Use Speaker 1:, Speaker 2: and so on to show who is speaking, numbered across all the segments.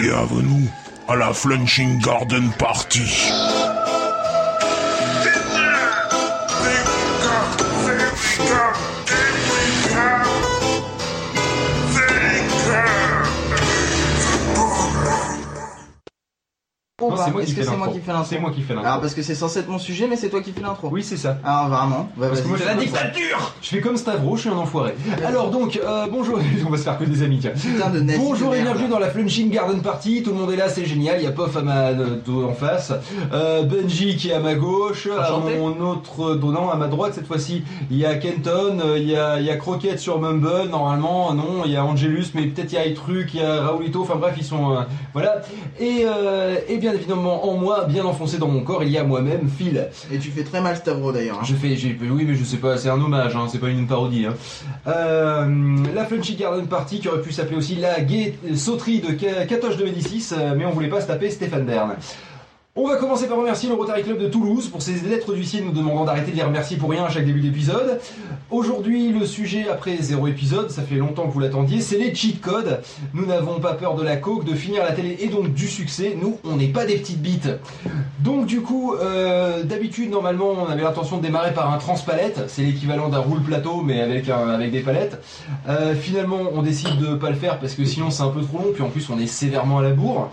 Speaker 1: Bienvenue à la Flunching Garden Party.
Speaker 2: ou
Speaker 3: Non,
Speaker 2: pas
Speaker 3: c'est moi qui
Speaker 2: Est-ce que
Speaker 3: fais Ah,
Speaker 2: c'est
Speaker 3: bah,
Speaker 2: moi
Speaker 3: l'intro.
Speaker 2: qui fais l'intro
Speaker 3: C'est moi qui fais l'intro.
Speaker 2: Alors parce que c'est censé être mon sujet, mais c'est toi qui fais l'intro.
Speaker 3: Oui, c'est ça.
Speaker 2: Alors vraiment. Bah,
Speaker 3: Parce que
Speaker 2: vas-y.
Speaker 3: moi, je suis comme ça. Je fais comme Stavro, je suis un enfoiré. Alors donc, euh, bonjour, on va se faire que des amis, tiens.
Speaker 2: Putain de nazi
Speaker 3: Bonjour
Speaker 2: de
Speaker 3: et
Speaker 2: merde.
Speaker 3: bienvenue dans la Flunching Garden Party, tout le monde est là, c'est génial, il y a Pof à ma euh, dos en face, euh, Benji qui est à ma gauche,
Speaker 4: Enchanté.
Speaker 3: à mon autre dos, non, à ma droite cette fois-ci, il y a Kenton, euh, il y a, il y a Croquette sur Mumble, normalement, euh, non, il y a Angelus, mais peut-être il y a Etruc, il y a Raoulito, enfin bref, ils sont... euh, voilà. Et, euh, et bien évidemment, en moi, bien enfoncé dans mon corps, il y a moi-même Phil.
Speaker 2: Et tu fais très mal Stavro d'ailleurs. hein.
Speaker 3: Je fais, j'ai- oui, mais je sais pas, c'est un hommage, hein, c'est pas une parodie. hein. Euh, la Flunchy Garden Party qui aurait pu s'appeler aussi la gay euh, sauterie de Ca- Catoche 2006, euh, mais on voulait pas se taper Stéphane Bern. On va commencer par remercier le Rotary Club de Toulouse pour ses lettres d'huissier nous demandant d'arrêter de les remercier pour rien à chaque début d'épisode. Aujourd'hui, le sujet après zéro épisode, ça fait longtemps que vous l'attendiez, c'est les cheat codes. Nous n'avons pas peur de la coke, de finir la télé et donc du succès. Nous, on n'est pas des petites bites. Donc du coup, euh, d'habitude normalement on avait l'intention de démarrer par un transpalette, c'est l'équivalent d'un roule plateau mais avec, un- avec des palettes. Euh, finalement on décide de pas le faire parce que sinon c'est un peu trop long, puis en plus on est sévèrement à la bourre.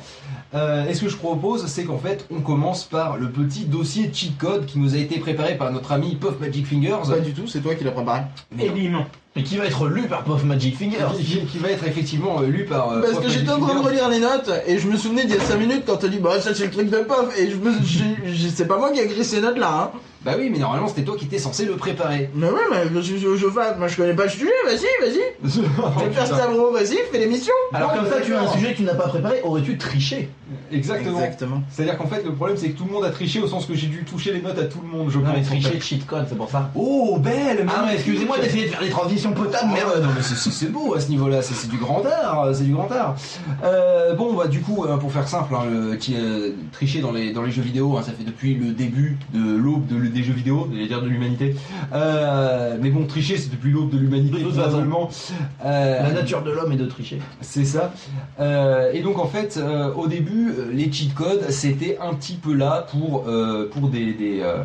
Speaker 3: Euh, et ce que je propose c'est qu'en fait on commence par le petit dossier cheat code qui nous a été préparé par notre ami Puff Magic Fingers.
Speaker 2: Pas du tout, c'est toi qui l'as préparé.
Speaker 3: Mais non.
Speaker 4: Et qui va être lu par Puff Magic Fingers.
Speaker 3: Qui, qui- qui va être effectivement euh, lu par... euh,
Speaker 2: Parce
Speaker 3: Puff
Speaker 2: que
Speaker 3: Magic
Speaker 2: j'étais en train de
Speaker 3: Fingers.
Speaker 2: relire les notes et je me souvenais d'il y a 5 minutes quand t'as dit bah ça c'est le truc de pof et je me je- je- c'est pas moi qui ai écrit ces notes là hein.
Speaker 3: Bah oui mais normalement c'était toi qui étais censé le préparer.
Speaker 2: Mais ouais mais je suis au chauffage, moi je connais pas le sujet, vas-y, vas-y,
Speaker 3: Oh,
Speaker 2: fais faire Stavro, vas-y, fais l'émission
Speaker 4: Alors
Speaker 3: Non,
Speaker 4: comme ça, tu as un
Speaker 3: d'accord.
Speaker 4: sujet que tu n'as pas préparé, aurais-tu triché
Speaker 3: Exactement. C'est-à-dire qu'en fait, le problème, c'est que tout le monde a triché au sens que j'ai dû toucher les notes à tout le monde, je
Speaker 4: Non
Speaker 3: pense.
Speaker 4: mais
Speaker 3: en fait.
Speaker 4: triché, cheat code, c'est pour ça.
Speaker 3: Oh, belle
Speaker 4: Ah mais
Speaker 3: magnifique.
Speaker 4: excusez-moi d'essayer de faire des transitions
Speaker 3: Ah,
Speaker 4: potables,
Speaker 3: merde,
Speaker 4: merde.
Speaker 3: non, mais c'est- c'est c'est beau à ce niveau-là, c'est c'est du grand art, euh, c'est du grand art. Euh, bon, bah, du coup, euh, pour faire simple, hein, le- qui, euh, tricher dans les, dans les jeux vidéo, hein, ça fait depuis le début de l'aube de- des jeux vidéo, j'allais dire de l'humanité. Euh, mais bon, tricher, c'est depuis l'aube de l'humanité,
Speaker 4: De toute façon.
Speaker 3: probablement. Euh,
Speaker 4: La nature de l'homme est de tricher.
Speaker 3: C'est ça. Euh, et donc en fait, euh, au début, euh, les cheat codes, c'était un petit peu là pour, euh, pour des, des, euh,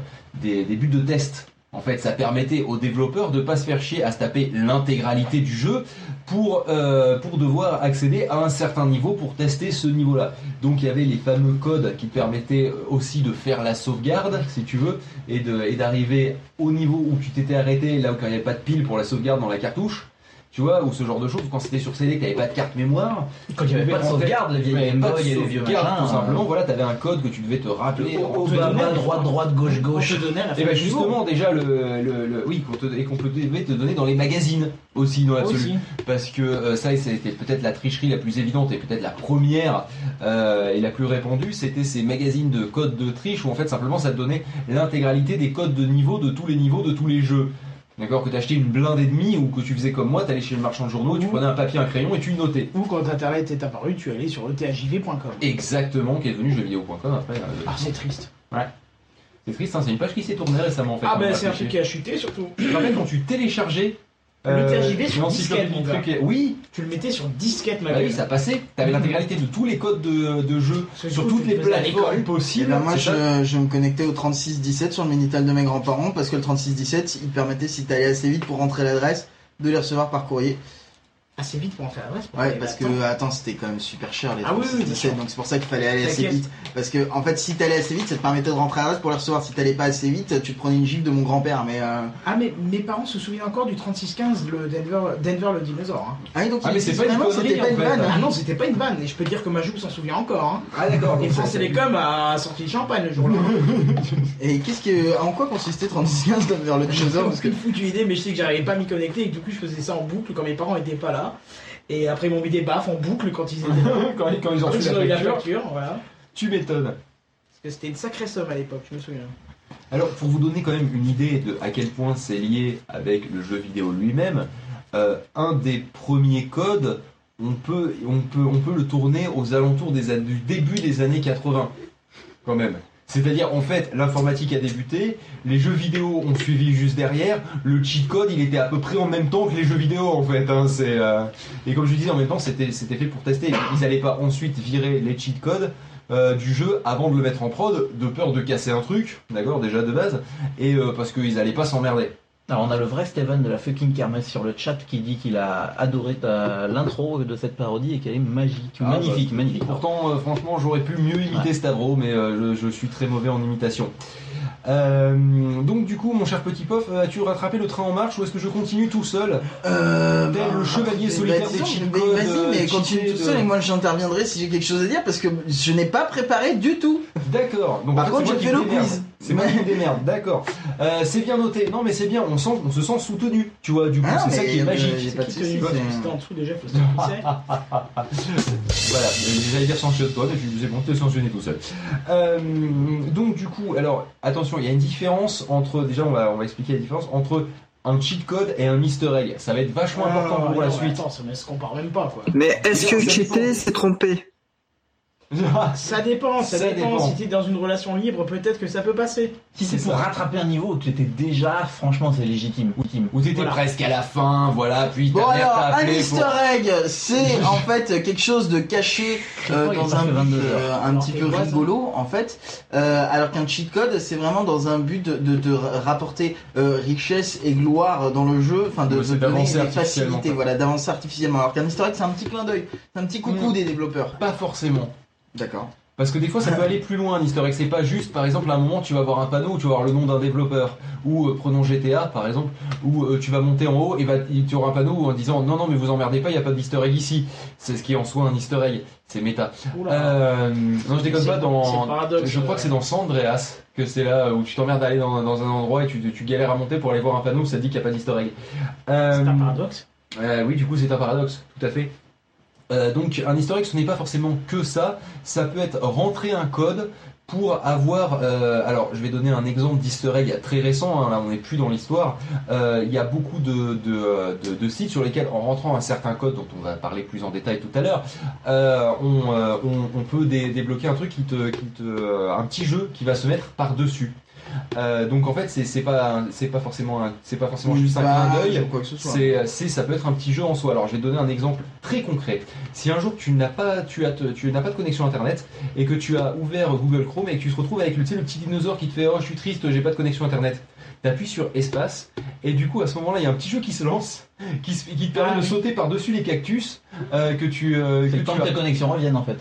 Speaker 3: des- des buts de test. En fait, ça permettait aux développeurs de pas se faire chier à se taper l'intégralité du jeu pour, euh, pour devoir accéder à un certain niveau pour tester ce niveau-là. Donc il y avait les fameux codes qui te permettaient euh, aussi de faire la sauvegarde, si tu veux, et de- et d'arriver au niveau où tu t'étais arrêté, là où il n'y avait pas de pile pour la sauvegarde dans la cartouche, tu vois, ou ce genre de choses, quand c'était sur CD, que tu pas de carte mémoire.
Speaker 4: Quand il n'y avait
Speaker 3: Mais
Speaker 4: pas de
Speaker 3: en fait,
Speaker 4: sauvegarde,
Speaker 3: il
Speaker 4: les
Speaker 3: y
Speaker 4: vieilles
Speaker 3: avait
Speaker 4: Game
Speaker 3: pas de
Speaker 4: Boy et les vieux
Speaker 3: sauvegarde,
Speaker 4: machins.
Speaker 3: tout simplement, voilà, tu avais un code que tu devais te rappeler.
Speaker 4: Haut,
Speaker 3: On te
Speaker 4: bas,
Speaker 3: donnait-
Speaker 4: bas, droite, droite, gauche, gauche.
Speaker 5: On te donnait à la fin
Speaker 3: Et bien
Speaker 5: du jour.
Speaker 3: Eh ben, justement, déjà, le, le- le- oui, qu'on te, et qu'on te devait te donner dans les magazines aussi, dans l'absolu.
Speaker 5: Aussi.
Speaker 3: parce que euh, ça c'était peut-être la tricherie la plus évidente et peut-être la première euh, et la plus répandue, c'était ces magazines de codes de triche où en fait simplement ça te donnait l'intégralité des codes de niveau de tous les niveaux de tous les jeux. D'accord, que t'achetais une blinde et demie ou que tu faisais comme moi, t'allais chez le marchand de journaux, tu
Speaker 5: Mhm.
Speaker 3: prenais un papier, un crayon et tu notais.
Speaker 5: Ou quand internet est apparu, tu allais sur E ethjv.com.
Speaker 3: Exactement, qui est devenu jeuxvideo.com après. euh,
Speaker 5: Ah, c'est triste.
Speaker 3: c'est triste, hein, c'est une page qui s'est tournée récemment en fait.
Speaker 5: Ah,
Speaker 3: on
Speaker 5: ben
Speaker 3: l'a
Speaker 5: c'est un
Speaker 3: triché.
Speaker 5: truc qui a chuté surtout.
Speaker 3: Je me rappelle quand tu téléchargeais. euh,
Speaker 5: Le THJV sur
Speaker 3: l'encyclopédie
Speaker 5: disquette, mon
Speaker 3: truc et- Oui,
Speaker 5: Tu le mettais sur disquette, ma
Speaker 3: Bah oui,
Speaker 5: gueule.
Speaker 3: ça passait. T'avais l'intégralité de tous les codes de, de jeu
Speaker 5: Parce que
Speaker 3: sur
Speaker 5: du coup,
Speaker 3: toutes
Speaker 5: tu
Speaker 3: les
Speaker 5: le faisais à
Speaker 3: plateformes
Speaker 5: l'école.
Speaker 2: Et
Speaker 3: possibles.
Speaker 2: ben moi
Speaker 3: c'est
Speaker 2: je,
Speaker 3: ça
Speaker 2: je me connectais au 3617 sur le Minitel de mes grands-parents parce que le 3617 il permettait si t'allais assez vite pour rentrer l'adresse de les recevoir par courrier.
Speaker 5: Assez vite pour en faire l'adresse. pour
Speaker 2: Ouais
Speaker 5: aller
Speaker 2: parce
Speaker 3: bah,
Speaker 5: là-dedans.
Speaker 2: que attends c'était quand même super cher les
Speaker 5: Ah oui, oui,
Speaker 2: 3617
Speaker 5: bien sûr.
Speaker 2: donc c'est pour ça qu'il fallait aller assez
Speaker 5: T'inquiète.
Speaker 2: vite. Parce que en fait si t'allais assez vite ça te permettait de rentrer à l'adresse pour les recevoir. Si t'allais pas assez vite tu te prenais une gifle de mon grand-père mais... Euh...
Speaker 5: Ah, mais mes parents se souviennent encore du 3615, le Denver, Denver le dinosaure. hein.
Speaker 2: Ah oui, donc
Speaker 3: Ah,
Speaker 2: il
Speaker 3: mais c'est
Speaker 2: existe
Speaker 3: pas une
Speaker 2: vraiment,
Speaker 3: connerie,
Speaker 2: c'était pas
Speaker 3: en
Speaker 2: une
Speaker 3: fait.
Speaker 2: vanne.
Speaker 5: Ah non, c'était pas une vanne, et je peux dire que Majou s'en souvient encore. Hein.
Speaker 3: Ah d'accord.
Speaker 5: Et
Speaker 3: donc
Speaker 5: France
Speaker 3: ça-
Speaker 5: Télécom a sorti le champagne le jour-là.
Speaker 2: Et qu'est-ce que, en quoi consistait 3615 vers le
Speaker 5: J'ai
Speaker 2: dinosaure Parce que euh,
Speaker 5: aucune foutue idée, mais je sais que j'arrivais pas à m'y connecter et que du coup je faisais ça en boucle quand mes parents étaient pas là. Et après ils m'ont mis des baffes en boucle quand ils étaient là.
Speaker 3: quand, quand ils ont
Speaker 5: Ils
Speaker 3: reçu
Speaker 5: ont
Speaker 3: la
Speaker 5: eu la
Speaker 3: facture,
Speaker 5: facture, voilà.
Speaker 3: tu m'étonnes.
Speaker 5: Parce que c'était une sacrée somme à l'époque, je me souviens.
Speaker 3: Alors pour vous donner quand même une idée de à quel point c'est lié avec le jeu vidéo lui-même, euh, un des premiers codes, on peut, on peut, on peut le tourner aux alentours des, an- du début des années 80, quand même. C'est-à-dire, en fait, l'informatique a débuté, les jeux vidéo ont suivi juste derrière, le cheat code, il était à peu près en même temps que les jeux vidéo, en fait. hein, c'est, euh, Et comme je disais, en même temps, c'était c'était fait pour tester. Ils n'allaient pas ensuite virer les cheat codes euh, du jeu avant de le mettre en prod, de peur de casser un truc, d'accord, déjà de base, et euh, parce qu'ils n'allaient pas s'emmerder.
Speaker 4: Alors on a le vrai Steven de la fucking kermesse sur le chat qui dit qu'il a adoré ta- l'intro de cette parodie et qu'elle est magique,
Speaker 3: Ah,
Speaker 4: magnifique, magnifique.
Speaker 3: Pourtant, euh, franchement, j'aurais pu mieux imiter Stavro, mais euh, je, je suis très mauvais en imitation. Euh, donc du coup, mon cher petit pof, euh, as-tu rattrapé le train en marche ou est-ce que je continue tout seul
Speaker 2: Euh,
Speaker 3: Tel le chevalier
Speaker 2: bah,
Speaker 3: solitaire des
Speaker 2: disons,
Speaker 3: cheat
Speaker 2: mais
Speaker 3: codes, euh,
Speaker 2: Vas-y, mais
Speaker 3: cheatés
Speaker 2: continue tout
Speaker 3: de-
Speaker 2: seul et moi j'interviendrai si j'ai quelque chose à dire parce que je n'ai pas préparé du tout.
Speaker 3: D'accord. Donc,
Speaker 2: Par
Speaker 3: en fait,
Speaker 2: contre,
Speaker 3: c'est moi
Speaker 2: j'ai
Speaker 3: qui
Speaker 2: fait le
Speaker 3: me démerde.
Speaker 2: quiz.
Speaker 3: C'est moi qui me démerde, d'accord. Euh, c'est bien noté. Non, mais c'est bien, on, sent, on se sent soutenu, tu vois, du coup,
Speaker 2: Ah,
Speaker 3: c'est ça
Speaker 2: mais,
Speaker 3: qui est
Speaker 2: euh,
Speaker 3: magique.
Speaker 2: j'ai pas de
Speaker 5: Qui te
Speaker 2: soucis,
Speaker 5: dit que
Speaker 2: c'est-
Speaker 5: c'était en dessous déjà, faut savoir qui c'est.
Speaker 3: Voilà, euh, j'allais dire sanctionne-toi, mais je vous ai monté sanctionné tout seul. Euh, donc du coup, alors attention, il y a une différence entre, déjà on va, on va expliquer la différence, entre un cheat code et un easter egg. Ça va être vachement important
Speaker 5: Ah,
Speaker 3: pour la
Speaker 5: non,
Speaker 3: suite.
Speaker 5: Attends, ça ne se compare même pas quoi.
Speaker 6: Mais est-ce que
Speaker 3: Ça dépend.
Speaker 6: cheater, c'est tromper
Speaker 5: Ça dépend, ça,
Speaker 3: Ça
Speaker 5: dépend.
Speaker 3: dépend.
Speaker 5: Si t'es dans une relation libre, peut-être que ça peut passer.
Speaker 4: Si c'est
Speaker 3: C'est
Speaker 4: pour
Speaker 3: ça.
Speaker 4: rattraper un niveau où tu étais déjà, franchement c'est légitime. légitime.
Speaker 3: Ou t'étais
Speaker 5: Voilà.
Speaker 3: presque à la fin, voilà, puis ta
Speaker 2: Bon
Speaker 3: mère
Speaker 2: alors,
Speaker 3: t'a
Speaker 2: un
Speaker 3: appelé
Speaker 2: easter
Speaker 3: pour...
Speaker 2: egg, c'est en fait quelque chose de caché euh,
Speaker 4: Pourquoi il est
Speaker 2: dans
Speaker 4: pas
Speaker 2: un
Speaker 4: fait
Speaker 2: but
Speaker 4: 22
Speaker 2: euh, un
Speaker 5: Alors,
Speaker 2: petit
Speaker 5: t'es
Speaker 2: peu
Speaker 5: quoi, ça
Speaker 2: rigolo en fait, euh, alors qu'un cheat code c'est vraiment dans un but de, de- de rapporter euh, richesse et gloire dans le jeu, enfin de,
Speaker 3: Ouais,
Speaker 2: de
Speaker 3: c'est
Speaker 2: donner
Speaker 3: d'avancer
Speaker 2: des
Speaker 3: artificiellement,
Speaker 2: facilités,
Speaker 3: quoi.
Speaker 2: voilà, d'avancer artificiellement. Alors qu'un easter egg c'est un petit clin d'œil, c'est un petit coucou
Speaker 3: Mm.
Speaker 2: des développeurs.
Speaker 3: Pas forcément.
Speaker 2: D'accord.
Speaker 3: Parce que des fois, ça peut aller plus loin, un easter egg. C'est pas juste, par exemple, à un moment, tu vas voir un panneau où tu vas voir le nom d'un développeur. Ou euh, prenons GTA, par exemple, où euh, tu vas monter en haut et va- il- tu auras un panneau en disant non, non, mais vous emmerdez pas, il n'y a pas d'easter egg ici. C'est ce qui est en soi un easter egg. C'est méta.
Speaker 5: Oula.
Speaker 3: Euh, non, je déconne pas,
Speaker 5: Ah. C'est- c'est le
Speaker 3: dans.
Speaker 5: paradoxe,
Speaker 3: Je crois que c'est dans San Andreas que c'est là où tu t'emmerdes d'aller dans, dans un endroit et tu, tu galères à monter pour aller voir un panneau où ça te dit qu'il n'y a pas d'easter egg. Euh,
Speaker 5: C'est un paradoxe.
Speaker 3: euh, oui, du coup, c'est un paradoxe, tout à fait. Euh, donc, un historique, ce n'est pas forcément que ça. Ça peut être rentrer un code pour avoir. euh, alors, je vais donner un exemple d'easter egg très récent. hein, là, on n'est plus dans l'histoire. Euh, Il y a beaucoup de, de- de- de sites sur lesquels, en rentrant un certain code, dont on va parler plus en détail tout à l'heure, euh, on, euh, on- on peut dé- débloquer un truc qui te, qui te, euh, un petit jeu qui va se mettre par dessus. Euh, donc, en fait, c'est c'est pas, un- c'est pas forcément, un- c'est pas forcément juste un
Speaker 2: Bah,
Speaker 3: clin d'œil.
Speaker 2: ou quoi que ce soit.
Speaker 3: C'est, euh, c'est- ça peut être un petit jeu en soi. Alors, je vais te donner un exemple très concret. Si un jour tu n'as pas, tu as, tu n'as pas de connexion internet et que tu as ouvert Google Chrome et que tu te retrouves avec le, tu sais, le petit dinosaure qui te fait, oh, je suis triste, j'ai pas de connexion internet. T'appuies sur espace et du coup à ce moment-là il y a un petit jeu qui se lance, qui, se- qui te permet
Speaker 5: Ah,
Speaker 3: de
Speaker 5: oui.
Speaker 3: sauter par-dessus les cactus euh, que tu. euh,
Speaker 4: C'est
Speaker 3: que
Speaker 4: le temps
Speaker 3: tu
Speaker 4: que
Speaker 3: as-
Speaker 4: ta connexion revienne en fait.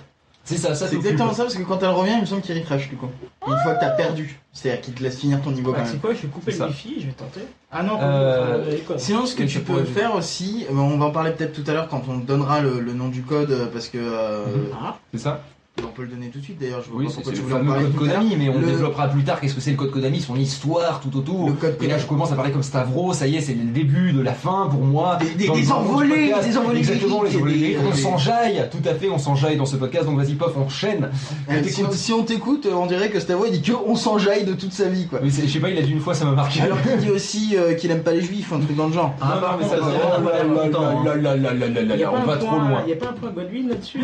Speaker 3: C'est ça, ça
Speaker 2: C'est
Speaker 3: t'occupe.
Speaker 2: exactement ça parce que quand elle revient, il me semble qu'il refresh du coup. Une fois que t'as perdu, c'est-à-dire qu'il te laisse finir ton niveau quand
Speaker 3: Ah,
Speaker 5: Bah,
Speaker 2: même.
Speaker 5: c'est quoi Je vais couper
Speaker 3: C'est
Speaker 5: le
Speaker 3: ça.
Speaker 5: wifi, je vais tenter. Ah non,
Speaker 3: Euh,
Speaker 5: enfin, l'école.
Speaker 2: Sinon, ce que
Speaker 3: Et
Speaker 2: tu
Speaker 3: ça
Speaker 2: peux
Speaker 3: pourrait-
Speaker 2: faire aussi, euh, on va en parler peut-être tout à l'heure quand on donnera le, le nom du code euh, parce que euh,
Speaker 5: Ah,
Speaker 3: C'est ça.
Speaker 2: on peut le donner tout de suite. D'ailleurs, je vois
Speaker 3: Oui,
Speaker 2: pas
Speaker 3: c'est,
Speaker 2: pourquoi
Speaker 3: c'est
Speaker 2: tu
Speaker 3: le
Speaker 2: voulais en
Speaker 3: fameux
Speaker 2: parler
Speaker 3: code
Speaker 2: tout à l'heure.
Speaker 3: Konami, mais on
Speaker 2: Le-
Speaker 3: développera plus tard qu'est-ce que c'est le code Konami, son histoire tout autour.
Speaker 2: Le code
Speaker 3: Et là, je commence à parler comme Stavro, ça y est, c'est le début de la fin pour moi.
Speaker 2: Des- des-
Speaker 3: Dans le
Speaker 2: des
Speaker 3: contenu du
Speaker 2: envolées,
Speaker 3: podcast.
Speaker 2: des envolées
Speaker 3: Exactement, les
Speaker 2: lyriques,
Speaker 3: envolées
Speaker 2: des-
Speaker 3: lyriques. On
Speaker 2: des-
Speaker 3: s'enjaille, tout à fait, on s'enjaille dans ce podcast. Donc vas-y, pof, on enchaîne.
Speaker 2: Euh, si, on-
Speaker 3: t'écoute.
Speaker 2: si on t'écoute, euh, on dirait que Stavo il dit que on s'enjaille de toute sa vie quoi.
Speaker 3: Mais c'est- je sais pas, il a dit une fois, ça m'a marqué.
Speaker 2: Alors qu'il dit aussi euh, qu'il aime pas les juifs, un truc dans le genre.
Speaker 3: Ah, non, mais
Speaker 2: euh,
Speaker 3: ça,
Speaker 4: contre,
Speaker 3: c'est-
Speaker 4: on
Speaker 3: oh
Speaker 4: va
Speaker 3: là
Speaker 4: faire
Speaker 3: là
Speaker 4: longtemps, hein.
Speaker 3: là là là là là là
Speaker 5: y a
Speaker 3: là,
Speaker 5: pas
Speaker 3: on
Speaker 5: un
Speaker 3: va
Speaker 5: point-
Speaker 3: trop loin.
Speaker 5: Il n'y a pas un point Godwin là-dessus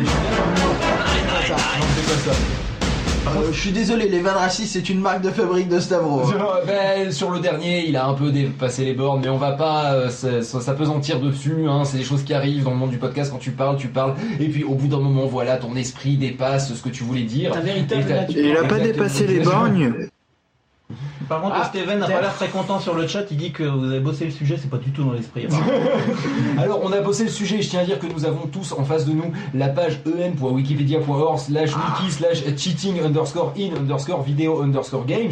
Speaker 3: Non, c'est pas ça.
Speaker 2: Euh, je suis désolé, les vannes racistes c'est une marque de fabrique de Stavro.
Speaker 3: Sur, ben, sur le dernier, il a un peu dépassé les bornes, mais on va pas euh, s- s- s'apesantir dessus. Hein, c'est des choses qui arrivent dans le monde du podcast quand tu parles, tu parles, et puis au bout d'un moment, voilà, ton esprit dépasse ce que tu voulais dire.
Speaker 5: Ta véritable
Speaker 3: Et t'as-
Speaker 5: nature.
Speaker 6: Et il a pas
Speaker 3: Exactement.
Speaker 6: dépassé les bornes
Speaker 4: Par contre,
Speaker 5: Ah,
Speaker 4: Steven n'a
Speaker 5: putain.
Speaker 4: pas l'air très content sur le chat. Il dit que vous avez bossé le sujet, c'est pas du tout dans l'esprit.
Speaker 3: Oh, Alors, on a bossé le sujet. Je tiens à dire que nous avons tous en face de nous la page en.wikipedia.org slash wiki slash cheating underscore in underscore video underscore games,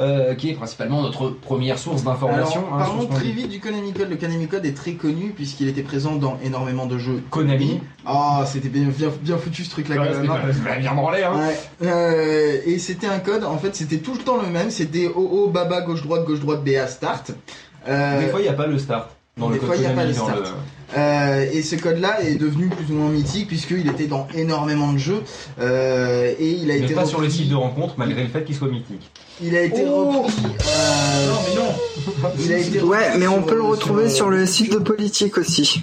Speaker 3: euh, qui est principalement notre première source d'information.
Speaker 2: Alors,
Speaker 3: hein,
Speaker 2: parlons
Speaker 3: sur ce
Speaker 2: très vite du Konami Code. Le Konami Code est très connu puisqu'il était présent dans énormément de jeux.
Speaker 3: Konami.
Speaker 2: Ah, c'était bien, bien- bien foutu ce truc là quand même. hein.
Speaker 3: Bah, bien branlé, hein.
Speaker 2: Ouais. Euh, et c'était un code, en fait, c'était tout le temps le même. C'était OO, Baba, gauche, droite, gauche, droite, BA, start. Euh,
Speaker 3: Des fois, il n'y a pas le start. Dans
Speaker 2: des
Speaker 3: le code
Speaker 2: fois, il y a pas
Speaker 3: Konami,
Speaker 2: le
Speaker 3: dans
Speaker 2: start. euh, et ce code-là est devenu plus ou moins mythique puisqu'il était dans énormément de jeux euh, et il a
Speaker 3: Mais
Speaker 2: été
Speaker 3: pas
Speaker 2: repris,
Speaker 3: sur les sites de rencontre, malgré le fait qu'il soit mythique.
Speaker 2: il a été
Speaker 5: Oh
Speaker 2: repris, euh,
Speaker 5: Non, mais non
Speaker 2: il a été
Speaker 6: Ouais,
Speaker 2: repris
Speaker 6: mais on
Speaker 2: sur-
Speaker 6: peut le retrouver sur le site de politique aussi.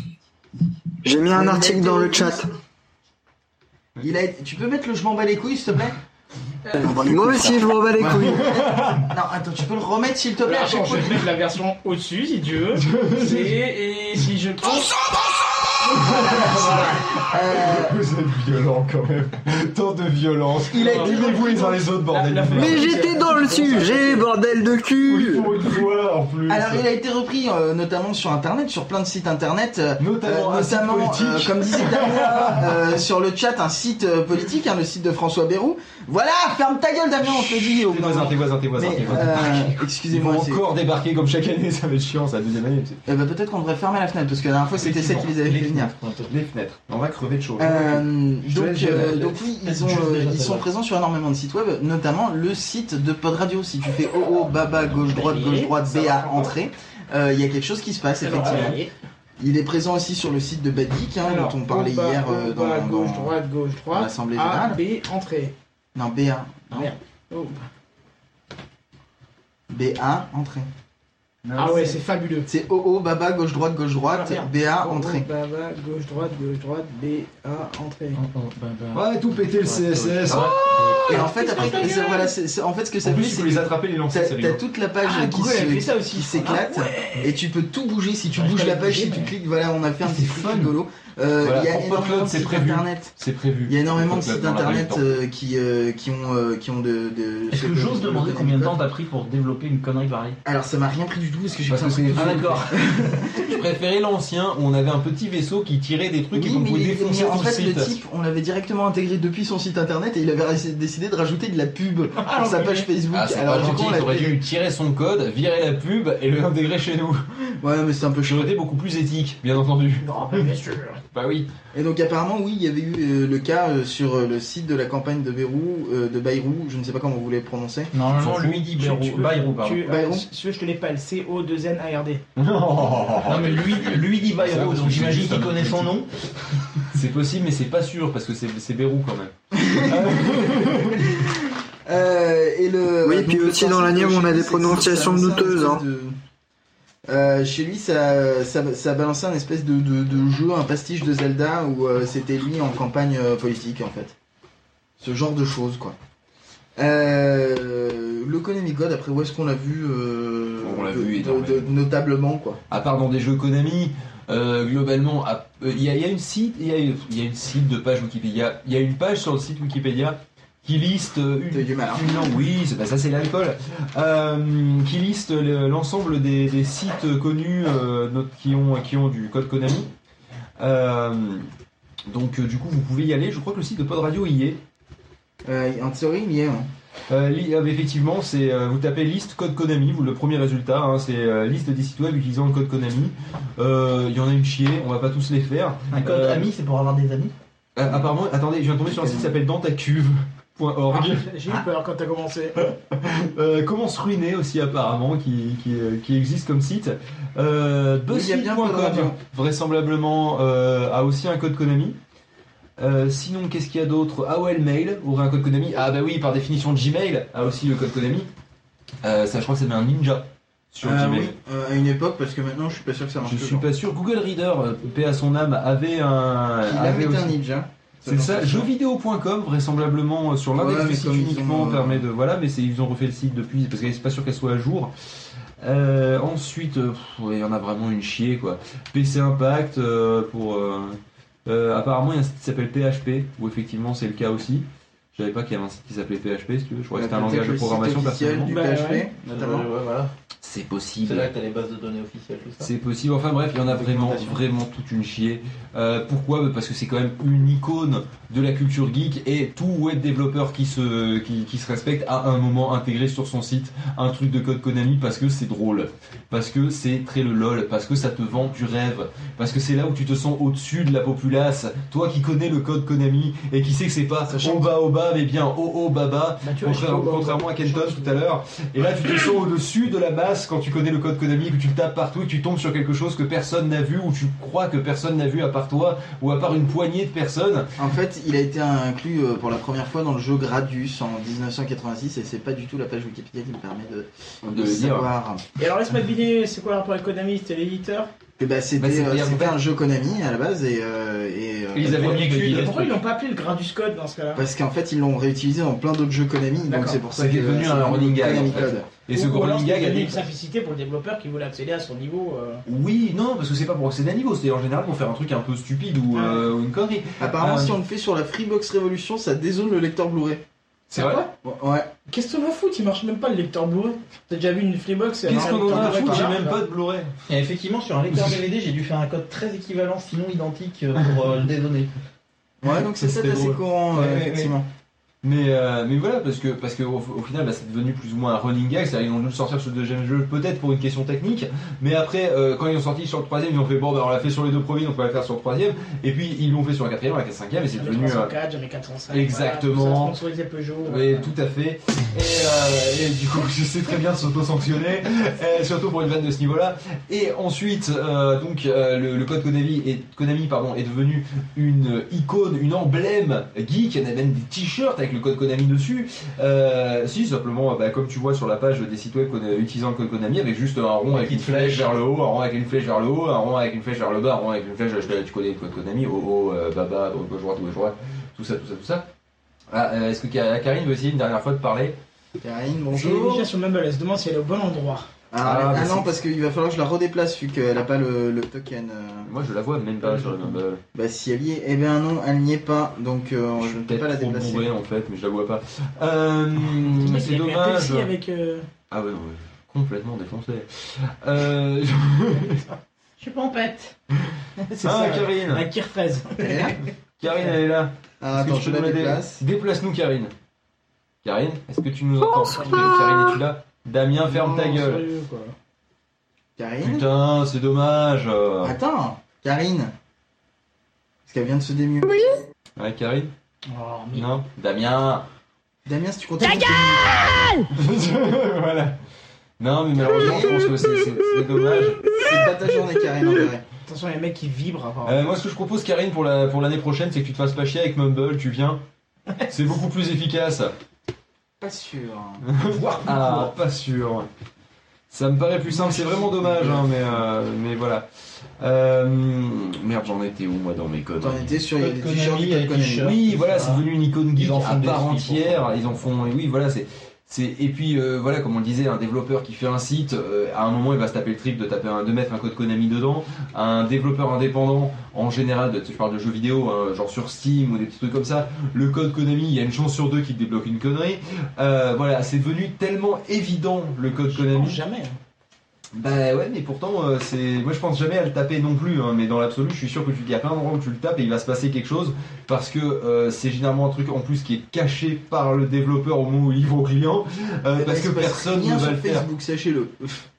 Speaker 6: J'ai mis un
Speaker 2: Il a
Speaker 6: article
Speaker 2: été
Speaker 6: dans le
Speaker 2: repris-
Speaker 6: chat.
Speaker 2: Il a été- Tu peux mettre le je m'en bats les couilles s'il te plaît
Speaker 6: Moi aussi, je m'en bats les couilles.
Speaker 2: Non, attends, tu peux le remettre s'il te plaît
Speaker 5: Là,
Speaker 2: à
Speaker 5: attends,
Speaker 2: chaque
Speaker 5: je
Speaker 2: fois.
Speaker 5: vais te mettre la version au-dessus si tu veux. et, et si je pense.
Speaker 2: Euh,
Speaker 3: Vous êtes violent quand même. Tant de violence.
Speaker 2: Il a été
Speaker 3: Aimez-vous les uns les autres, bordel.
Speaker 5: La- la-
Speaker 3: de merde.
Speaker 6: Mais j'étais dans le sujet, bordel de
Speaker 3: Il
Speaker 6: cul
Speaker 3: faut une fois en plus.
Speaker 2: Alors, il a été repris euh, notamment sur internet, sur plein de sites internet. euh,
Speaker 3: Notamment,
Speaker 2: euh,
Speaker 3: un site
Speaker 2: notamment,
Speaker 3: politique.
Speaker 2: euh, comme disait Damien euh, sur le chat, un site euh, politique, hein, le site de François Bayrou. Voilà, ferme ta gueule, Damien, on te le dit. Au bout
Speaker 3: Tes
Speaker 2: d'un
Speaker 3: voisins,
Speaker 2: moment.
Speaker 3: tes voisins, tes voisins, tes
Speaker 2: Mais,
Speaker 3: voisins.
Speaker 2: euh,
Speaker 3: Ils vont
Speaker 2: excusez-moi, c'est-
Speaker 3: encore débarquer comme chaque année, ça va être chiant, c'est la deuxième année. c'est-
Speaker 2: Eh ben, peut-être qu'on devrait fermer la fenêtre parce que la dernière fois c'était celle qui les avait fait
Speaker 3: Effectivement,
Speaker 2: venir.
Speaker 3: les fenêtres, Les fenêtres, on va crever de chaud.
Speaker 2: Euh,
Speaker 3: Je te
Speaker 2: donc,
Speaker 3: laisse, Jonathan.
Speaker 2: euh, donc oui, ils, ont,
Speaker 4: Je te laisse
Speaker 2: euh,
Speaker 4: déjà
Speaker 2: ils sont
Speaker 4: celle-là.
Speaker 2: présents sur énormément de sites web, notamment le site de Pod Radio. Si tu fais oh oh baba gauche droite gauche droite B à entrée, euh, il y a quelque chose qui se passe
Speaker 5: Alors,
Speaker 2: effectivement.
Speaker 5: allez.
Speaker 2: Il est présent aussi sur le site de Bad Geek, hein,
Speaker 5: Alors,
Speaker 2: dont on parlait
Speaker 5: haut, bas,
Speaker 2: hier
Speaker 5: haut,
Speaker 2: euh, dans,
Speaker 5: bas, gauche,
Speaker 2: dans-
Speaker 5: droite, gauche,
Speaker 2: dans
Speaker 5: droite.
Speaker 2: l'assemblée
Speaker 5: A,
Speaker 2: générale.
Speaker 5: B, entrée.
Speaker 2: Non BA,
Speaker 5: Ah, merde. Oh.
Speaker 2: BA entrée.
Speaker 5: Ah ouais, c'est fabuleux.
Speaker 2: C'est oh oh baba gauche droite gauche droite
Speaker 5: Ah, merde.
Speaker 2: BA
Speaker 5: Oh,
Speaker 2: entrée.
Speaker 5: oh, bah, bah, gauche, droite, gauche, droite, B, A, entrée.
Speaker 3: oh, ben, Ouais, tout péter le CSS.
Speaker 2: Et en fait après
Speaker 5: Qu'est-ce que
Speaker 2: c'est-
Speaker 5: ça gueule
Speaker 2: voilà, c'est- c'est- en fait ce que ça
Speaker 3: En
Speaker 2: fait
Speaker 3: plus, il
Speaker 2: c'est
Speaker 3: faut
Speaker 2: que
Speaker 3: les attraper, les lancer,
Speaker 2: T'as
Speaker 3: c'est
Speaker 2: t'as
Speaker 3: rigolo.
Speaker 2: toute la page
Speaker 5: Ah,
Speaker 2: qui
Speaker 5: Google
Speaker 2: se-
Speaker 5: a fait ça aussi.
Speaker 2: qui s'éclate
Speaker 5: Ah
Speaker 2: et tu peux tout bouger si tu
Speaker 5: Ouais,
Speaker 2: bouges
Speaker 5: je
Speaker 2: la
Speaker 5: l'avais
Speaker 2: page,
Speaker 5: bougé,
Speaker 2: si tu
Speaker 5: mais-
Speaker 2: cliques, voilà, on a fait un
Speaker 3: Ah,
Speaker 2: petit
Speaker 3: c'est
Speaker 2: truc
Speaker 3: fun.
Speaker 2: rigolo. Euh,
Speaker 3: Voilà,
Speaker 2: il y a
Speaker 3: pour
Speaker 2: énormément
Speaker 3: Podcloud,
Speaker 2: de
Speaker 3: c'est
Speaker 2: sites
Speaker 3: prévu.
Speaker 2: internet.
Speaker 3: C'est prévu.
Speaker 2: Il y a énormément de
Speaker 3: Donc, là,
Speaker 2: sites
Speaker 3: on n'a pas eu le
Speaker 2: internet
Speaker 3: temps.
Speaker 2: euh, qui, euh, qui ont, euh, qui ont de. de-
Speaker 4: Est-ce que
Speaker 2: de-
Speaker 4: j'ose
Speaker 2: de-
Speaker 4: demander
Speaker 2: de-
Speaker 4: combien de temps t'as pris pour développer une connerie pareille
Speaker 2: Alors ça m'a rien pris du tout parce que j'ai
Speaker 3: Parce
Speaker 2: pris un
Speaker 3: que
Speaker 2: truc
Speaker 3: c'est-
Speaker 2: de
Speaker 3: Ah,
Speaker 2: fou.
Speaker 4: d'accord.
Speaker 3: Je préférais l'ancien où on avait un petit vaisseau qui tirait des trucs
Speaker 2: Oui,
Speaker 3: et qu'on
Speaker 2: mais
Speaker 3: pouvait
Speaker 2: il-
Speaker 3: défoncer
Speaker 2: mais en
Speaker 3: tout
Speaker 2: fait,
Speaker 3: le
Speaker 2: le
Speaker 3: site.
Speaker 2: type, on l'avait directement intégré depuis son site internet et il avait ré- décidé de rajouter de la pub
Speaker 5: Ah,
Speaker 2: sur sa page
Speaker 5: l'enculé.
Speaker 2: Facebook.
Speaker 3: Ah, c'est
Speaker 2: Alors,
Speaker 3: pas
Speaker 2: du coup,
Speaker 3: gentil,
Speaker 2: on l'a
Speaker 3: t'aurais
Speaker 2: fait-
Speaker 3: dû tirer son code, virer la pub et le intégrer chez nous.
Speaker 2: Ouais, mais c'est un peu chiant.
Speaker 3: J'aurais été beaucoup plus éthique, bien entendu.
Speaker 5: Non, bah, bien sûr.
Speaker 3: Bah oui.
Speaker 2: Et donc apparemment oui, il y avait eu euh, le cas euh, sur euh, le site de la campagne de Beyrouth, euh, de Bayrou, je ne sais pas comment vous les prononcez.
Speaker 4: Normalement, lui
Speaker 5: Tu-
Speaker 4: dit
Speaker 5: tu
Speaker 4: Bayrou,
Speaker 5: veux-
Speaker 4: Bayrou, pardon.
Speaker 5: tu- euh,
Speaker 2: Bayrou.
Speaker 5: Si tu veux, je te l'ai pas, le C-O-2-N-A-R-D.
Speaker 4: Non, mais lui, lui dit
Speaker 3: C'est vrai,
Speaker 4: Bayrou,
Speaker 3: parce
Speaker 4: donc
Speaker 3: que c'est
Speaker 4: j'imagine
Speaker 3: juste
Speaker 4: qu'il
Speaker 3: un
Speaker 4: connaît son nom.
Speaker 3: C'est possible, mais c'est pas sûr parce que c'est c'est Bérou quand même.
Speaker 2: Euh, et le
Speaker 6: Oui,
Speaker 2: donc,
Speaker 6: puis
Speaker 2: le
Speaker 6: aussi dans la
Speaker 2: principe
Speaker 6: Nièvre,
Speaker 2: de
Speaker 6: on
Speaker 2: chez
Speaker 6: a des
Speaker 2: lui, c'est que
Speaker 6: prononciations
Speaker 2: ça balançait un
Speaker 6: douteuses, hein.
Speaker 2: espèce de- Euh, chez lui, ça, ça, ça balançait un espèce de, de, de jeu, un pastiche de Zelda où euh, c'était lui en campagne euh, politique en fait. Ce genre de choses quoi. Euh, le Konami God, après où est-ce qu'on l'a vu, euh,
Speaker 3: On l'a
Speaker 2: de-
Speaker 3: vu
Speaker 2: de-
Speaker 3: énormément.
Speaker 2: de- notablement quoi.
Speaker 3: À part dans des jeux Konami, euh, globalement, à- euh, il y, a, il y a une site, il y a, il y a une site de page Wikipédia. Il y a une page sur le site Wikipédia qui liste euh, une,
Speaker 2: T'as eu du mal, hein.
Speaker 3: une langue- oui, c'est- bah, ça c'est l'alcool, Euh, qui liste le- l'ensemble des, des sites connus euh, not- qui, ont, qui ont du code Konami. Euh, donc euh, du coup, vous pouvez y aller. Je crois que le site de Pod Radio y est.
Speaker 2: Euh, en théorie, il y est. hein.
Speaker 3: Euh, li- euh, effectivement, c'est euh, vous tapez liste code Konami, vous le premier résultat, hein, c'est euh, liste des sites web utilisant le code Konami. Euh, Il y en a une chier, on va pas tous les faire.
Speaker 4: Un code
Speaker 3: Euh,
Speaker 4: ami, c'est pour avoir des amis
Speaker 3: Euh, apparemment, attendez, je viens de tomber sur un site qui s'appelle
Speaker 5: Ah,
Speaker 3: dentacuve.org.
Speaker 5: J'ai eu peur quand t'as commencé.
Speaker 3: Euh, comment se ruiner aussi apparemment, qui, qui, euh, qui existe comme site. Euh,
Speaker 2: Oui, il y a bien
Speaker 3: BuzzFeed.com,
Speaker 2: Code Radio.
Speaker 3: vraisemblablement euh, a aussi un code Konami. Euh, sinon, qu'est-ce qu'il y a d'autre AOL Mail aurait un code Konami. Ah bah oui, par définition Gmail a aussi le code Konami. Euh, ça, je crois que ça met un ninja sur
Speaker 2: Euh,
Speaker 3: Gmail.
Speaker 2: oui, euh, à une époque, parce que maintenant, je suis pas sûr que ça marche.
Speaker 3: Je suis
Speaker 2: toujours.
Speaker 3: pas sûr. Google Reader, euh, paix à son âme, avait un.
Speaker 2: Il a
Speaker 3: avait
Speaker 2: mis
Speaker 3: Ah, aussi-
Speaker 2: un ninja.
Speaker 3: C'est ça, jeuxvideo.com, vraisemblablement euh, sur l'index
Speaker 2: Ouais,
Speaker 3: du
Speaker 2: mais
Speaker 3: site
Speaker 2: comme ils
Speaker 3: uniquement,
Speaker 2: ont, euh,
Speaker 3: permet de. Voilà, mais c'est- ils ont refait le site depuis, parce que c'est pas sûr qu'elle soit à jour. Euh, ensuite, euh, pff, ouais, il y en a vraiment une chier quoi. PC Impact, euh, pour. euh, euh, apparemment, il y a un site qui s'appelle PHP, où effectivement c'est le cas aussi. Je savais pas qu'il y avait un site qui s'appelait PHP, si tu veux. Je crois que c'était un langage de programmation
Speaker 2: personnel
Speaker 3: personnellement.
Speaker 2: du
Speaker 5: Bah
Speaker 2: PHP,
Speaker 5: ouais.
Speaker 2: notamment.
Speaker 4: voilà.
Speaker 3: C'est
Speaker 4: C'est
Speaker 3: possible.
Speaker 4: là que t'as les bases de données officielles, tout ça.
Speaker 3: C'est possible, enfin bref, il y en a vraiment, vraiment toute une chier. Euh, pourquoi Bah, Parce que c'est quand même une icône de la culture geek et tout web développeur qui se, qui, qui se respecte a un moment intégré sur son site un truc de code Konami parce que c'est drôle, parce que c'est très le lol, parce que ça te vend du rêve, parce que c'est là où tu te sens au-dessus de la populace. Toi qui connais le code Konami et qui sait que c'est pas
Speaker 2: Sachant
Speaker 3: au bas au bas mais bien au haut baba,
Speaker 5: Bah, tu vois, je suis
Speaker 3: Contrairement,
Speaker 5: au bord.
Speaker 3: contrairement à Kenton tout à l'heure, et là tu te sens au-dessus de la masse quand tu connais le code Konami, que tu le tapes partout et que tu tombes sur quelque chose que personne n'a vu ou tu crois que personne n'a vu à part toi ou à part une poignée de personnes.
Speaker 2: En fait, il a été inclus euh, pour la première fois dans le jeu Gradius en 1986 et c'est pas du tout la page Wikipédia qui me permet de, de
Speaker 3: dire,
Speaker 2: savoir.
Speaker 5: Et alors laisse-moi deviner, c'est quoi le rapport avec Konami C'était l'éditeur
Speaker 2: que bah, c'était
Speaker 3: Bah, c'était
Speaker 2: euh,
Speaker 3: un
Speaker 2: c'était
Speaker 3: jeu.
Speaker 2: un jeu Konami à la base et, euh, et, euh,
Speaker 3: Ils avaient
Speaker 4: Premier
Speaker 3: mis
Speaker 4: que
Speaker 3: cul.
Speaker 4: Guinness.
Speaker 5: Pourquoi ils n'ont pas appelé le Gradus Code dans ce cas-là
Speaker 2: parce qu'en fait ils l'ont réutilisé dans plein d'autres jeux Konami donc
Speaker 5: D'accord.
Speaker 2: c'est pour ça
Speaker 3: C'est
Speaker 2: que
Speaker 3: devenu
Speaker 2: c'est
Speaker 3: un running gag,
Speaker 2: Konami
Speaker 3: en fait.
Speaker 2: Code.
Speaker 3: Et ce
Speaker 5: Ou- ou
Speaker 3: gros
Speaker 5: alors,
Speaker 3: running gag
Speaker 5: c'était
Speaker 3: a
Speaker 5: une
Speaker 3: dit.
Speaker 5: simplicité pour le développeur qui voulait accéder à son niveau. euh.
Speaker 3: Oui, non, parce que c'est pas pour accéder à un niveau, c'est en général pour faire un truc un peu stupide
Speaker 5: Ah.
Speaker 3: ou, euh, ou une connerie.
Speaker 2: Apparemment
Speaker 3: Euh,
Speaker 2: si on le fait sur la Freebox Revolution ça dézone le lecteur Blu-ray.
Speaker 3: C'est
Speaker 5: Ah
Speaker 3: vrai
Speaker 5: ouais
Speaker 2: Ouais, Ouais.
Speaker 5: Qu'est-ce qu'on en fout Il marche même pas le lecteur Blu-ray. T'as déjà vu une Freebox et
Speaker 3: Qu'est-ce
Speaker 5: un
Speaker 3: qu'on en
Speaker 5: lecteur
Speaker 3: a à
Speaker 5: Blu-ray
Speaker 3: foutre
Speaker 5: qui
Speaker 3: J'ai
Speaker 5: marche,
Speaker 3: même
Speaker 5: là
Speaker 3: pas de Blu-ray.
Speaker 4: Et effectivement, sur un lecteur DVD, j'ai dû faire un code très équivalent, sinon identique, euh, pour euh, le dédonner.
Speaker 2: Ouais, donc c'est
Speaker 3: C'était
Speaker 2: peut-être assez
Speaker 3: drôle.
Speaker 2: courant,
Speaker 3: Ouais,
Speaker 2: euh,
Speaker 3: ouais, ouais.
Speaker 2: effectivement.
Speaker 3: Mais, euh, mais voilà, parce que, parce que au, au final, bah, c'est devenu plus ou moins un running gag. C'est-à-dire, ils ont dû le sortir sur le deuxième jeu, peut-être pour une question technique. Mais après, euh, quand ils ont sorti sur le troisième, ils ont fait bon, bah, on l'a fait sur les deux premiers, donc on va le faire sur le troisième. Et puis, ils l'ont fait sur la quatrième, la cinquième, et c'est
Speaker 5: J'avais
Speaker 3: devenu. euh,
Speaker 5: 304, j'avais 405.
Speaker 3: Exactement.
Speaker 5: Voilà, tout ça, sponsorisé Peugeot.
Speaker 3: oui, tout à fait. Et, euh, et du coup, je sais très bien s'auto-sanctionner, euh, surtout pour une vanne de ce niveau-là. Et ensuite, euh, donc, euh, le, le code Konami est, Konami, pardon, est devenu une icône, une emblème geek. Il y en a même des t-shirts avec le code Konami dessus. Euh, si, simplement, bah, comme tu vois sur la page des sites web qu'on a- utilisant le code Konami, avec juste un rond avec une
Speaker 4: Petite
Speaker 3: flèche
Speaker 4: flèche.
Speaker 3: vers le haut, un rond avec une flèche vers le haut, un rond avec une flèche vers le bas, un rond avec une flèche, je- tu connais le code Konami, oh oh, euh, baba, droite, gauche, droite, gauche, droite, tout ça, tout ça, tout ça. Ah, euh, Est-ce que Ka- Karine veut essayer une dernière fois de parler
Speaker 2: Karine,
Speaker 5: Je l'ai
Speaker 2: bonjour.
Speaker 5: déjà sur Mumble, elle se demande si elle est au bon endroit.
Speaker 2: Ah,
Speaker 3: Ah,
Speaker 2: ah
Speaker 3: bah,
Speaker 2: non,
Speaker 3: c'est-
Speaker 2: parce qu'il va falloir que je la redéplace vu qu'elle a pas le, le token. euh.
Speaker 3: Moi je la vois même pas sur le Mumble.
Speaker 2: Bah si elle y est, eh bien non, elle n'y est pas, donc euh,
Speaker 3: Je
Speaker 2: je
Speaker 3: suis
Speaker 2: ne peux pas la
Speaker 3: peut-être trop
Speaker 2: déplacer.
Speaker 3: bourré en fait, mais je la vois pas. Euh,
Speaker 5: Il y a
Speaker 3: c'est
Speaker 5: eu un
Speaker 3: dommage.
Speaker 5: Pepsi avec. euh,
Speaker 3: Ah ouais, non, ouais, complètement défoncé. Euh,
Speaker 5: Je suis pas en pète. C'est
Speaker 3: Ah,
Speaker 5: ça,
Speaker 3: Karine
Speaker 5: la kir fraise.
Speaker 2: Elle est là
Speaker 3: Karine elle est là.
Speaker 2: Ah,
Speaker 3: Est-ce que
Speaker 2: attends,
Speaker 3: tu
Speaker 2: je la
Speaker 3: peux nous la dé-
Speaker 2: déplace.
Speaker 3: Déplace-nous Karine. Karine, est-ce que tu nous entends Karine, es-tu là Damien, ferme ta
Speaker 2: Non,
Speaker 3: gueule.
Speaker 5: Sérieux, quoi.
Speaker 2: Karine
Speaker 3: Putain, c'est dommage. euh.
Speaker 2: Attends, Karine Parce qu'elle vient de se démuer.
Speaker 3: Ouais, Karine
Speaker 5: Oh, mais-
Speaker 3: Non Damien
Speaker 2: Damien, si tu continues.
Speaker 3: Voilà. Non, mais malheureusement, je pense que c'est- c'est c'est dommage.
Speaker 2: C'est pas ta journée, Karine, en vrai.
Speaker 5: Attention, il y a un mec qui vibre apparemment.
Speaker 3: Euh, moi, ce que je propose, Karine, pour la pour l'année prochaine, c'est que tu te fasses pas chier avec Mumble, tu viens. C'est beaucoup plus efficace.
Speaker 2: Pas sûr. hein.
Speaker 5: Voire plus
Speaker 3: Ah,
Speaker 5: court.
Speaker 3: pas sûr. Ça me paraît plus simple, c'est vraiment dommage, hein, mais, euh, mais voilà. Euh, merde, j'en étais où, moi, dans mes codes
Speaker 2: T'en étais sûr, il y a des
Speaker 4: Code
Speaker 2: t-shirts
Speaker 4: Konami,
Speaker 3: euh,
Speaker 2: du code
Speaker 4: il
Speaker 2: Konami.
Speaker 4: y a des t-shirts.
Speaker 3: Oui,
Speaker 4: tout
Speaker 3: voilà,
Speaker 4: ça.
Speaker 3: c'est devenu une icône geek
Speaker 4: Ils en
Speaker 3: à
Speaker 4: font des
Speaker 3: part
Speaker 4: skis,
Speaker 3: entière.
Speaker 4: pour ça.
Speaker 3: Ils en font. et Oui, voilà, c'est. c'est- Et puis euh, voilà, comme on le disait, un développeur qui fait un site, euh, à un moment il va se taper le trip de taper un, de mettre un code Konami dedans. Un développeur indépendant, en général, de, je parle de jeux vidéo, hein, genre sur Steam ou des petits trucs comme ça, le code Konami, il y a une chance sur deux qu'il te débloque une connerie. Euh, voilà, c'est devenu tellement évident le code
Speaker 5: Je pense
Speaker 3: Konami.
Speaker 5: jamais. hein.
Speaker 3: Bah ouais, mais pourtant, euh, c'est. Moi je pense jamais à le taper non plus, hein, mais dans l'absolu, je suis sûr que tu... il y a plein d'endroits où tu le tapes et il va se passer quelque chose parce que euh, c'est généralement un truc en plus qui est caché par le développeur au moment où il livre au client euh,
Speaker 2: Eh ben,
Speaker 3: parce
Speaker 2: il
Speaker 3: que
Speaker 2: se passe
Speaker 3: personne
Speaker 2: rien
Speaker 3: ne va
Speaker 2: sur
Speaker 3: le faire.
Speaker 2: Facebook, sachez-le.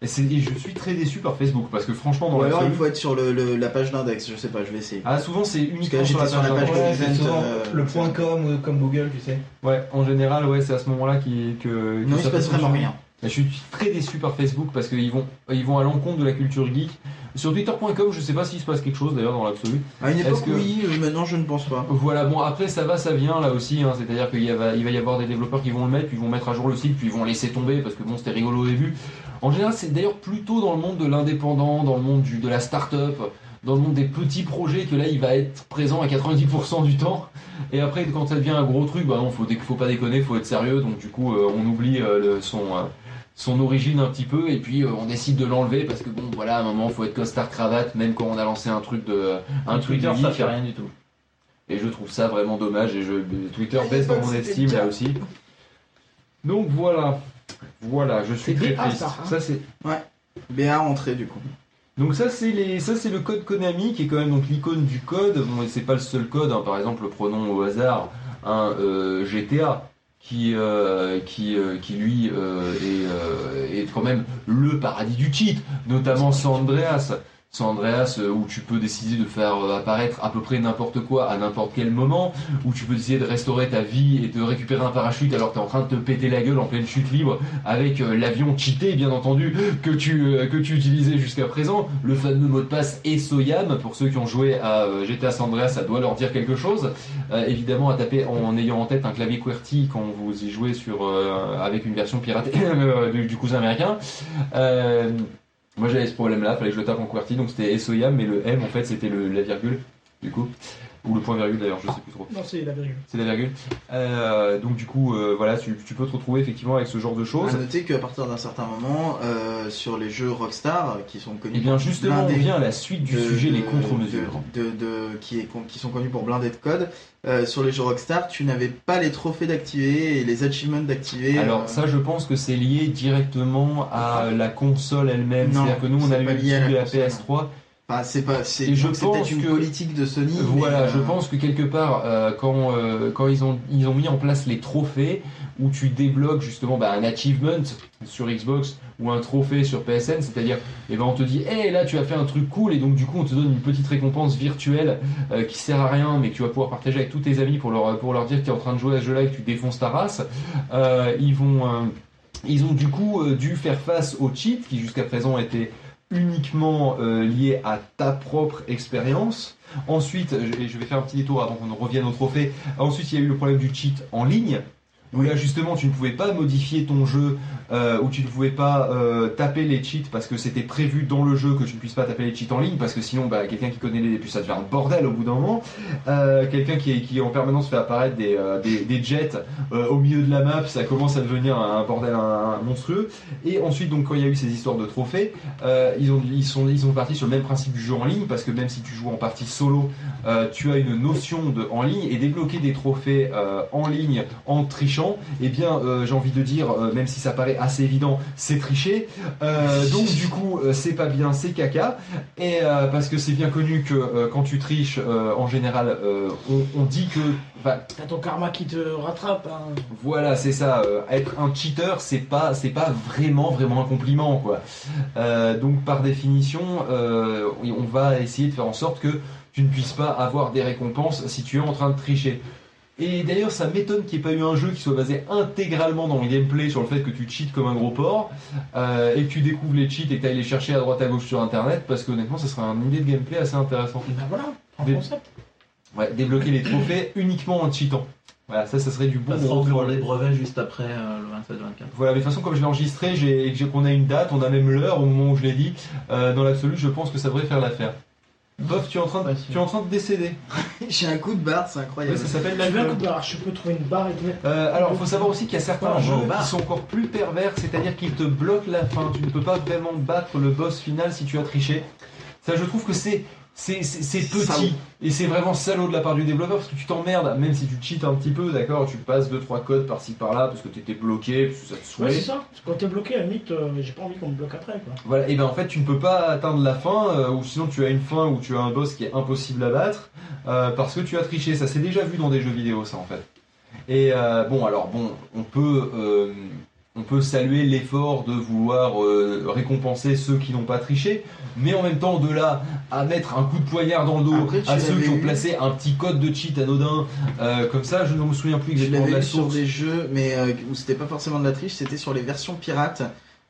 Speaker 3: Et, c'est- et je suis très déçu par Facebook parce que franchement, dans
Speaker 2: Ou alors
Speaker 3: l'absolu.
Speaker 2: il faut être sur le, le- la page d'index, je sais pas, je vais essayer.
Speaker 3: Ah, souvent c'est uniquement
Speaker 2: là,
Speaker 3: sur la
Speaker 2: j'étais sur la
Speaker 3: page
Speaker 2: page
Speaker 3: internet.
Speaker 4: Ouais, c'est souvent
Speaker 2: euh,
Speaker 4: le point .com ou comme Google, tu sais.
Speaker 3: Ouais, en général, ouais, c'est à ce moment-là qui que. que
Speaker 2: non, il se
Speaker 3: ça
Speaker 2: passe
Speaker 3: fonctionne.
Speaker 2: vraiment rien.
Speaker 3: Je suis très déçu par Facebook parce qu'ils vont, ils vont à l'encontre de la culture geek. Sur Twitter.com, je sais pas s'il se passe quelque chose d'ailleurs dans l'absolu.
Speaker 2: À une époque,
Speaker 3: Est-ce que-
Speaker 2: oui, euh, maintenant je ne pense pas.
Speaker 3: Voilà, bon après ça va, ça vient là aussi, hein. c'est-à-dire qu'il y va, il va y avoir des développeurs qui vont le mettre, puis ils vont mettre à jour le site, puis ils vont laisser tomber parce que bon c'était rigolo au début. En général c'est d'ailleurs plutôt dans le monde de l'indépendant, dans le monde du, de la start-up, dans le monde des petits projets que là il va être présent à 90% du temps. Et après quand ça devient un gros truc, bah non faut, dé- faut pas déconner, faut être sérieux, donc du coup euh, on oublie euh, le- son... euh, son origine un petit peu et puis euh, on décide de l'enlever parce que bon voilà à un moment faut être costard cravate même quand on a lancé un truc de un
Speaker 4: Et
Speaker 3: truc
Speaker 4: Twitter,
Speaker 3: de
Speaker 4: ça
Speaker 3: geek.
Speaker 4: fait rien du tout.
Speaker 3: Et je trouve ça vraiment dommage et je, Twitter
Speaker 2: Il y a
Speaker 3: baisse
Speaker 2: pas
Speaker 3: dans
Speaker 2: que
Speaker 3: mon
Speaker 2: c'était
Speaker 3: estime
Speaker 2: le cas.
Speaker 3: là aussi. Donc voilà, voilà, je suis
Speaker 5: C'est
Speaker 3: très
Speaker 5: BA,
Speaker 3: triste.
Speaker 5: ça, hein.
Speaker 3: Ça c'est
Speaker 2: BA entrée du coup.
Speaker 3: donc ça c'est les ça c'est le code Konami qui est quand même donc l'icône du code. Bon et c'est pas le seul code. hein. Par exemple prenons au hasard un euh, GTA qui euh, qui euh, qui lui euh, est euh, est quand même le paradis du cheat, notamment San Andreas. San Andreas euh, où tu peux décider de faire euh, apparaître à peu près n'importe quoi à n'importe quel moment, où tu peux décider de restaurer ta vie et de récupérer un parachute alors que t'es en train de te péter la gueule en pleine chute libre avec euh, l'avion cheaté bien entendu que tu, euh, que tu utilisais jusqu'à présent. Le fameux mot de passe est Soyam. Pour ceux qui ont joué à euh, GTA San Andreas, ça doit leur dire quelque chose. Euh, évidemment, à taper en, en ayant en tête un clavier QWERTY quand vous y jouez sur, euh, avec une version piratée euh, du, du cousin américain. Euh, Moi j'avais ce problème là, fallait que je le tape en QWERTY, donc c'était SOYAM, mais le M en fait c'était le- la virgule, du coup. Ou le point virgule d'ailleurs, je sais plus trop.
Speaker 5: Non, c'est la virgule.
Speaker 3: C'est la virgule. Euh, donc du coup, euh, voilà, tu, tu peux te retrouver effectivement avec ce genre de
Speaker 2: À
Speaker 3: choses.
Speaker 2: noter qu'à partir d'un certain moment, euh, sur les jeux Rockstar, euh, qui sont connus
Speaker 3: Et Eh bien justement, on
Speaker 2: blindés
Speaker 3: vient à la suite du
Speaker 2: de-
Speaker 3: sujet, les
Speaker 2: de-
Speaker 3: contre-mesures.
Speaker 2: de- de- de- qui, est con- qui sont connus pour blinder de code, euh, sur les jeux Rockstar, tu n'avais pas les trophées d'activer et les achievements d'activer. euh,
Speaker 3: Alors ça, je pense que c'est lié directement à la console elle-même.
Speaker 2: Non,
Speaker 3: C'est-à-dire que nous, on
Speaker 2: c'est
Speaker 3: a eu
Speaker 2: pas
Speaker 3: le
Speaker 2: lié à
Speaker 3: tube de
Speaker 2: la
Speaker 3: la PS3.
Speaker 2: enfin, c'est pas, c'est,
Speaker 3: Et je
Speaker 2: c'est peut-être
Speaker 3: pense
Speaker 2: une
Speaker 3: que-
Speaker 2: politique de Sony.
Speaker 3: Voilà,
Speaker 2: mais,
Speaker 3: je
Speaker 2: euh,
Speaker 3: pense que quelque part, euh, quand, euh, quand ils, ont, ils ont mis en place les trophées, où tu débloques justement bah, un achievement sur Xbox ou un trophée sur PSN, c'est-à-dire, eh ben, on te dit, hé, là, tu as fait un truc cool, et donc du coup, on te donne une petite récompense virtuelle euh, qui sert à rien, mais que tu vas pouvoir partager avec tous tes amis pour leur, pour leur dire que tu es en train de jouer à ce jeu-là et que tu défonces ta race. Euh, ils vont. euh, ils ont du coup euh, dû faire face aux cheats qui jusqu'à présent étaient uniquement euh, liés à ta propre expérience. Ensuite, euh, je je vais faire un petit détour avant qu'on en revienne au trophée. Ensuite, il y a eu le problème du cheat en ligne. Où là justement tu ne pouvais pas modifier ton jeu euh, ou tu ne pouvais pas euh, taper les cheats parce que c'était prévu dans le jeu que tu ne puisses pas taper les cheats en ligne parce que sinon bah, quelqu'un qui connaît les débuts ça devient un bordel au bout d'un moment Euh, quelqu'un qui, qui en permanence fait apparaître des, euh, des- des jets euh, au milieu de la map ça commence à devenir un bordel un- un monstrueux et ensuite donc quand il y a eu ces histoires de trophées euh, ils, ont, ils, sont, ils sont partis sur le même principe du jeu en ligne parce que même si tu joues en partie solo, euh, tu as une notion de en ligne et débloquer des trophées euh, en ligne en trichant, eh bien euh, j'ai envie de dire, euh, même si ça paraît assez évident, c'est tricher. Euh, donc du coup, euh, c'est pas bien, c'est caca. Et euh, parce que c'est bien connu que euh, quand tu triches, euh, en général, euh, on, on dit que enfin,
Speaker 5: T'as ton karma qui te rattrape. hein.
Speaker 3: voilà, c'est ça. euh, être un cheater, c'est pas, c'est pas vraiment, vraiment un compliment, quoi. Euh, donc, par définition, euh, on va essayer de faire en sorte que tu ne puisses pas avoir des récompenses si tu es en train de tricher. Et d'ailleurs, ça m'étonne qu'il n'y ait pas eu un jeu qui soit basé intégralement dans le gameplay sur le fait que tu cheats comme un gros porc euh, et que tu découvres les cheats et que tu ailles les chercher à droite à gauche sur internet parce que honnêtement, ça serait une idée de gameplay assez intéressante.
Speaker 5: Ben voilà, en
Speaker 3: Des-
Speaker 5: concept.
Speaker 3: Ouais, débloquer les trophées uniquement en cheatant. Voilà, ça, ça serait du bon
Speaker 4: On
Speaker 3: gros
Speaker 4: sera pour
Speaker 3: troll.
Speaker 4: les brevets juste après euh, le 27-24.
Speaker 3: Voilà, mais de toute façon, comme je l'ai enregistré, j'ai, et que j'ai, qu'on a une date, on a même l'heure au moment où je l'ai dit. Euh, dans l'absolu, je pense que ça devrait faire l'affaire. Bof, tu es en train de,
Speaker 4: Pas sûr.
Speaker 3: tu es en train de décéder.
Speaker 2: J'ai un coup de barre, c'est
Speaker 3: Ouais,
Speaker 2: incroyable.
Speaker 3: ça s'appelle
Speaker 5: Je veux un
Speaker 3: l'alcool.
Speaker 5: coup de barre, je peux trouver une barre et te mettre.
Speaker 3: Euh, alors, faut savoir aussi qu'il y a certains
Speaker 4: Ah,
Speaker 3: jeux
Speaker 4: bon, bah.
Speaker 3: qui sont encore plus pervers, c'est-à-dire qu'ils te bloquent la fin. Tu ne peux pas vraiment battre le boss final si tu as triché. Ça, je trouve que c'est c'est, c'est- c'est petit
Speaker 2: Salaud.
Speaker 3: et c'est vraiment salaud de la part du développeur parce que tu t'emmerdes, même si tu cheats un petit peu, d'accord, tu passes deux trois codes par-ci par-là parce que t'étais bloqué, parce que ça te
Speaker 5: Ouais,
Speaker 3: saoulait.
Speaker 5: c'est ça. Parce que quand t'es bloqué, à la limite, euh, j'ai pas envie qu'on me bloque après. quoi.
Speaker 3: Voilà, et ben en fait tu ne peux pas atteindre la fin, euh, ou sinon tu as une fin où tu as un boss qui est impossible à battre, euh, parce que tu as triché, ça s'est déjà vu dans des jeux vidéo ça en fait. Et euh, bon alors bon, on peut, euh, on peut saluer l'effort de vouloir euh, récompenser ceux qui n'ont pas triché, mais en même temps de là à mettre un coup de poignard dans le dos
Speaker 2: Après, tu
Speaker 3: à ceux
Speaker 2: l'avais
Speaker 3: qui ont
Speaker 2: eu.
Speaker 3: placé un petit code de cheat anodin, euh, comme ça je ne me souviens plus
Speaker 2: Je
Speaker 3: exactement de
Speaker 2: l'avais
Speaker 3: la
Speaker 2: eu sur
Speaker 3: source.
Speaker 2: des jeux, mais euh, où c'était pas forcément de la triche, c'était sur les versions pirates.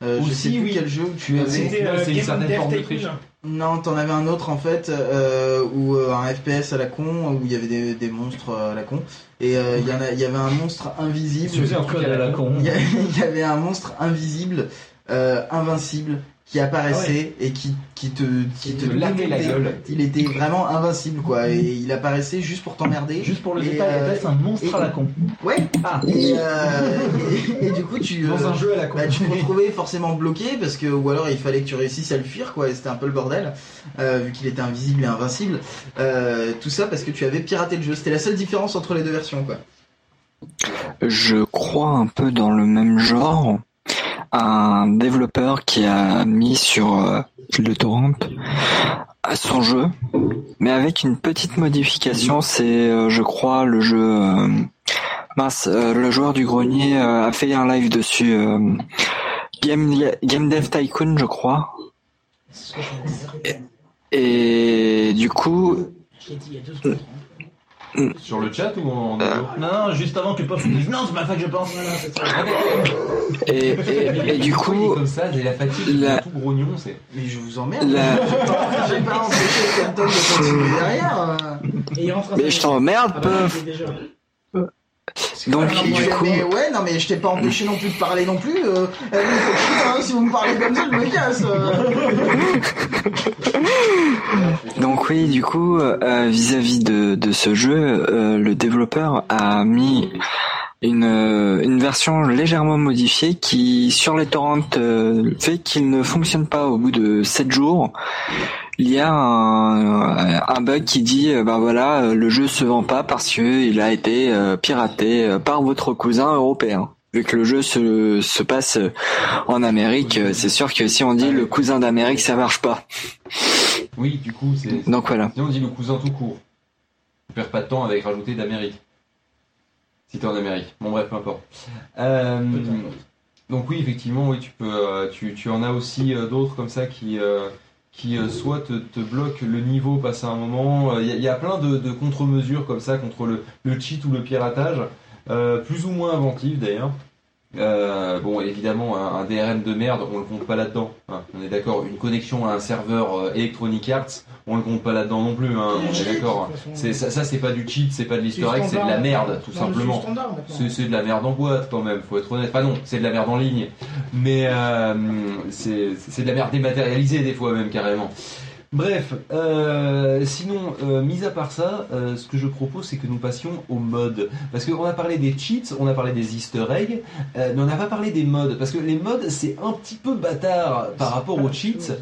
Speaker 2: Euh, je
Speaker 3: Aussi,
Speaker 2: sais plus
Speaker 3: oui.
Speaker 2: quel jeu où tu
Speaker 3: Mais
Speaker 2: avais.
Speaker 3: c'était-
Speaker 5: euh,
Speaker 3: c'est une
Speaker 5: Game
Speaker 3: certaine
Speaker 5: Dev
Speaker 3: forme de
Speaker 5: Tycoon,
Speaker 3: triche.
Speaker 5: hein.
Speaker 2: Non, t'en avais un autre en fait, euh, où euh, un FPS à la con, où il y avait des, des monstres euh, à la con, et euh, il y en a- il y avait un monstre invisible.
Speaker 3: Tu faisais un truc à la con.
Speaker 2: Il y, a- il y avait un monstre invisible, euh, invincible, qui apparaissait
Speaker 3: Ah
Speaker 2: et qui, qui te, qui
Speaker 3: qui
Speaker 2: te
Speaker 3: te lavait la
Speaker 2: démontait.
Speaker 3: gueule.
Speaker 2: Il était vraiment invincible quoi, et il apparaissait juste pour t'emmerder.
Speaker 4: Juste pour le
Speaker 2: Et,
Speaker 4: détail,
Speaker 2: euh,
Speaker 4: elle passe un monstre
Speaker 2: et-
Speaker 4: à la con.
Speaker 2: Ouais.
Speaker 4: Ah.
Speaker 2: Et, euh, et, et du coup tu.
Speaker 3: Dans
Speaker 2: euh,
Speaker 3: un jeu à la con.
Speaker 2: bah, tu te retrouvais forcément bloqué parce que ou alors il fallait que tu réussisses à le fuir quoi et c'était un peu le bordel euh, vu qu'il était invisible et invincible Euh, tout ça parce que tu avais piraté le jeu c'était la seule différence entre les deux versions quoi
Speaker 6: Je crois un peu dans le même genre un développeur qui a mis sur euh, le torrent à son jeu, mais avec une petite modification. C'est, euh, je crois, le jeu. euh, mince, euh, le joueur du grenier euh, a fait un live dessus. euh, Game, Game Dev Tycoon, je crois.
Speaker 5: C'est ce que je viens de dire.
Speaker 6: Et du coup,
Speaker 5: Je l'ai dit il y a deux secondes.
Speaker 3: Sur le chat ou en audio
Speaker 6: Euh.
Speaker 4: Non, non, juste avant que Pof me dise non, c'est pas ça que je pense.
Speaker 5: Voilà, Ah, c'est ça.
Speaker 6: et, et, et du
Speaker 3: Ah, Il est
Speaker 6: coup,
Speaker 3: comme ça, j'ai la fatigue,
Speaker 6: la-
Speaker 3: il est tout grognon, c'est.
Speaker 2: mais je vous emmerde
Speaker 6: la,
Speaker 2: j'ai pas empêché Captain de continuer derrière euh.
Speaker 5: Et il rentre à
Speaker 6: mais
Speaker 5: sa-
Speaker 6: je t'emmerde,
Speaker 5: Ah bah,
Speaker 6: Puff.
Speaker 5: il est déjà-
Speaker 6: Donc,
Speaker 2: Non,
Speaker 6: du
Speaker 2: mais,
Speaker 6: coup,
Speaker 2: mais ouais, non, mais je t'ai pas empêché non plus de parler non plus. Euh, euh, vous faites chier, hein, si vous me parlez comme ça, je me casse. euh.
Speaker 6: donc oui, du coup, euh, vis-à-vis de, de ce jeu, euh, le développeur a mis une, euh, une version légèrement modifiée qui, sur les torrents, euh, fait qu'il ne fonctionne pas au bout de 7 jours. Il y a un, un bug qui dit, euh, ben voilà, euh, le jeu se vend pas parce que il a été euh, piraté euh, par votre cousin européen. Vu que le jeu se, se passe euh, en Amérique, euh, c'est sûr que si on dit le cousin d'Amérique, ça marche pas.
Speaker 3: Oui, du coup, c'est.
Speaker 6: Donc voilà.
Speaker 3: Sinon, on dit le cousin tout court. Tu perds pas de temps avec rajouter d'Amérique. Si t'es en Amérique. Bon, bref, peu importe. Euh, donc, oui, effectivement, oui, tu, peux, euh, tu, tu en as aussi euh, d'autres comme ça qui, euh, qui euh, soit te, te bloquent le niveau, passer un moment. Il y, a- y a plein de, de contre-mesures comme ça contre le, le cheat ou le piratage. Euh, plus ou moins inventives d'ailleurs. Euh, bon, évidemment, un, un DRM de merde, on le compte pas là-dedans. hein. On est d'accord, une connexion à un serveur euh, Electronic Arts, on le compte pas là-dedans non plus. hein. On est d'accord. C'est- Ça, ça, c'est pas du cheat, c'est pas de l'easter egg, c'est de la merde, tout simplement. C'est c'est de la merde en boîte quand même, faut être honnête. Enfin non, c'est de la merde en ligne. Mais euh, c'est c'est de la merde dématérialisée des fois même carrément. Bref, euh, sinon, euh, mis à part ça, euh, ce que je propose c'est que nous passions aux modes. Parce qu'on a parlé des cheats, on a parlé des easter eggs, euh, mais on n'a pas parlé des modes. Parce que les modes c'est un petit peu bâtard par rapport aux cheats.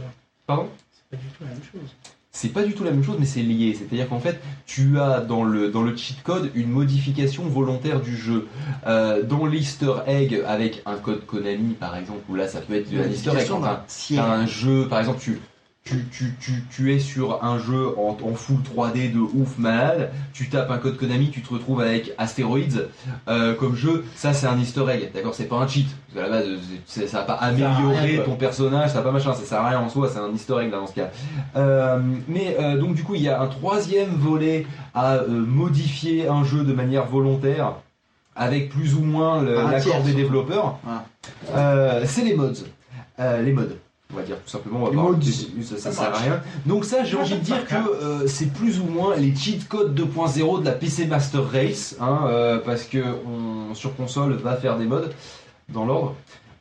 Speaker 3: Pardon
Speaker 5: C'est pas du tout la même chose.
Speaker 3: c'est pas du tout la même chose, mais c'est lié. C'est-à-dire qu'en fait, tu as dans le, dans le cheat code une modification volontaire du jeu. Euh, dans l'easter egg, avec un code Konami par exemple, où là ça peut être de la easter egg, quand t'as-
Speaker 2: Si,
Speaker 3: T'as un jeu, par exemple, tu, tu, tu, tu, tu es sur un jeu en, en full 3D de ouf malade, tu tapes un code Konami, tu te retrouves avec Asteroids euh, comme jeu, ça c'est un easter egg, d'accord C'est pas un cheat, parce qu'à la base, c'est- c'est- ça va pas
Speaker 5: sert à rien,
Speaker 3: améliorer
Speaker 5: quoi.
Speaker 3: ton personnage, ça va pas machin, ça sert à rien en soi, c'est un easter egg là, dans ce cas. Euh, mais euh, donc, du coup, il y a un troisième volet à euh, modifier un jeu de manière volontaire. Avec plus ou moins le-
Speaker 2: Un
Speaker 3: l'accord
Speaker 2: tiers,
Speaker 3: des
Speaker 2: surtout.
Speaker 3: développeurs,
Speaker 2: Voilà.
Speaker 3: Euh, c'est les mods. Euh, les mods. On va dire tout simplement, on va
Speaker 2: Les
Speaker 3: pas-
Speaker 2: mods.
Speaker 3: ça, ça sert à rien. Donc ça, j'ai envie de dire que euh, c'est plus ou moins les cheat codes 2.0 de la PC Master Race, hein, euh, parce que on, sur console va faire des mods dans l'ordre.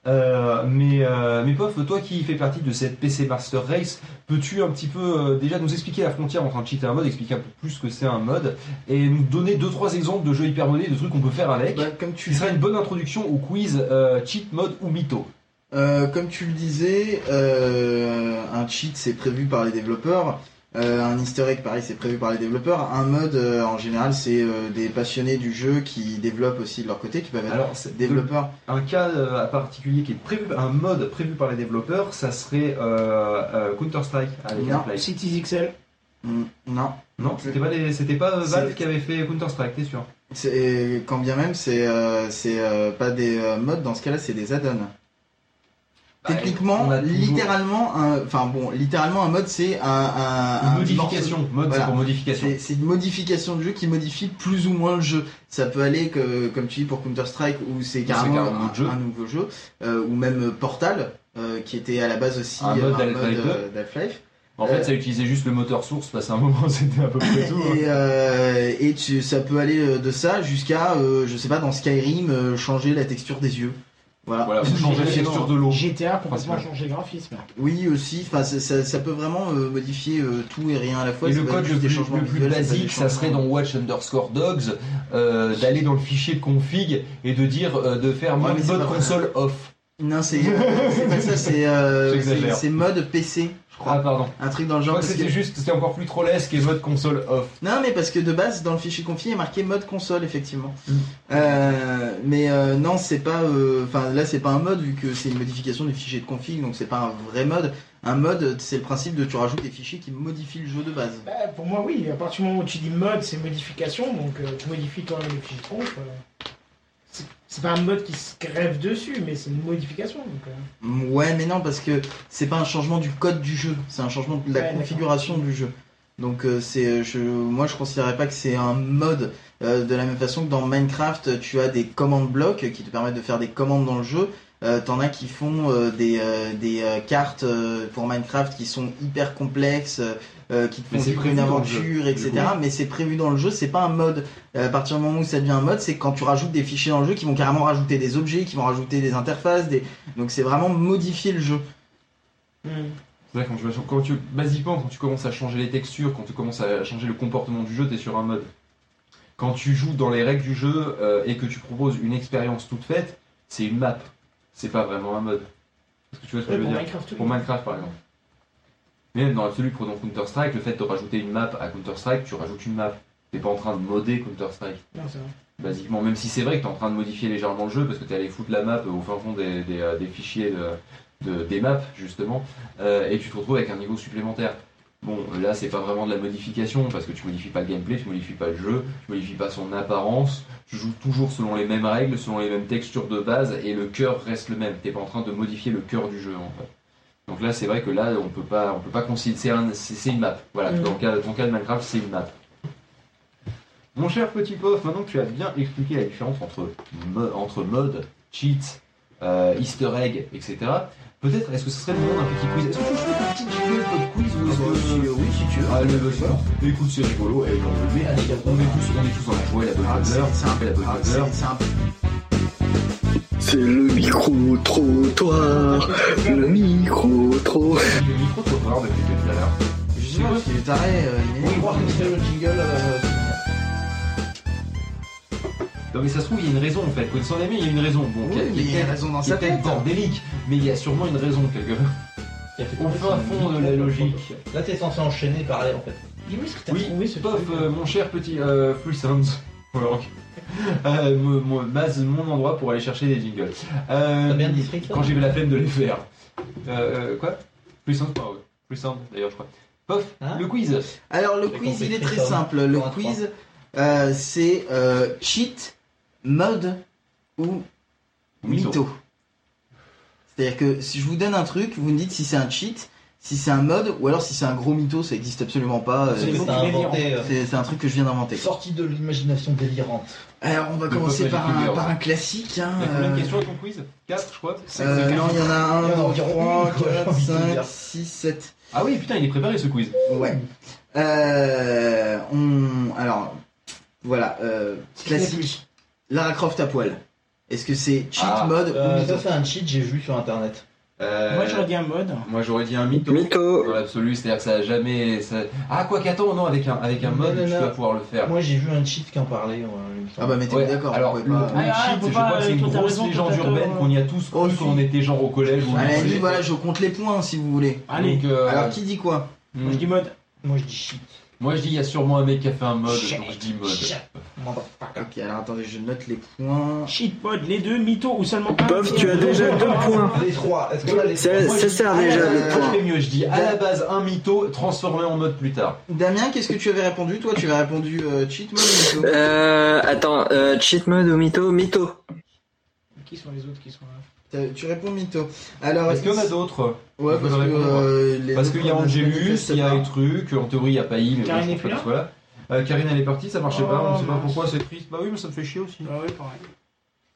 Speaker 3: Euh, mais euh, mais Pof, toi qui fais partie de cette PC Master Race, peux-tu un petit peu euh, déjà nous expliquer la frontière entre un cheat et un mode, expliquer un peu plus ce que c'est un mode, et nous donner deux trois exemples de jeux hyper modés, de trucs qu'on peut faire avec.
Speaker 2: bah, comme tu
Speaker 3: Ce sera une bonne introduction au quiz euh, cheat, mode ou mytho.
Speaker 2: Euh, comme tu le disais, euh, un cheat c'est prévu par les développeurs, Euh, un easter egg pareil c'est prévu par les développeurs, un mode euh, en général c'est euh, des passionnés du jeu qui développent aussi de leur côté, qui peuvent être
Speaker 3: Alors, c'est-
Speaker 2: développeurs.
Speaker 3: un cas euh, particulier qui est prévu, un mode prévu par les développeurs, ça serait euh, euh, Counter-Strike avec
Speaker 2: Non,
Speaker 3: Half-Life.
Speaker 5: Cities XL.
Speaker 2: Mm, non,
Speaker 3: Non, c'était pas, les- c'était pas
Speaker 2: C'est-
Speaker 3: Valve qui avait fait Counter-Strike, t'es sûr
Speaker 2: C'est- quand bien même c'est euh, c'est euh, pas des euh, modes, dans ce cas-là c'est des add-ons.
Speaker 3: Bah,
Speaker 2: Techniquement,
Speaker 3: on a toujours-
Speaker 2: littéralement, un- enfin bon, littéralement un mode c'est un, un-
Speaker 3: Une
Speaker 2: un
Speaker 3: modification, mode
Speaker 2: Voilà.
Speaker 3: c'est pour modification.
Speaker 2: C'est c'est une modification de jeu qui modifie plus ou moins le jeu. Ça peut aller, que, comme tu dis, pour Counter-Strike, où c'est carrément,
Speaker 3: carrément un
Speaker 2: un,
Speaker 3: autre jeu.
Speaker 2: un nouveau jeu, euh, ou même euh, Portal, euh, qui était à la base aussi
Speaker 3: Un mode
Speaker 2: euh,
Speaker 3: d'Half-Life
Speaker 2: euh, d'Half-Life.
Speaker 3: En
Speaker 2: euh,
Speaker 3: fait, ça utilisait juste le moteur source, parce qu'à un moment c'était à peu près tout. hein.
Speaker 2: Et, euh, et tu- ça peut aller euh, de ça jusqu'à, euh, je sais pas, dans Skyrim, euh, changer la texture des yeux. Voilà.
Speaker 3: Voilà, faut changer la texture de l'eau.
Speaker 5: GTA complètement
Speaker 3: Principal.
Speaker 5: changé graphisme.
Speaker 2: Oui, aussi, enfin, ça, ça- ça peut vraiment euh, modifier euh, tout et rien à la fois.
Speaker 3: Et
Speaker 2: Ça
Speaker 3: le
Speaker 2: peut être
Speaker 3: code le
Speaker 2: juste des
Speaker 3: plus,
Speaker 2: changements
Speaker 3: le plus
Speaker 2: visuels, ça peut être des
Speaker 3: basique, ça serait
Speaker 2: changements-
Speaker 3: dans Watch underscore Dogs, euh, d'aller dans le fichier de config et de dire euh, de faire
Speaker 2: Ouais,
Speaker 3: mode
Speaker 2: mais c'est pas vrai.
Speaker 3: console off.
Speaker 2: Non, c'est euh, c'est pas ça, c'est euh,
Speaker 3: J'exagère.
Speaker 2: c'est- c'est mode PC, je
Speaker 3: Ah
Speaker 2: crois.
Speaker 3: pardon.
Speaker 2: Un truc dans le
Speaker 3: Je
Speaker 2: genre.
Speaker 3: crois que
Speaker 2: parce
Speaker 3: c'était
Speaker 2: que-
Speaker 3: juste, c'était encore plus trollesque et mode console off.
Speaker 2: Non, mais parce que de base, dans le fichier config, il est marqué mode console, effectivement.
Speaker 3: Mm.
Speaker 2: Euh, mais euh, non, c'est pas. euh, Enfin, là, c'est pas un mode, vu que c'est une modification du fichier de config, donc c'est pas un vrai mode. Un mode, c'est le principe de tu rajoutes des fichiers qui modifient le jeu de base.
Speaker 5: Bah, pour moi, oui, à partir du moment où tu dis mode, c'est modification, donc euh, tu modifies toi-même les fichiers de conf, euh, c'est- C'est pas un mode qui se grève dessus, mais c'est une modification. Donc, euh,
Speaker 2: Mm, Ouais, mais non, parce que c'est pas un changement du code du jeu, c'est un changement de la
Speaker 5: Ouais,
Speaker 2: configuration du jeu. Donc euh, c'est, je, moi je considérais pas que c'est un mode euh, de la même façon que dans Minecraft tu as des commandes blocs qui te permettent de faire des commandes dans le jeu. Euh, T'en as qui font euh, des, euh, des euh, cartes euh, pour Minecraft qui sont hyper complexes, euh, qui te
Speaker 3: Mais
Speaker 2: font
Speaker 3: c'est
Speaker 2: vivre
Speaker 3: prévu
Speaker 2: une
Speaker 3: dans le jeu,
Speaker 2: aventure,
Speaker 3: du
Speaker 2: etc.
Speaker 3: coup.
Speaker 2: Mais c'est prévu dans le jeu, c'est pas un mode. Euh, à partir du moment où ça devient un mode, c'est quand tu rajoutes des fichiers dans le jeu qui vont carrément rajouter des objets, qui vont rajouter des interfaces, des... donc c'est vraiment modifier le jeu.
Speaker 5: Hmm.
Speaker 3: C'est-à-dire quand tu, vas- quand tu- basiquement, quand tu commences à changer les textures, quand tu commences à changer le comportement du jeu, t'es sur un mode. Quand tu joues dans les règles du jeu euh, et que tu proposes une expérience toute faite, c'est une map. C'est pas vraiment un mode. Est-ce que tu vois ce que
Speaker 5: Ouais,
Speaker 3: je veux
Speaker 5: pour
Speaker 3: dire
Speaker 5: Minecraft, oui.
Speaker 3: Pour Minecraft par exemple. Mais même dans l'absolu, prenons Counter-Strike, le fait de rajouter une map à Counter-Strike, tu rajoutes une map. T'es pas en train de modder Counter-Strike.
Speaker 5: Non, c'est vrai.
Speaker 3: Basiquement, même si c'est vrai que t'es en train de modifier légèrement le jeu parce que t'es allé foutre la map au fin fond des, des, euh, des fichiers de, de- des maps, justement, euh, et tu te retrouves avec un niveau supplémentaire. Bon, là c'est pas vraiment de la modification parce que tu modifies pas le gameplay, tu modifies pas le jeu, tu modifies pas son apparence, tu joues toujours selon les mêmes règles, selon les mêmes textures de base et le cœur reste le même. T'es pas en train de modifier le cœur du jeu en fait. Donc là c'est vrai que là on peut pas, on peut pas considérer, c'est un- c'est c'est une map. Voilà,
Speaker 5: Mhm.
Speaker 3: dans le cas, ton cas de Minecraft c'est une map. Mon cher petit pof, maintenant que tu as bien expliqué la différence entre, mo- entre mode, cheat, euh, easter egg, etc., peut-être est-ce que ce serait le moment d'un petit quiz Est-ce que tu veux faire un petit jingle de quiz ou est-ce que- euh,
Speaker 2: oui, si tu veux.
Speaker 3: Ah, le bonheur. Écoute, c'est rigolo, et on le met, allez, on est tous, on est tous en joie, la bonne
Speaker 2: Ah, c'est-
Speaker 3: humeur,
Speaker 2: c'est un-
Speaker 3: la bonne
Speaker 2: ah,
Speaker 3: humeur.
Speaker 2: c'est- c'est un-
Speaker 6: C'est le micro-trottoir. Euh, Le micro-trottoir.
Speaker 3: Le micro te voir depuis tout à l'heure.
Speaker 2: Je sais pas, parce qu'il est taré, euh, il est
Speaker 5: Oui, voir que c'était le jingle. euh,
Speaker 3: Non mais ça se trouve, il y a une raison en fait. Quand ils sont aimés, il y a une raison. Bon,
Speaker 2: Oui,
Speaker 3: qui a-
Speaker 2: mais il
Speaker 3: qui
Speaker 2: y
Speaker 3: est
Speaker 2: a
Speaker 3: peut-être-
Speaker 2: raison dans
Speaker 3: qui est
Speaker 2: sa tête.
Speaker 3: peut-être bordélique, mais il y a sûrement une raison quelque part. Au fin fond de la logique.
Speaker 4: Là, t'es censé enchaîner par là en fait.
Speaker 5: Dis-moi où est-ce que t'as
Speaker 3: Oui,
Speaker 5: trouvé ce
Speaker 3: Pof,
Speaker 5: truc
Speaker 3: euh, mon cher petit euh, Free Sounds. Voilà, ok. Euh, mon- mon- base, mon endroit pour aller chercher des jingles. Euh,
Speaker 4: T'as bien district
Speaker 3: quand j'ai eu la peine de les faire. Euh, euh, quoi Free Sounds, pas ouais. Free Sounds, d'ailleurs, je crois. Pof,
Speaker 4: Hein
Speaker 3: le quiz.
Speaker 2: Alors le
Speaker 4: J'ai
Speaker 2: quiz,
Speaker 4: compris,
Speaker 2: il est très
Speaker 4: Christophe.
Speaker 2: simple. Le
Speaker 4: Pour un
Speaker 2: quiz, euh, c'est euh, cheat, mode ou mytho. C'est-à-dire que si je vous donne un truc, vous me dites si c'est un cheat, si c'est un mode, ou alors si c'est un gros mytho, ça existe absolument pas. euh,
Speaker 4: C'est
Speaker 5: mots
Speaker 4: t'as
Speaker 5: qui délirent.
Speaker 4: inventé. euh,
Speaker 2: C'est c'est un truc que je viens d'inventer.
Speaker 4: Sorti de l'imagination délirante.
Speaker 2: Alors on va
Speaker 3: Le
Speaker 2: commencer
Speaker 3: peuple
Speaker 2: par
Speaker 3: magique
Speaker 2: un,
Speaker 3: girl.
Speaker 2: par un classique. Hein,
Speaker 3: Il y a combien
Speaker 2: euh,
Speaker 3: de questions avec ton quiz 4, je crois. C'est-
Speaker 2: euh,
Speaker 3: c'est
Speaker 2: non, il y en a
Speaker 4: Il y en a
Speaker 2: un,
Speaker 4: environ
Speaker 2: 3,
Speaker 4: une, quoi, j'ai
Speaker 2: 4,
Speaker 4: envie de te
Speaker 2: 5,
Speaker 4: dire.
Speaker 2: 6, 7.
Speaker 3: Ah oui, putain, il est préparé ce quiz.
Speaker 2: Ouais. Euh, on... Alors, voilà. Euh, classique. Lara Croft à poil. Est-ce que c'est cheat
Speaker 3: Ah,
Speaker 2: mode ou
Speaker 4: Euh,
Speaker 2: mytho
Speaker 4: ça, c'est un cheat, j'ai vu sur internet.
Speaker 3: Euh,
Speaker 5: Moi, j'aurais dit un mode.
Speaker 3: moi, j'aurais dit un mytho.
Speaker 6: Mytho.
Speaker 3: Dans l'absolu, c'est-à-dire que ça a jamais. ça- Ah, quoi qu'attends, non, avec un, avec un
Speaker 4: Non,
Speaker 3: mode,
Speaker 4: non,
Speaker 3: tu
Speaker 4: non.
Speaker 3: vas pouvoir le faire.
Speaker 4: Moi, j'ai vu un cheat qui en parlait. ouais, il me semble.
Speaker 2: Ah bah mettez-vous
Speaker 3: Ouais,
Speaker 2: d'accord.
Speaker 3: alors,
Speaker 2: vous
Speaker 3: le,
Speaker 2: pouvez pas-
Speaker 3: le
Speaker 5: Ah,
Speaker 3: cheat,
Speaker 5: faut
Speaker 3: je
Speaker 5: pas,
Speaker 3: crois que c'est
Speaker 5: euh,
Speaker 3: une
Speaker 5: toi, t'as
Speaker 3: grosse
Speaker 5: raison,
Speaker 3: légende
Speaker 5: toi, t'as
Speaker 3: urbaine
Speaker 5: tort.
Speaker 3: qu'on y a tous cru
Speaker 2: Oh,
Speaker 3: quand
Speaker 2: si.
Speaker 3: on était genre au collège ou au
Speaker 2: Allez,
Speaker 3: lycée.
Speaker 2: allez, voilà, je compte les points si vous voulez.
Speaker 5: Allez,
Speaker 3: Donc, euh,
Speaker 2: Alors, qui dit quoi
Speaker 3: hmm,
Speaker 5: moi, je dis mode.
Speaker 4: Moi, je dis cheat.
Speaker 3: moi je dis, il y a sûrement un mec qui a fait un mode,
Speaker 5: Shit.
Speaker 3: donc je dis mode.
Speaker 5: Shit.
Speaker 2: Ok, alors attendez, je note les points.
Speaker 5: Cheat pod, les deux, mytho ou seulement un.
Speaker 6: Pof, tu as déjà deux points.
Speaker 4: Les trois. Est-ce qu'on a les
Speaker 6: Ça,
Speaker 4: trois
Speaker 6: ça sert déjà
Speaker 3: Moi,
Speaker 6: le
Speaker 3: je
Speaker 6: point.
Speaker 3: fais mieux, je dis à la base un mytho transformé en mode plus tard.
Speaker 2: Damien, qu'est-ce que tu avais répondu Toi, tu avais répondu euh, cheat mode ou mytho
Speaker 6: Euh, attends, euh, cheat mode ou mytho Mytho.
Speaker 5: Qui sont les autres qui sont là
Speaker 2: T'as- Tu réponds mytho. Alors,
Speaker 3: Est-ce qu'il y en a d'autres
Speaker 2: Ouais,
Speaker 3: Je
Speaker 2: parce que.
Speaker 3: voudrais répondre,
Speaker 2: euh, les
Speaker 3: Parce
Speaker 2: autres,
Speaker 3: qu'il y a
Speaker 2: on se
Speaker 3: Angelus,
Speaker 2: manifeste
Speaker 3: il y a
Speaker 2: pas.
Speaker 3: les trucs, en théorie il y a Paille, mais
Speaker 5: Karine
Speaker 3: je
Speaker 5: est
Speaker 3: pense
Speaker 5: plus
Speaker 3: pas que
Speaker 5: là
Speaker 3: ce soit là. Euh, Karine elle est partie, ça marchait
Speaker 5: Oh,
Speaker 3: pas, on sait pas
Speaker 5: mince.
Speaker 3: pourquoi, c'est triste. Bah oui, mais ça me fait chier aussi.
Speaker 5: Ah ouais, pareil.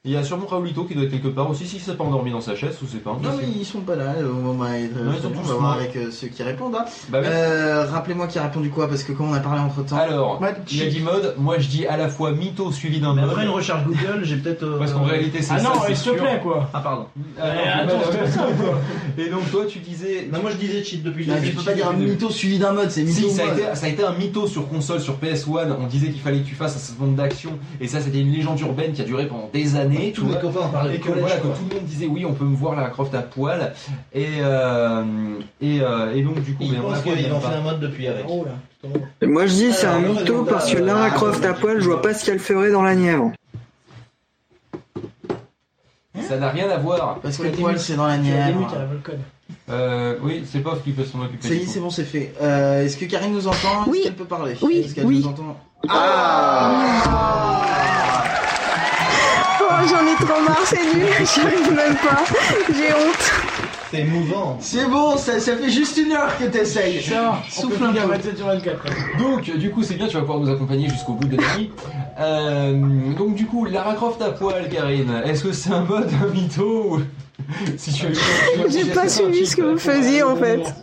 Speaker 3: Il y a sûrement Raoulito qui doit être quelque part aussi, si s'est pas endormi dans sa chaise, ou c'est pas
Speaker 2: Non,
Speaker 3: impossible.
Speaker 2: mais ils sont pas là. euh, On va,
Speaker 3: Non, ils sont
Speaker 2: on
Speaker 3: tous
Speaker 2: va voir
Speaker 3: morts.
Speaker 2: avec euh, ceux qui répondent. hein.
Speaker 3: Bah oui.
Speaker 2: Euh, Rappelez-moi qui a répondu quoi, parce que comme on a parlé
Speaker 4: Euh,
Speaker 2: entre temps.
Speaker 3: Alors,
Speaker 5: Mode
Speaker 3: il y a
Speaker 5: cheat.
Speaker 3: dit mode, moi je dis à la fois mytho suivi d'un
Speaker 4: Mais
Speaker 3: mode.
Speaker 4: après une recherche Google, j'ai peut-être. euh,
Speaker 3: Parce qu'en réalité c'est
Speaker 5: Ah
Speaker 3: ça,
Speaker 5: non,
Speaker 3: c'est
Speaker 5: s'il
Speaker 3: sûr.
Speaker 5: te plaît, quoi.
Speaker 4: Ah, pardon.
Speaker 3: Ah non,
Speaker 5: Eh,
Speaker 3: c'est
Speaker 5: attends,
Speaker 3: pas-
Speaker 5: c'est pas ça, quoi.
Speaker 3: Et donc toi tu disais...
Speaker 4: Non, moi, je disais cheat depuis
Speaker 3: Ah,
Speaker 4: le
Speaker 2: Là,
Speaker 4: début.
Speaker 2: tu peux pas dire un mytho suivi d'un mode, c'est mytho.
Speaker 3: Si,
Speaker 2: ou
Speaker 3: ça a,
Speaker 2: mode.
Speaker 3: été, ça a été un mytho sur console, sur PS1, on disait qu'il fallait que tu fasses un certain nombre d'actions, et ça c'était une légende urbaine qui a duré pendant des années. tu
Speaker 4: Tous mes
Speaker 3: vois.
Speaker 4: copains en parlaient
Speaker 3: et
Speaker 4: au
Speaker 3: que, voilà,
Speaker 4: collège.
Speaker 3: que
Speaker 4: quoi.
Speaker 3: tout le monde disait oui on peut me voir la Croft à poil et euh, et, euh, et donc du coup
Speaker 4: Ils
Speaker 3: mais on
Speaker 4: pensent
Speaker 3: la voit
Speaker 4: qu'ils
Speaker 3: même
Speaker 4: en fait
Speaker 3: pas.
Speaker 4: un mode depuis avec.
Speaker 5: Oh là, tout le monde.
Speaker 6: Moi je dis c'est un
Speaker 4: Alors,
Speaker 6: mytho
Speaker 4: résultat,
Speaker 6: parce que
Speaker 4: euh,
Speaker 6: Lara
Speaker 4: ah,
Speaker 6: Croft à
Speaker 4: bon,
Speaker 6: poil, je vois pas ce qu'elle ferait dans la Nièvre.
Speaker 3: ça n'a rien à voir
Speaker 2: Parce que
Speaker 5: Tu as
Speaker 2: le poil,
Speaker 5: des
Speaker 2: c'est dans la
Speaker 5: Tu as des mutes à
Speaker 2: Nièvre.
Speaker 5: la Volcone.
Speaker 3: Euh, oui c'est Pof qui peut s'en occuper
Speaker 2: Ça y
Speaker 3: du
Speaker 2: est,
Speaker 3: coup.
Speaker 2: c'est bon, c'est fait. Euh, Est-ce que Karine nous entend Est-ce
Speaker 7: Oui.
Speaker 2: qu'elle peut parler
Speaker 7: Oui,
Speaker 2: Est-ce qu'elle
Speaker 7: oui.
Speaker 2: nous entend Ah
Speaker 7: Oh, j'en ai trop marre, c'est nul, j'arrive même pas, j'ai honte. C'est émouvant.
Speaker 2: C'est bon, ça, ça fait juste une heure que t'essayes.
Speaker 5: Ça, on peut
Speaker 2: Souffle un
Speaker 5: finir
Speaker 2: peu.
Speaker 5: 27 sur 24. hein.
Speaker 3: Donc, du coup, c'est bien, tu vas pouvoir nous accompagner jusqu'au bout de la nuit. Euh, donc, du coup, Lara Croft à poil, Karine. Est-ce que c'est un mode, un mytho ou- Si tu as eu le temps, tu
Speaker 8: J'ai
Speaker 3: vois,
Speaker 8: pas
Speaker 3: si
Speaker 8: suivi
Speaker 3: c'est un
Speaker 8: Ah, ce que
Speaker 3: cheat,
Speaker 8: vous faisiez, en fait.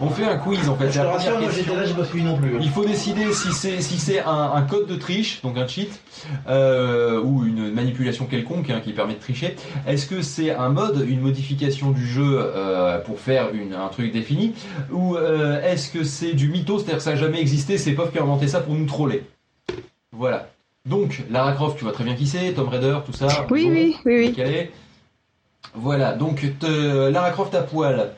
Speaker 3: On fait un quiz en fait.
Speaker 7: Je
Speaker 3: C'est
Speaker 7: te
Speaker 3: la
Speaker 7: rassure,
Speaker 3: première
Speaker 7: moi j'étais
Speaker 3: question.
Speaker 7: là, j'ai pas suivi non
Speaker 4: hein.
Speaker 7: plus.
Speaker 3: Il faut décider si c'est si c'est un, un code de triche, donc un cheat, euh, ou une manipulation quelconque hein, qui permet de tricher. Est-ce que c'est un mode, une modification du jeu euh, pour faire une, un truc défini, ou euh, est-ce que c'est du mytho, c'est-à-dire que ça n'a jamais existé, c'est Pov qui a inventé ça pour nous troller. Voilà. Donc Lara Croft, tu vois très bien qui c'est, Tom Raider, tout ça.
Speaker 8: Oui,
Speaker 3: Bon,
Speaker 8: oui, oui, oui.
Speaker 3: Calé. Voilà, donc te- Lara Croft à poil.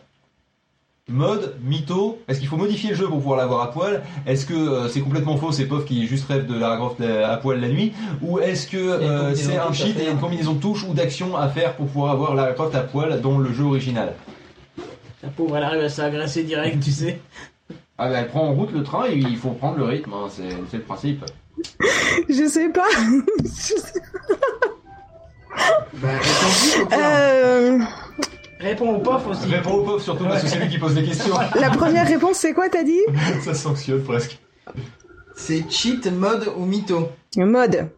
Speaker 3: Mode, mytho, est-ce qu'il faut modifier le jeu pour pouvoir l'avoir à poil Est-ce que euh, c'est complètement faux, c'est Pof qui juste rêve de Lara Croft euh, à poil la nuit Ou est-ce que
Speaker 7: Il y a une combinaison de
Speaker 3: euh, c'est un
Speaker 7: touches à
Speaker 3: cheat et il y a une
Speaker 7: faire.
Speaker 3: combinaison de touches ou d'actions à faire pour pouvoir avoir Lara Croft à poil dans le jeu original
Speaker 5: La pauvre, elle arrive à s'agresser direct, tu sais.
Speaker 3: Ah bah elle prend en route le train et il faut prendre le rythme, hein, c'est c'est le principe.
Speaker 8: Je sais pas. Je sais-
Speaker 2: Bah, attends, au pire.
Speaker 8: Euh,
Speaker 5: Réponds au pof aussi.
Speaker 3: Réponds au Pof surtout parce que c'est lui qui pose les questions,
Speaker 8: la première réponse, c'est quoi, t'as dit
Speaker 3: ça sanctionne presque.
Speaker 2: C'est cheat, mode ou mytho
Speaker 8: Mode.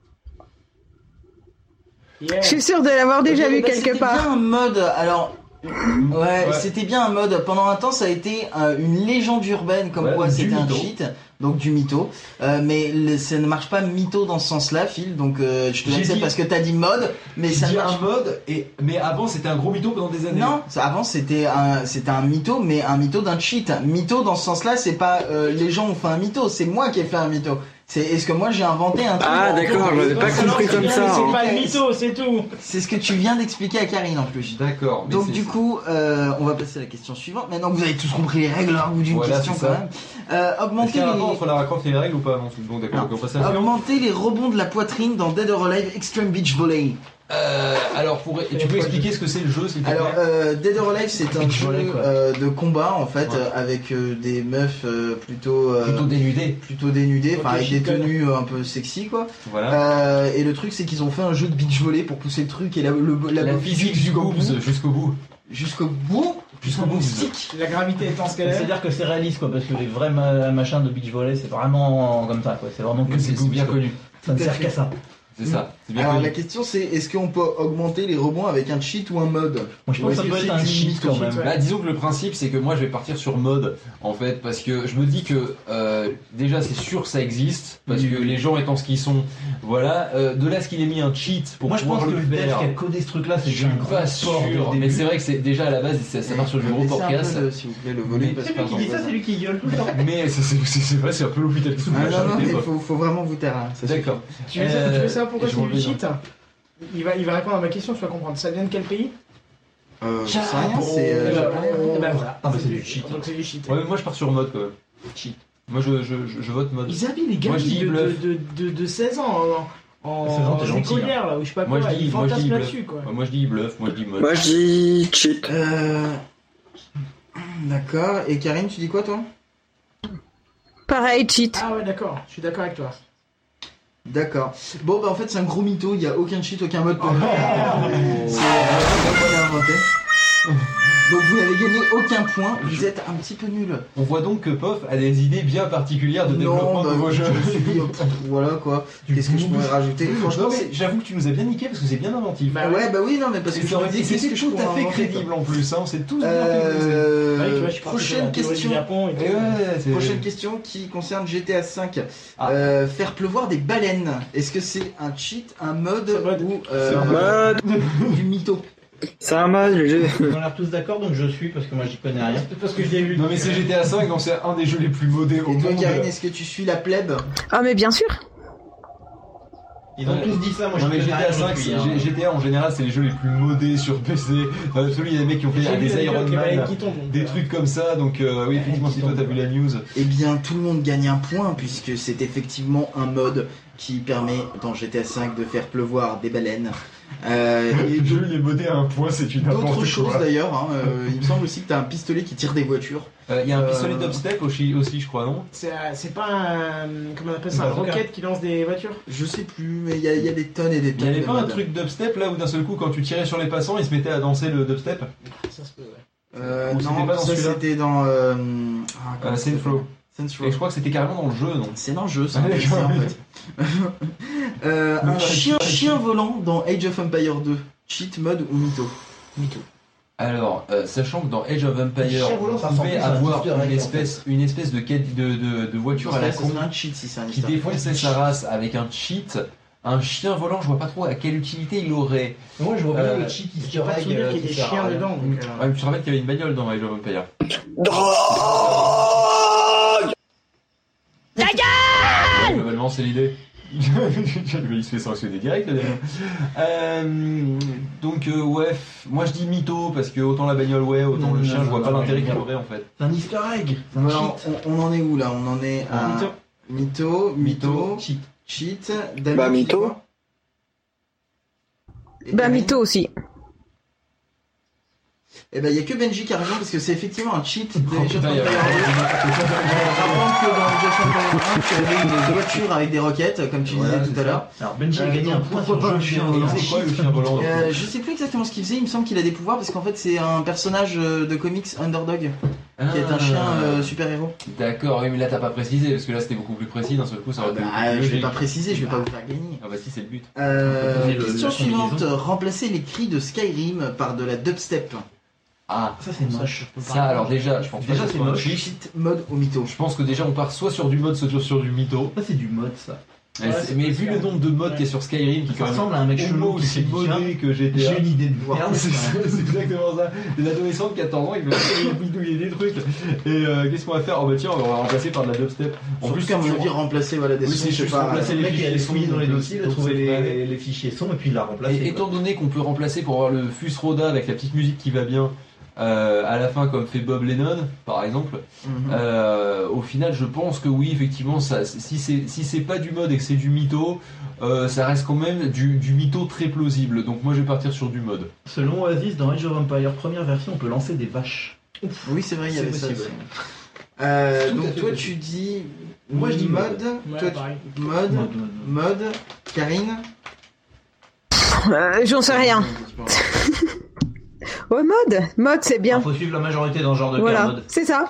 Speaker 5: Yeah.
Speaker 8: Je suis sûre de l'avoir déjà
Speaker 2: Ok,
Speaker 8: vu
Speaker 2: bah,
Speaker 8: quelque
Speaker 2: C'était
Speaker 8: part.
Speaker 2: bien un mode, alors. Ouais,
Speaker 3: Ouais.
Speaker 2: c'était bien un mode. Pendant un temps, ça a été euh, une légende urbaine, comme
Speaker 3: Ouais,
Speaker 2: quoi
Speaker 3: du
Speaker 2: c'était un
Speaker 3: mytho.
Speaker 2: cheat, donc du mytho. Euh, mais le- ça ne marche pas mytho dans ce sens-là, Phil. Donc euh, je te
Speaker 3: J'ai
Speaker 2: l'accepte
Speaker 3: dit-
Speaker 2: parce que t'as dit mode, mais
Speaker 3: Il
Speaker 2: ça ne
Speaker 3: dit
Speaker 2: marche
Speaker 3: un mode, et... mais avant c'était un gros mytho pendant des années.
Speaker 2: Non, ça- avant c'était un, c'était un mytho, mais un mytho d'un cheat. Mytho dans ce sens-là, c'est pas euh, les gens ont fait un mytho, c'est moi qui ai fait un mytho. C'est est-ce que moi j'ai inventé un truc
Speaker 6: Ah,
Speaker 2: en
Speaker 6: d'accord,
Speaker 2: gros,
Speaker 6: j'avais
Speaker 2: dans
Speaker 6: pas
Speaker 2: ce
Speaker 6: compris
Speaker 2: sens-là,
Speaker 6: comme
Speaker 2: c'est
Speaker 6: ça,
Speaker 2: bien,
Speaker 5: C'est
Speaker 6: hein.
Speaker 5: pas le mytho, c'est tout.
Speaker 2: C'est ce que tu viens d'expliquer à Karine en plus.
Speaker 3: D'accord. mais
Speaker 2: Donc
Speaker 3: c'est-
Speaker 2: du coup, euh, on va passer à la question suivante. Maintenant que vous avez tous compris les règles hein, au bout d'une
Speaker 3: Voilà,
Speaker 2: question
Speaker 3: c'est
Speaker 2: quand
Speaker 3: ça.
Speaker 2: même. Euh,
Speaker 3: Est-ce
Speaker 2: augmenter,
Speaker 3: qu'il y a un rapport
Speaker 2: les...
Speaker 3: entre Lara Croft et les règles ou pas Non, c'est- bon, d'accord,
Speaker 2: Non. Ah.
Speaker 3: donc on passe à la suivante.
Speaker 2: augmenter les rebonds de la poitrine dans Dead or Alive Extreme Beach Volley.
Speaker 3: Euh, alors, pour... tu peux expliquer ce que c'est le jeu, s'il te plaît
Speaker 2: Alors euh, Dead or Alive c'est un
Speaker 4: Beach
Speaker 2: jeu
Speaker 4: Volley, quoi.
Speaker 2: euh, de combat en fait
Speaker 3: Ouais.
Speaker 2: euh, avec euh, des meufs euh, plutôt, euh,
Speaker 3: Plutôt dénudé.
Speaker 2: plutôt dénudées, enfin
Speaker 5: Ok,
Speaker 2: avec des
Speaker 5: chicken.
Speaker 2: tenues euh, un peu sexy quoi.
Speaker 3: Voilà.
Speaker 2: Euh, et le truc c'est qu'ils ont fait un jeu de beach volley pour pousser le truc et la, le, la-
Speaker 3: la physique du
Speaker 2: jusqu'au
Speaker 3: boobs
Speaker 2: bout,
Speaker 3: jusqu'au bout.
Speaker 2: jusqu'au bout,
Speaker 3: Jusqu'au
Speaker 2: bout,
Speaker 3: bout.
Speaker 5: La gravité étant ce qu'elle est.
Speaker 4: C'est-à-dire que c'est réaliste quoi, parce que les vrais ma- machins de beach volley, c'est vraiment comme ça quoi. C'est vraiment que
Speaker 3: C'est
Speaker 4: du
Speaker 3: c'est bien
Speaker 4: quoi.
Speaker 3: connu.
Speaker 4: Ça ne
Speaker 2: Tout à
Speaker 4: sert
Speaker 2: fait.
Speaker 4: qu'à ça.
Speaker 3: C'est ça. C'est bien
Speaker 2: Alors la
Speaker 3: connu.
Speaker 2: question c'est est-ce qu'on peut augmenter les rebonds avec un cheat ou un mode
Speaker 4: Moi je
Speaker 2: Ouais,
Speaker 4: pense que ça
Speaker 2: c'est-
Speaker 4: peut être
Speaker 2: c'est
Speaker 4: un
Speaker 2: du
Speaker 4: cheat
Speaker 2: mytho,
Speaker 4: quand
Speaker 2: cheat,
Speaker 4: même.
Speaker 2: ouais.
Speaker 3: Bah, disons que le principe c'est que moi je vais partir sur mode en fait parce que je me dis que euh, déjà c'est sûr ça existe parce que les gens étant ce qu'ils sont voilà euh, de là ce qu'il ait mis un cheat pour
Speaker 4: Moi je
Speaker 3: pouvoir
Speaker 4: pense que
Speaker 3: le
Speaker 4: le dev
Speaker 3: faire
Speaker 4: qui a codé ce truc là,
Speaker 3: je
Speaker 4: c'est
Speaker 3: suis
Speaker 4: déjà un gros
Speaker 3: pas
Speaker 4: sport dès le
Speaker 3: sûr mais
Speaker 4: début.
Speaker 3: c'est vrai que c'est déjà à la base ça, ça marche sur le gros
Speaker 2: Baissez un peu
Speaker 3: podcast
Speaker 2: le- Euh, S'il vous plaît le volume
Speaker 3: Mais-
Speaker 2: parce
Speaker 4: C'est
Speaker 2: que
Speaker 4: lui qui dit ça, c'est lui qui gueule tout le temps.
Speaker 3: Mais c'est- c'est c'est- c'est vrai, c'est un peu l'hôpital sous
Speaker 2: Ah,
Speaker 3: la
Speaker 2: non, non, mais
Speaker 3: charité, quoi.
Speaker 2: faut, faut vraiment vous taire. hein, ça suffit.
Speaker 3: D'accord.
Speaker 5: Tu veux,
Speaker 3: Euh,
Speaker 5: ça, tu veux savoir pourquoi
Speaker 3: je
Speaker 5: c'est
Speaker 3: m'en
Speaker 5: du
Speaker 3: vais,
Speaker 5: cheat il va, il va répondre à ma question, tu vas comprendre. Ça vient de quel pays
Speaker 2: Euh,
Speaker 3: Japon.
Speaker 2: c'est rien, c'est. euh,
Speaker 5: Eh ben,
Speaker 2: Japon.
Speaker 5: eh ben voilà.
Speaker 4: Ah, bah, c'est du cheat.
Speaker 5: Donc c'est du cheat.
Speaker 3: Ouais, mais moi je pars sur mode quand même. Cheat. Moi je, je, je, je vote mode.
Speaker 5: Ils habillent les
Speaker 3: Moi,
Speaker 5: gars
Speaker 3: je dis
Speaker 5: de,
Speaker 3: bluff.
Speaker 5: de, de, de, de 16 ans en, en
Speaker 4: 16 ans, t'es
Speaker 5: en
Speaker 4: gentil,
Speaker 5: écolière, là, ou je sais pas
Speaker 3: hein. Moi,
Speaker 5: quoi,
Speaker 3: je dis-
Speaker 5: ils
Speaker 3: moi, je dis
Speaker 5: fantasment
Speaker 3: bluff.
Speaker 5: là-dessus quoi.
Speaker 3: Ouais, moi je dis bluff, moi je dis mode.
Speaker 6: Moi, je dis cheat.
Speaker 2: Euh, D'accord. Et Karine, tu dis quoi toi
Speaker 8: Pareil, cheat.
Speaker 5: Ah ouais, d'accord, je suis d'accord avec toi.
Speaker 2: D'accord. Bon, bah en fait, c'est un gros mytho, il n'y a aucun cheat, aucun mode. C'est inventé. Donc vous n'avez gagné aucun point, vous êtes un petit peu nul.
Speaker 3: On voit donc que POF a des idées bien particulières de développement de vos jeux.
Speaker 2: bah je me suis dit, oh, pff, voilà quoi.
Speaker 3: Du bah
Speaker 2: Qu'est-ce que je
Speaker 3: boom.
Speaker 2: pourrais rajouter Franchement,
Speaker 3: Non, mais
Speaker 2: c'est.
Speaker 3: j'avoue que tu nous as bien niqué parce que c'est bien inventif.
Speaker 5: Bah,
Speaker 2: Ouais, bah oui, non, mais parce
Speaker 3: Et
Speaker 2: que je
Speaker 3: ça aurait
Speaker 2: me dis,
Speaker 3: été-
Speaker 2: qu'est-ce
Speaker 3: C'était
Speaker 2: que je
Speaker 3: tout
Speaker 2: pourrais
Speaker 3: à fait
Speaker 2: inventer, quoi.
Speaker 3: crédible en plus, hein, on s'est tous bien fait.
Speaker 5: Ouais, tu vois,
Speaker 2: Euh,
Speaker 5: je suis parti sur la
Speaker 2: prochaine
Speaker 5: théorie du
Speaker 2: question.
Speaker 5: Japon et tout.
Speaker 3: Ouais, c'est-
Speaker 2: Prochaine question qui concerne GTA V.
Speaker 3: Euh, Ah.
Speaker 2: Euh, faire pleuvoir des baleines. Est-ce que c'est un cheat, un mode
Speaker 5: C'est un mode.
Speaker 2: ou
Speaker 3: C'est un
Speaker 2: euh,
Speaker 6: Mode
Speaker 2: du mytho
Speaker 6: C'est un mode, le jeu.
Speaker 4: Ils ont l'air tous d'accord donc je suis parce que moi j'y connais rien.
Speaker 5: C'est parce que je l'ai vu.
Speaker 3: Non, mais c'est GTA V, donc c'est un des jeux les plus modés au
Speaker 2: Et toi,
Speaker 3: monde.
Speaker 2: Karine, est-ce que tu suis la plèbe
Speaker 8: Ah, mais bien sûr.
Speaker 4: Ils ont
Speaker 3: Ouais.
Speaker 4: tous dit ça, moi je
Speaker 3: non mais
Speaker 4: connais rien.
Speaker 3: GTA
Speaker 4: je
Speaker 3: 5,
Speaker 4: suis,
Speaker 3: c'est-
Speaker 4: hein.
Speaker 3: G- GTA en général c'est les jeux les plus modés sur PC. Dans l'absolu, il y a des mecs qui ont fait
Speaker 5: J'ai
Speaker 3: ah,
Speaker 5: vu la
Speaker 3: des
Speaker 5: vidéo
Speaker 3: Iron
Speaker 5: avec les
Speaker 3: Man,
Speaker 5: baleines qui tombent, donc,
Speaker 3: des
Speaker 5: euh,
Speaker 3: trucs comme ça. Donc euh, oui, effectivement, si toi t'as vu la news,
Speaker 2: Eh bien, tout le monde gagne un point puisque c'est effectivement un mode qui permet dans GTA V de faire pleuvoir des baleines. Euh, et
Speaker 3: le jeu il est modé à un point, c'est une
Speaker 2: d'autres
Speaker 3: n'importe
Speaker 2: choses
Speaker 3: quoi.
Speaker 2: d'ailleurs. hein. Euh, il me semble aussi que t'as un pistolet qui tire des voitures.
Speaker 3: Euh, Il y a un
Speaker 2: Euh,
Speaker 3: pistolet d'obstep aussi, aussi, je crois, non
Speaker 5: C'est euh, c'est pas un. Comment on appelle ça Un
Speaker 3: Bazooka.
Speaker 5: rocket qui lance des voitures
Speaker 2: Je sais plus, mais il y, a- il y a des tonnes et des
Speaker 3: Il n'y
Speaker 2: tonnes.
Speaker 3: avait
Speaker 2: de
Speaker 3: pas un
Speaker 2: modes.
Speaker 3: truc d'ubstep là où d'un seul coup, quand tu tirais sur les passants, ils se mettaient à danser le dubstep
Speaker 5: Ça se peut, ouais.
Speaker 2: Euh,
Speaker 3: Ou c'était
Speaker 2: non,
Speaker 3: pas dans
Speaker 2: ça
Speaker 3: celui-là
Speaker 2: c'était dans. Euh... Ah,
Speaker 3: euh,
Speaker 2: comment ça
Speaker 3: Saint
Speaker 2: s'appelle
Speaker 3: Flow.
Speaker 2: Saints Row.
Speaker 3: Et je crois que c'était carrément dans le jeu, non
Speaker 2: C'est dans le jeu, ça.
Speaker 3: Ah, d'accord.
Speaker 2: c'est en fait. Euh,
Speaker 3: Le
Speaker 2: un
Speaker 3: pareil,
Speaker 2: chien,
Speaker 3: pareil.
Speaker 2: chien volant dans Age of Empire 2. Cheat mode ou mytho Mytho.
Speaker 3: Alors, euh, sachant que dans Age of Empire,
Speaker 5: Chien
Speaker 3: on
Speaker 5: volant, ça
Speaker 3: pouvait
Speaker 5: ressemble plus à un
Speaker 3: avoir
Speaker 5: Twister,
Speaker 3: une
Speaker 5: mec,
Speaker 3: espèce, une espèce de, quête- de, de- de voiture à la
Speaker 2: Ça
Speaker 3: con
Speaker 2: serait un cheat si c'est un
Speaker 3: qui
Speaker 2: Easter egg.
Speaker 3: défonçait sa race avec un cheat. Un chien volant, je vois pas trop à quelle utilité il aurait.
Speaker 7: Moi, je vois bien
Speaker 3: Euh,
Speaker 7: le cheat qui se
Speaker 5: J'ai pas de souvenir qu'il y ait des chiens dedans. donc, euh,
Speaker 3: Ouais, mais tu te rappelles qu'il y avait une bagnole dans Age of Empire. Ouais, globalement, c'est l'idée. je vais lui se fait sanctionner direct. le dernier. Euh, donc, euh, ouais, f- moi je dis mytho parce que autant la bagnole, ouais, autant
Speaker 4: Non,
Speaker 3: le
Speaker 4: non,
Speaker 3: chien,
Speaker 4: non,
Speaker 3: je vois
Speaker 4: non,
Speaker 3: pas
Speaker 4: non,
Speaker 3: l'intérêt
Speaker 4: non.
Speaker 3: qu'il aurait en fait.
Speaker 4: C'est un easter egg, c'est un
Speaker 2: Alors,
Speaker 4: cheat.
Speaker 2: on, on en est où là On en est à.
Speaker 5: Mytho.
Speaker 2: Mytho, mytho,
Speaker 3: cheat.
Speaker 2: cheat. Damien,
Speaker 6: Bah,
Speaker 2: tu dis
Speaker 6: mytho.
Speaker 2: quoi Et
Speaker 8: Bah,
Speaker 2: Karine
Speaker 8: mytho aussi.
Speaker 2: Eh ben, il y a que Benji qui a raison parce que c'est effectivement un cheat de Age of
Speaker 3: Oh, putain, il y a-
Speaker 2: Empire 2. Rappelons que dans Age of Empire 1, tu avais une voiture avec des roquettes, comme tu
Speaker 3: Voilà,
Speaker 2: disais tout
Speaker 3: c'est
Speaker 2: à
Speaker 3: ça.
Speaker 2: l'heure.
Speaker 4: Alors Benji a
Speaker 2: Euh,
Speaker 4: gagné
Speaker 2: donc,
Speaker 4: un
Speaker 2: pourquoi
Speaker 4: point sur
Speaker 2: pas
Speaker 4: le
Speaker 2: un
Speaker 4: jeu
Speaker 2: chien
Speaker 4: vidéo.
Speaker 2: volant
Speaker 3: C'est quoi le chien volant
Speaker 2: Euh, je sais plus exactement ce qu'il faisait, il me semble qu'il a des pouvoirs parce qu'en fait c'est un personnage euh, de comics Underdog qui est un chien euh, super-héros.
Speaker 3: ah, D'accord, oui, mais là t'as pas précisé parce que là c'était beaucoup plus précis. D'un seul coup, ça aurait été.
Speaker 2: Bah,
Speaker 3: beaucoup
Speaker 2: je
Speaker 3: plus
Speaker 2: vais
Speaker 3: logique.
Speaker 2: pas préciser, je vais pas vous faire gagner.
Speaker 3: Ah bah si, c'est le but.
Speaker 2: Euh,
Speaker 4: Proposer le-
Speaker 2: question
Speaker 4: la combinaison.
Speaker 2: suivante, remplacer les cris de Skyrim par de la dubstep.
Speaker 3: Ah,
Speaker 4: Ça c'est moche.
Speaker 3: ça alors déjà, je pense pas
Speaker 4: Déjà,
Speaker 3: que ce
Speaker 4: c'est
Speaker 3: soit un
Speaker 4: moche.
Speaker 3: cheat.
Speaker 2: Cheat mode au mytho.
Speaker 3: Je pense que déjà on part soit sur du mode, soit sur du mytho.
Speaker 4: Ça c'est du mode ça.
Speaker 5: Ouais,
Speaker 3: Mais c'est-
Speaker 5: c'est
Speaker 3: mais vu
Speaker 5: possible.
Speaker 3: le nombre de modes
Speaker 5: Ouais.
Speaker 3: qu'il y a sur Skyrim, qui est
Speaker 4: Ça
Speaker 3: quand même
Speaker 4: ressemble à un mec
Speaker 3: homo
Speaker 4: chelou qui
Speaker 3: aussi
Speaker 4: s'est dit tiens,
Speaker 3: modé que GTA.
Speaker 4: j'ai une idée de
Speaker 3: Merde,
Speaker 4: merde.
Speaker 3: c'est ça, c'est exactement ça. Les adolescents de 14 ans, ils veulent bidouiller des trucs. Et euh, qu'est-ce qu'on va faire En bah tiens, on va remplacer par de la dubstep. En
Speaker 2: En plus,
Speaker 3: plus,
Speaker 2: comme
Speaker 3: tu-
Speaker 2: on dit, remplacer voilà, des
Speaker 3: Oui,
Speaker 2: sons,
Speaker 3: c'est
Speaker 2: je sais
Speaker 3: juste
Speaker 2: pas.
Speaker 3: remplacer
Speaker 2: euh,
Speaker 4: Le mec il allait
Speaker 3: fichiers
Speaker 4: fouiller
Speaker 3: sont,
Speaker 4: dans les
Speaker 3: donc,
Speaker 4: dossiers, il a
Speaker 3: donc,
Speaker 4: trouvé
Speaker 3: c'est
Speaker 4: les,
Speaker 3: pas-
Speaker 4: les fichiers sons et puis il l'a remplacé.
Speaker 3: Et étant donné qu'on peut remplacer pour avoir le Fus Roda avec la petite musique qui va bien euh, à la fin, comme fait Bob Lennon par exemple,
Speaker 2: mhm.
Speaker 3: euh, au final, je pense que oui, effectivement, ça, si c'est si c'est pas du mode et que c'est du mytho, euh, ça reste quand même du, du mytho très plausible. Donc moi, je vais partir sur du mode.
Speaker 4: Selon Oasis, dans Age of Empire première version, on peut lancer des vaches.
Speaker 2: Oui, c'est vrai, Ah, il y
Speaker 4: C'est
Speaker 2: avait ça.
Speaker 4: possible.
Speaker 2: aussi. Euh,
Speaker 4: Tout à
Speaker 2: donc
Speaker 4: fait
Speaker 2: toi,
Speaker 4: possible.
Speaker 2: tu dis.
Speaker 4: Moi, je dis
Speaker 2: mode.
Speaker 5: Ouais,
Speaker 2: Toi,
Speaker 5: pareil.
Speaker 2: tu... mode.
Speaker 4: Mode, mode, mode.
Speaker 2: Mode. Karine.
Speaker 8: Euh, J'en sais rien. Ouais, Oh, mode. Mode, c'est bien.
Speaker 4: faut suivre la majorité dans ce genre de cas.
Speaker 8: Voilà,
Speaker 4: Mode.
Speaker 8: c'est ça.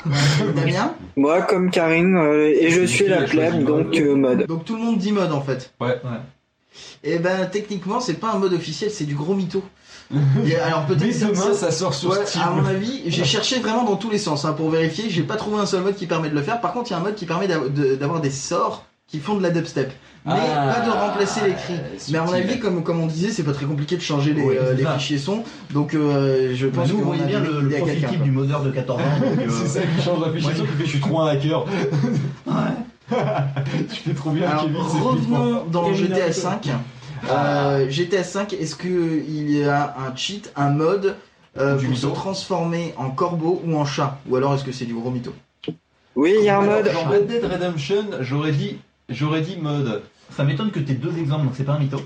Speaker 2: Damien.
Speaker 6: Moi, comme Karine, euh, et je suis la plèbe, donc euh, mode.
Speaker 2: Donc tout le monde dit mode en fait.
Speaker 3: Ouais.
Speaker 4: Ouais.
Speaker 2: Et ben techniquement, c'est pas un mode officiel, c'est du gros mytho. Et alors peut-être.
Speaker 3: Mais
Speaker 2: que
Speaker 3: demain,
Speaker 2: ça-
Speaker 3: ça sort sur
Speaker 2: Ouais,
Speaker 3: Steam. Euh,
Speaker 2: à mon avis, j'ai cherché vraiment dans tous les sens hein, pour vérifier. J'ai pas trouvé un seul mode qui permet de le faire. Par contre, il y a un mode qui permet d'a- de- d'avoir des sorts qui font de la dubstep, mais
Speaker 3: Ah,
Speaker 2: pas de remplacer les cris.
Speaker 3: euh,
Speaker 2: Mais à mon
Speaker 3: subtil.
Speaker 2: avis, comme, comme on disait, c'est pas très compliqué de changer les,
Speaker 4: Ouais,
Speaker 2: euh,
Speaker 4: c'est
Speaker 2: les
Speaker 4: ça.
Speaker 2: fichiers sons. Donc euh, je pense
Speaker 4: Nous, vous
Speaker 2: qu'on
Speaker 4: voyez
Speaker 2: a
Speaker 4: bien
Speaker 2: donné
Speaker 4: le,
Speaker 2: l'idée
Speaker 4: le
Speaker 2: à
Speaker 4: profil
Speaker 2: quelqu'un,
Speaker 4: type
Speaker 2: quoi.
Speaker 4: du modeur de 14 ans. donc, euh,
Speaker 3: C'est ça qui change la fiche.
Speaker 4: Moi,
Speaker 3: tu fais, je suis trop un hacker. tu fais trop bien,
Speaker 2: Alors
Speaker 3: Kevin. c'est flippant.
Speaker 2: revenons dans
Speaker 5: Kevin
Speaker 2: GTA
Speaker 5: Harrison.
Speaker 2: 5. Euh, GTA 5, est-ce que il y a un cheat, un mode euh,
Speaker 3: Du
Speaker 2: pour se
Speaker 3: mytho.
Speaker 2: transformer en corbeau ou en chat Ou alors est-ce que c'est du gros mytho
Speaker 6: Oui, il y a un
Speaker 3: Alors,
Speaker 6: mode.
Speaker 3: Dans Red Dead Redemption, j'aurais dit, j'aurais dit mode.
Speaker 4: Ça m'étonne que t'aies deux exemples, donc c'est pas un mytho.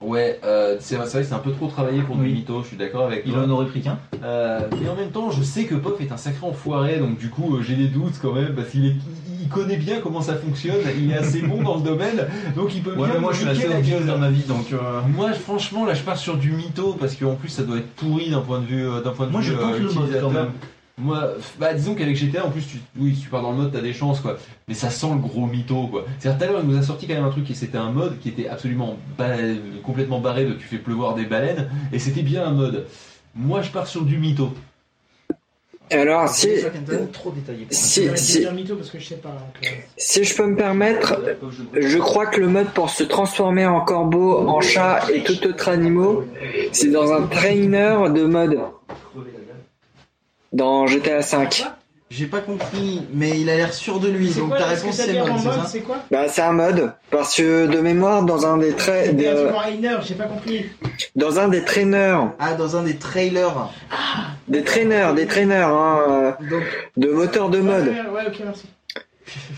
Speaker 3: Ouais, euh, c'est c'est vrai que c'est un peu trop travaillé pour
Speaker 4: Oui.
Speaker 3: du mytho, je suis d'accord avec
Speaker 4: Il
Speaker 3: toi.
Speaker 4: en aurait pris qu'un.
Speaker 3: Euh, mais en même temps, je sais que Pop est un sacré enfoiré, donc du coup, euh, j'ai des doutes quand même, parce qu'il est- il- il connaît bien comment ça fonctionne, il est assez bon dans le domaine, donc il peut bien.
Speaker 4: mais moi je suis
Speaker 3: niquer
Speaker 4: assez
Speaker 3: la
Speaker 4: obvious
Speaker 3: gueule.
Speaker 4: dans ma vie, donc. euh,
Speaker 3: Moi, je- franchement, là, je pars sur du mytho parce qu'en plus, ça doit être pourri d'un point de vue, euh, d'un point de
Speaker 4: Moi
Speaker 3: vue.
Speaker 4: je
Speaker 3: euh,
Speaker 4: tente le mode
Speaker 3: utilisateur.
Speaker 4: quand même.
Speaker 3: Moi, f- bah, disons qu'avec GTA, en plus, tu, oui, si tu pars dans le mode, t'as des chances, quoi. Mais ça sent le gros mytho, quoi. C'est-à-dire, tout à l'heure, il nous a sorti quand même un truc, et c'était un mode qui était absolument ba- complètement barré de tu fais pleuvoir des baleines, et c'était bien un mode. Moi, je pars sur du mytho.
Speaker 8: Ah,
Speaker 6: Alors, si,
Speaker 4: Trop détaillé. pour
Speaker 6: si,
Speaker 5: Ouais,
Speaker 6: si,
Speaker 5: C'est un mytho parce que je sais pas. donc, euh,
Speaker 6: si je peux me permettre, je crois que le mode pour se transformer en corbeau, en chat et tout autre animal, c'est dans un trainer de mode dans GTA V.
Speaker 2: J'ai pas compris, mais il a l'air sûr de lui,
Speaker 5: C'est
Speaker 2: donc
Speaker 5: quoi,
Speaker 2: ta
Speaker 5: ce que
Speaker 2: réponse
Speaker 5: t'as
Speaker 2: c'est
Speaker 5: dit
Speaker 2: mode,
Speaker 5: avant
Speaker 2: c'est
Speaker 5: mode,
Speaker 2: ça
Speaker 5: C'est quoi
Speaker 6: Bah, c'est un mode parce que de mémoire dans un des traits
Speaker 2: euh,
Speaker 5: C'était
Speaker 6: de-
Speaker 5: un Rainer, j'ai pas compris.
Speaker 6: dans un des traîneurs,
Speaker 2: Ah, dans un des trailers.
Speaker 6: des traîneurs, des traîneurs hein, euh,
Speaker 2: Donc,
Speaker 6: de moteurs de
Speaker 5: Ouais,
Speaker 6: mode.
Speaker 5: Ouais, ouais, ok, merci.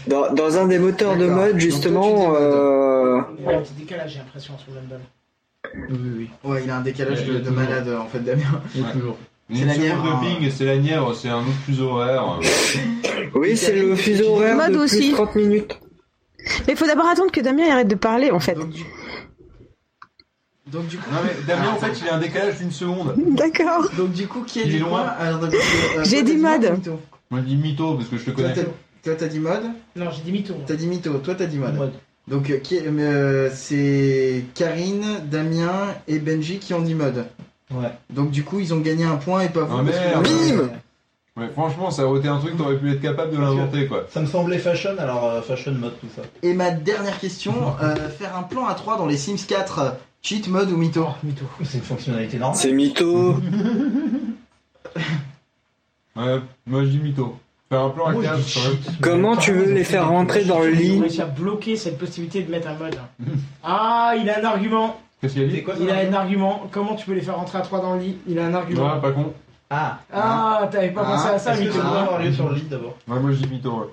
Speaker 6: Dans, dans un des moteurs de
Speaker 2: D'accord.
Speaker 6: mode
Speaker 2: Donc, toi, tu
Speaker 6: justement
Speaker 2: dis mode.
Speaker 6: euh,
Speaker 5: Il y a un petit décalage, j'ai l'impression, sur London.
Speaker 4: ça. Oui, oui,
Speaker 2: ouais, il a un décalage
Speaker 4: Il y a-
Speaker 2: de,
Speaker 4: il y a
Speaker 2: de malade en fait, Damien.
Speaker 4: oui. Il y a toujours.
Speaker 2: C'est la
Speaker 3: Sur
Speaker 2: Nièvre,
Speaker 3: le
Speaker 2: hein.
Speaker 3: Bing, c'est la Nièvre, c'est un autre fuseau horaire.
Speaker 2: Et
Speaker 7: Oui, c'est
Speaker 2: Karine,
Speaker 7: le
Speaker 2: qu'est-ce
Speaker 7: fuseau
Speaker 2: que tu
Speaker 7: horaire
Speaker 8: dis
Speaker 7: de
Speaker 8: Mode aussi.
Speaker 7: plus 30 minutes.
Speaker 8: Mais il faut d'abord attendre que Damien arrête de parler, en fait.
Speaker 2: Donc du... Donc du coup,
Speaker 3: Non mais Damien en fait il a un décalage d'une seconde.
Speaker 8: D'accord.
Speaker 2: donc du coup, qui est
Speaker 3: Il est
Speaker 2: du
Speaker 3: loin.
Speaker 2: coin Alors, donc, euh,
Speaker 8: J'ai
Speaker 2: toi,
Speaker 8: dit
Speaker 2: t'as
Speaker 8: Mad.
Speaker 2: Mito.
Speaker 3: Moi je dis mytho parce que je te
Speaker 2: Toi
Speaker 3: connais.
Speaker 2: t'as- toi, t'as dit mode,
Speaker 5: Non, j'ai dit mytho. moi.
Speaker 2: t'as dit mytho, toi t'as dit mode.
Speaker 4: Mode.
Speaker 2: Donc euh, qui est- euh, c'est Karine, Damien et Benji qui ont dit mode.
Speaker 4: Ouais.
Speaker 2: Donc du coup ils ont gagné un point et pas vous.
Speaker 3: Ah,
Speaker 2: parce que-
Speaker 3: merde.
Speaker 2: Bim
Speaker 3: Ouais, franchement ça aurait été un truc t'aurais pu être capable de l'inventer quoi.
Speaker 4: Ça me semblait fashion, alors euh, fashion mode, tout ça.
Speaker 2: Et ma dernière question, euh, faire un plan à 3 dans les Sims 4, cheat mode ou mytho
Speaker 5: Mytho.
Speaker 4: C'est une fonctionnalité normale.
Speaker 7: C'est mytho.
Speaker 3: Ouais, moi je dis mytho. Faire un plan à
Speaker 4: Moi, je
Speaker 3: 4,
Speaker 4: dis
Speaker 3: ça aurait-
Speaker 7: Comment tu veux les faire rentrer dans le
Speaker 5: Ils ont
Speaker 7: lit
Speaker 5: réussi à bloquer cette possibilité de mettre un mode. Ah, il a un argument.
Speaker 3: Qu'est-ce qu'il a dit
Speaker 4: C'est quoi
Speaker 5: Il a
Speaker 4: ça
Speaker 5: un argument. Comment tu peux les faire rentrer à 3 dans le lit Il a un argument.
Speaker 3: Ouais, pas con.
Speaker 4: Ah,
Speaker 5: Ah, t'avais pas
Speaker 2: Ah,
Speaker 5: pensé à ça,
Speaker 4: est-ce que
Speaker 5: mytho.
Speaker 4: ça doit avoir lieu sur le lit d'abord
Speaker 3: Ouais, moi je dis mytho. Ouais.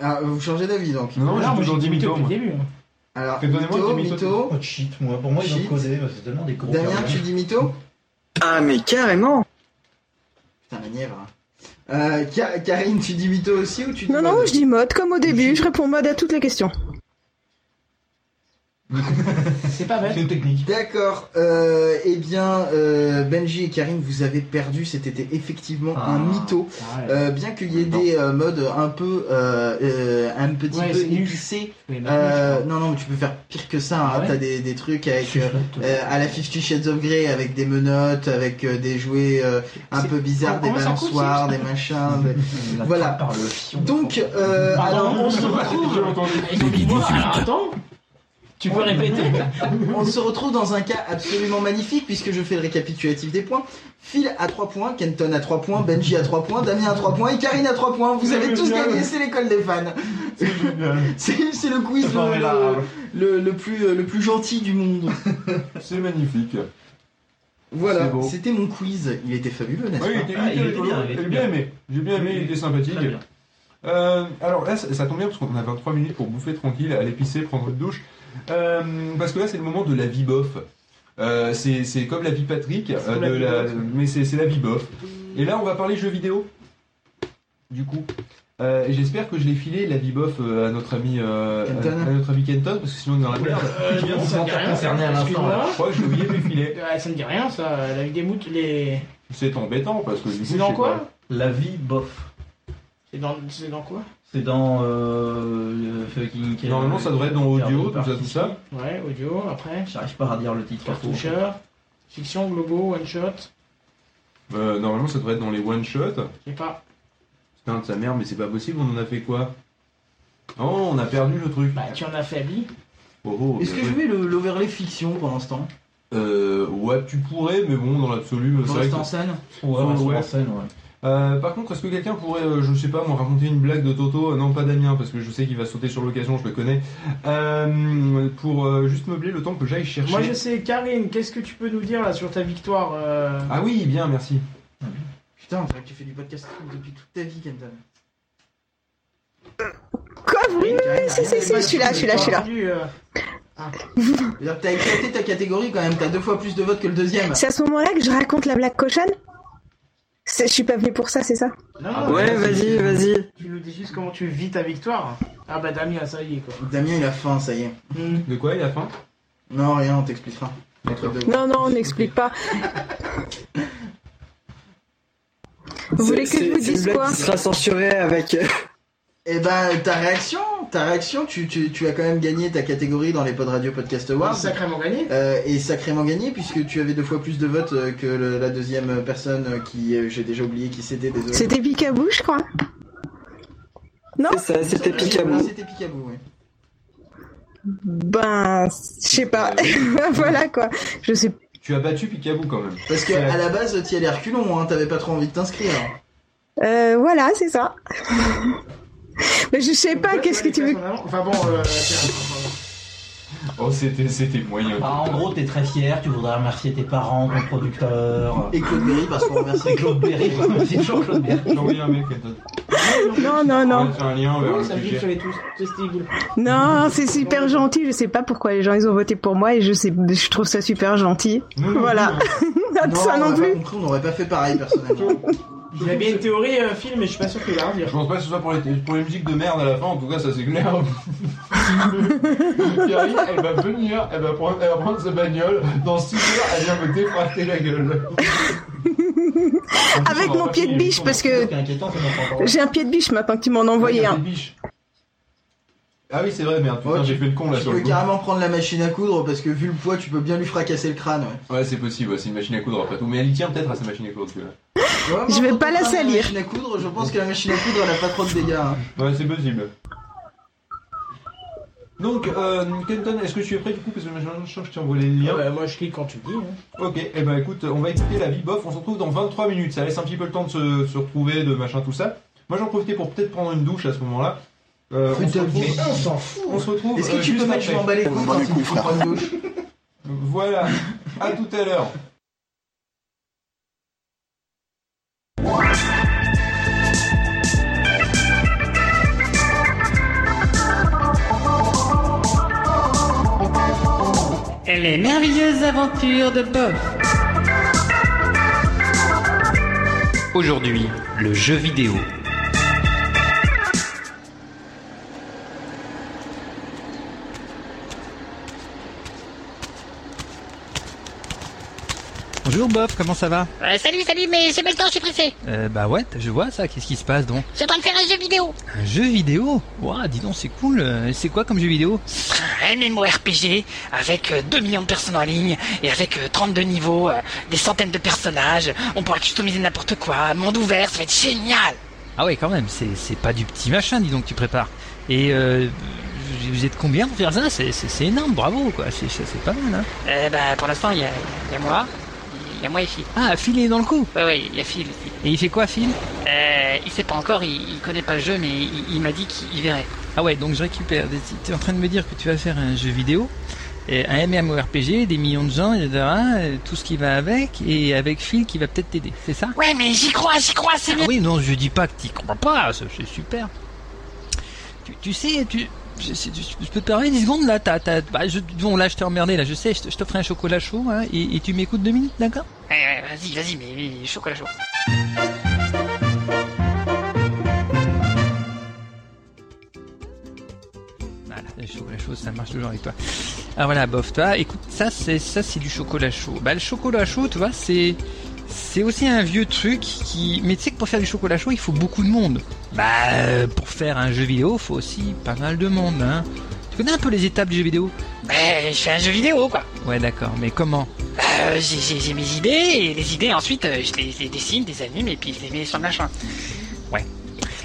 Speaker 2: Ah, vous changez d'avis donc.
Speaker 3: Non,
Speaker 5: Alors,
Speaker 3: j'ai
Speaker 5: moi,
Speaker 3: toujours dit mytho.
Speaker 5: depuis
Speaker 3: moi.
Speaker 5: le début. hein. moi.
Speaker 2: Alors,
Speaker 3: Mais donnez-moi
Speaker 2: mytho,
Speaker 3: le mytho.
Speaker 2: mytho.
Speaker 4: Oh cheat, moi. Pour moi, ils
Speaker 2: Cheat.
Speaker 4: ont causé, parce que c'est tellement des gros.
Speaker 2: Damien,
Speaker 4: perdants.
Speaker 2: tu dis mytho
Speaker 7: Ah, mais carrément
Speaker 2: Putain, la Nièvre. hein. Euh, Ka- Karine, tu dis mytho aussi ou tu dis
Speaker 8: Non, non,
Speaker 2: mode
Speaker 8: je dis mode comme au début. Je réponds mode à toutes les questions.
Speaker 5: C'est pas bête.
Speaker 3: C'est une technique.
Speaker 2: D'accord. Euh, eh bien, euh, Benji et Karine, vous avez perdu. C'était effectivement
Speaker 4: Ah.
Speaker 2: un mytho.
Speaker 5: Ah, ouais.
Speaker 2: Euh, bien qu'il y ait
Speaker 3: Non.
Speaker 2: des euh, modes un peu, euh, euh, un petit
Speaker 5: Ouais,
Speaker 2: peu
Speaker 5: c'est nul.
Speaker 2: épicés.
Speaker 5: Mais bah,
Speaker 2: Euh,
Speaker 5: maintenant,
Speaker 2: non, non, mais tu peux faire pire que ça. hein.
Speaker 5: Ah ouais
Speaker 2: T'as des, des trucs avec.
Speaker 5: je
Speaker 2: euh,
Speaker 5: crois que-
Speaker 2: euh, à la Fifty Shades of Grey avec des menottes, avec euh, des jouets euh, un
Speaker 5: C'est-
Speaker 2: peu bizarres, des
Speaker 5: Comment ça coûte,
Speaker 2: balançoires, des machins. des-
Speaker 4: On la
Speaker 2: Voilà.
Speaker 4: trappe Par le fion.
Speaker 2: Donc, euh,
Speaker 5: Pardon.
Speaker 2: alors on se
Speaker 3: J'ai
Speaker 2: retrouve.
Speaker 3: entendu.
Speaker 5: Excuse-moi, alors, attends. Tu peux répéter
Speaker 2: On se retrouve dans un cas absolument magnifique puisque je fais le récapitulatif des points. Phil à 3 points, Kenton à 3 points, Benji à 3 points, Damien à 3 points et Karine à 3 points. Vous avez tous gagné, c'est l'école des fans. C'est c'est le quiz le, le, le- le plus, euh, le plus gentil du monde.
Speaker 3: C'est magnifique.
Speaker 4: Ah,
Speaker 3: C'est
Speaker 2: Voilà,
Speaker 3: beau.
Speaker 2: c'était mon quiz. Il était fabuleux, n'est-ce
Speaker 3: Oui, il
Speaker 2: pas
Speaker 3: était,
Speaker 4: Ah,
Speaker 3: il
Speaker 4: il
Speaker 3: était
Speaker 4: était
Speaker 3: rigolo.
Speaker 4: bien, il était
Speaker 3: J'ai bien
Speaker 4: bien.
Speaker 3: aimé. J'ai bien aimé, il était sympathique.
Speaker 4: Très bien.
Speaker 3: Euh, alors là, ça, ça tombe bien parce qu'on a 23 minutes pour bouffer tranquille, aller pisser, prendre une douche. Euh, parce que là, c'est le moment de la vie bof. Euh, c'est c'est comme la vie Patrick, euh,
Speaker 5: comme la
Speaker 3: de
Speaker 5: vie
Speaker 3: la-
Speaker 5: bof.
Speaker 3: mais c'est c'est la vie bof. Et là, on va parler jeux vidéo. Du coup, Euh, et j'espère que je l'ai filé la vie bof euh, à notre ami euh,
Speaker 2: Kenton.
Speaker 3: à, à notre ami Kenton, parce que sinon on est dans la merde.
Speaker 5: Euh,
Speaker 4: Bien,
Speaker 5: non,
Speaker 4: on
Speaker 5: ça
Speaker 4: s'en
Speaker 5: me dit
Speaker 4: fait
Speaker 5: rien,
Speaker 4: concerner
Speaker 5: ça.
Speaker 4: à l'instant,
Speaker 5: Excuse-moi.
Speaker 3: Je crois que j'ai oublié de le filer.
Speaker 5: Ouais, ça ne dit rien, ça. La vie des moutes, les.
Speaker 3: C'est embêtant parce que du coup,
Speaker 5: C'est
Speaker 3: je
Speaker 5: dans
Speaker 3: sais
Speaker 5: quoi
Speaker 3: pas.
Speaker 4: La vie bof.
Speaker 5: C'est dans, c'est dans quoi
Speaker 4: C'est dans euh, le fucking.
Speaker 3: Normalement, ça devrait être dans audio, tout ça, tout ça.
Speaker 5: Ouais, audio, après.
Speaker 4: J'arrive pas à dire le titre.
Speaker 5: Cartoucheur, fiction, globo, one shot.
Speaker 3: Euh, normalement, ça devrait être dans les one shot.
Speaker 5: Je sais pas.
Speaker 3: Putain de sa mère, mais c'est pas possible, on en a fait quoi Oh, on a perdu le truc.
Speaker 5: Bah, tu en as faibli.
Speaker 3: Oh, oh,
Speaker 2: Est-ce
Speaker 3: bien
Speaker 2: que je
Speaker 3: joué.
Speaker 2: mets le- l'overlay fiction pour l'instant
Speaker 3: Euh, ouais, tu pourrais, mais bon, dans l'absolu, euh, c'est
Speaker 2: Pour
Speaker 3: vrai que...
Speaker 2: l'instant scène
Speaker 4: Ouais,
Speaker 3: Ouais,
Speaker 4: on
Speaker 3: ouais.
Speaker 4: en scène, ouais.
Speaker 3: Euh, par contre, est-ce que quelqu'un pourrait, euh, je sais pas, moi, raconter une blague de Toto Euh, Non, pas Damien, parce que je sais qu'il va sauter sur l'occasion, je le connais. Euh, pour euh, juste meubler le temps que j'aille chercher...
Speaker 5: Moi, je sais, Karine, qu'est-ce que tu peux nous dire là sur ta victoire euh,
Speaker 3: Ah oui, bien, merci.
Speaker 2: Putain, on dirait que tu fais du podcast depuis toute ta vie, Kenton.
Speaker 8: Quoi Oui, oui, oui, si, si, si,
Speaker 2: Ouais,
Speaker 8: je suis là, je suis là, je suis là.
Speaker 5: entendu, euh,
Speaker 2: C'est-à-dire que T'as éclaté ta catégorie quand même, t'as deux fois plus de votes que le deuxième.
Speaker 8: C'est à ce moment-là que je raconte la blague cochonne C'est- Je suis pas venue pour ça, c'est ça
Speaker 5: Non,
Speaker 3: Ah
Speaker 5: non,
Speaker 7: Ouais, vas-y, vas-y.
Speaker 5: tu nous dis juste comment tu vis ta victoire. Ah bah Damien, ça y est quoi.
Speaker 2: Damien, il a faim, ça y est.
Speaker 5: Hmm.
Speaker 3: De quoi, il a faim
Speaker 2: Non, rien, on t'expliquera. Entre deux.
Speaker 8: Non, non, on n'explique pas. Vous voulez que
Speaker 7: C'est-
Speaker 8: je vous
Speaker 7: c'est une
Speaker 8: dise
Speaker 7: blague
Speaker 8: quoi
Speaker 7: qui sera censurée avec.
Speaker 2: Eh ben, ta réaction, ta réaction, tu, tu, tu as quand même gagné ta catégorie dans les Pod Radio Podcast
Speaker 5: Wow,
Speaker 2: Awards.
Speaker 5: sacrément gagné.
Speaker 2: Euh, et sacrément gagné puisque tu avais deux fois plus de votes euh, que le- la deuxième personne euh, qui euh, j'ai déjà oublié qui c'était désolé.
Speaker 8: C'était Picabou, je crois.
Speaker 7: C'est ça, c'était
Speaker 2: Ah,
Speaker 7: Picabou.
Speaker 2: C'était Picabou, oui.
Speaker 8: Ben, je sais pas. voilà quoi. Je sais
Speaker 3: Tu as battu Picabou, quand même.
Speaker 2: Parce que
Speaker 3: C'est-
Speaker 2: à la base t'y allais reculons, hein, t'avais pas trop envie de t'inscrire. hein.
Speaker 8: Euh, voilà, c'est ça. Mais je sais
Speaker 5: Donc,
Speaker 8: pas,
Speaker 5: ouais,
Speaker 8: qu'est-ce que
Speaker 5: ouais,
Speaker 8: tu
Speaker 5: les
Speaker 8: veux.
Speaker 5: places en avant. Enfin bon, euh, tiens,
Speaker 3: Oh, c'était c'était moyen.
Speaker 4: Ah, en gros, t'es très fier, tu voudrais remercier tes parents, ton producteur.
Speaker 2: Et Claude Berry parce qu'on
Speaker 4: C'est
Speaker 2: remercie.
Speaker 4: Claude Berry, c'est toujours Claude Berry.
Speaker 3: J'ai envoyé un mec, attends.
Speaker 8: Non, non,
Speaker 3: On
Speaker 8: non.
Speaker 3: va faire un lien
Speaker 5: enfin,
Speaker 3: vers
Speaker 5: bon.
Speaker 3: le
Speaker 5: ça me dit
Speaker 3: sujet.
Speaker 5: sur les tous- testicules.
Speaker 8: Non, c'est super gentil. Je sais pas pourquoi les gens ils ont voté pour moi et je sais, je trouve ça super gentil.
Speaker 3: Nous, nous,
Speaker 8: Voilà.
Speaker 3: nous,
Speaker 8: regarde ça
Speaker 2: on
Speaker 8: non
Speaker 2: n'a pas
Speaker 8: plus.
Speaker 2: compris, on n'aurait pas fait pareil personnellement.
Speaker 5: Il a bien une théorie, un film, mais je suis pas sûr qu'il va
Speaker 3: Je
Speaker 5: redire.
Speaker 3: pense pas que ce soit pour les, pour les musiques de merde à la fin, en tout cas ça c'est clair. Carrie, elle va venir, elle va prendre, elle va prendre sa bagnole, dans 6 heures elle vient me défrater la gueule.
Speaker 8: Avec mon pied de biche, parce que hein.
Speaker 4: inquiétant, c'est notre endroit.
Speaker 8: j'ai un pied de biche maintenant que tu m'en as envoyé un.
Speaker 3: Ah oui c'est vrai merde, putain
Speaker 2: Ouais,
Speaker 3: j'ai fait le con là
Speaker 2: Tu
Speaker 3: sur
Speaker 2: peux
Speaker 3: le coup.
Speaker 2: carrément prendre la machine à coudre parce que vu le poids, tu peux bien lui fracasser le crâne. Ouais.
Speaker 3: Ouais c'est possible, ouais, c'est une machine à coudre après tout, mais elle y tient peut-être à sa machine à coudre celui-là.
Speaker 2: Vraiment,
Speaker 8: Je vais
Speaker 2: quand
Speaker 8: pas
Speaker 2: on
Speaker 8: la
Speaker 2: prend
Speaker 8: salir.
Speaker 2: machine à coudre, je pense que la machine à coudre, elle a pas trop de dégâts. hein.
Speaker 3: Ouais c'est possible. Donc, euh, Kenton, est-ce que tu es prêt du coup Parce que maintenant, je t'envoie les liens.
Speaker 5: Ouais, moi je clique quand tu le dis. hein.
Speaker 3: Ok, et eh ben écoute, on va écouter la vie bof, on se retrouve dans 23 minutes, ça laisse un petit peu le temps de se, se retrouver, de machin, tout ça. Moi j'en profitais pour peut-être prendre une douche à ce moment-là. Euh, on, se
Speaker 2: Putain,
Speaker 3: retrouve,
Speaker 2: mais-
Speaker 5: On s'en fout.
Speaker 3: on se retrouve.
Speaker 2: Est-ce que
Speaker 3: euh,
Speaker 2: tu peux
Speaker 3: juste
Speaker 2: mettre je
Speaker 3: après.
Speaker 2: vais emballer le
Speaker 9: On
Speaker 2: compte,
Speaker 9: va
Speaker 2: hein,
Speaker 9: les
Speaker 2: si tu
Speaker 9: coups, frère.
Speaker 2: prends une douche
Speaker 3: Voilà, à tout à l'heure.
Speaker 10: Les merveilleuses aventures de Bob. Aujourd'hui, le jeu vidéo.
Speaker 11: Bonjour Bob, comment ça va
Speaker 10: Euh, salut, salut, mais j'ai pas le temps, je suis pressé.
Speaker 11: euh, Bah ouais, je vois ça, qu'est-ce qui se passe donc
Speaker 10: Je suis en train de faire un jeu vidéo.
Speaker 11: Un jeu vidéo Waouh, dis donc, c'est cool, euh, c'est quoi comme jeu vidéo
Speaker 10: Un MMORPG avec euh, 2 millions de personnes en ligne et avec euh, 32 niveaux, euh, des centaines de personnages. On pourra customiser n'importe quoi, monde ouvert, ça va être génial.
Speaker 11: Ah ouais, quand même, c'est c'est pas du petit machin, dis donc, que tu prépares. Et euh, vous êtes combien pour faire ça C'est- C'est c'est énorme, bravo quoi, c'est c'est- c'est pas mal hein
Speaker 10: Euh, bah, pour l'instant, il y a, il y a moi. Il y a moi et Phil.
Speaker 11: Ah, Phil est dans le coup
Speaker 10: Ouais, ouais, il y a Phil aussi.
Speaker 11: Et il fait quoi Phil
Speaker 10: Euh, il sait pas encore, il, il connaît pas le jeu, mais il, il m'a dit qu'il il verrait.
Speaker 11: Ah ouais, donc je récupère, des- t'es en train de me dire que tu vas faire un jeu vidéo et un MMORPG, des millions de gens, etc., euh, tout ce qui va avec, et avec Phil qui va peut-être t'aider, c'est ça
Speaker 10: Ouais, mais j'y crois, j'y crois, c'est
Speaker 11: Ah
Speaker 10: mieux.
Speaker 11: oui, non, je dis pas que t'y crois pas, ça, c'est super. Tu, tu sais, tu, je, je- je- je peux te parler 10 secondes là t'as, t'as- bah, je, Bon, là, je t'ai emmerdé, là, je sais, je, te- je t'offre un chocolat chaud, hein, et, et tu m'écoutes deux minutes, d'accord
Speaker 10: Ouais, ouais, Eh, vas-y, vas-y, mais, mais chocolat chaud.
Speaker 11: Voilà, le chocolat chaud, ça marche toujours avec toi. Ah voilà, bof, toi, écoute, ça, c'est, ça, c'est du chocolat chaud. Bah, le chocolat chaud, tu vois, c'est. C'est aussi un vieux truc qui. Mais tu sais que pour faire du chocolat chaud, il faut beaucoup de monde. Bah, euh, pour faire un jeu vidéo, faut aussi pas mal de monde, hein. Tu connais un peu les étapes du jeu vidéo
Speaker 10: Ben, je fais un jeu vidéo, quoi.
Speaker 11: Ouais, d'accord, mais comment
Speaker 10: Euh, j'ai- j'ai j'ai mes idées, et les idées, ensuite, euh, je les, je les dessine, les anime, et puis je les mets sur le machin.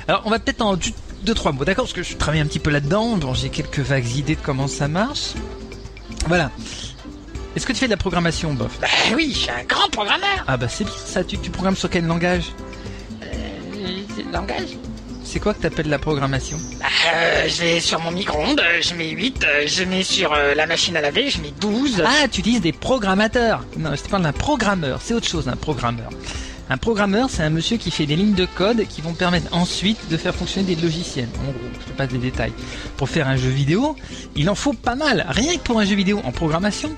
Speaker 11: Alors, on va peut-être en tu- deux, trois mots, d'accord Parce que je travaille un petit peu là-dedans. Bon, j'ai quelques vagues idées de comment ça marche. Voilà. Est-ce que tu fais de la programmation, bof
Speaker 10: Bah oui, je suis un grand programmeur.
Speaker 11: Ah, bah c'est bien ça. Tu, tu programmes sur quel langage
Speaker 10: Euh, c'est le langage
Speaker 11: C'est quoi que t'appelles la programmation
Speaker 10: Euh, je vais sur mon micro-ondes, euh, je mets 8, euh, je mets sur euh, la machine à laver, je mets 12.
Speaker 11: Ah, tu utilises des programmateurs Non, je te parle d'un programmeur. C'est autre chose, un programmeur. Un programmeur, c'est un monsieur qui fait des lignes de code qui vont permettre ensuite de faire fonctionner des logiciels. En gros, je te passe des détails. Pour faire un jeu vidéo, il en faut pas mal. Rien que pour un jeu vidéo en programmation,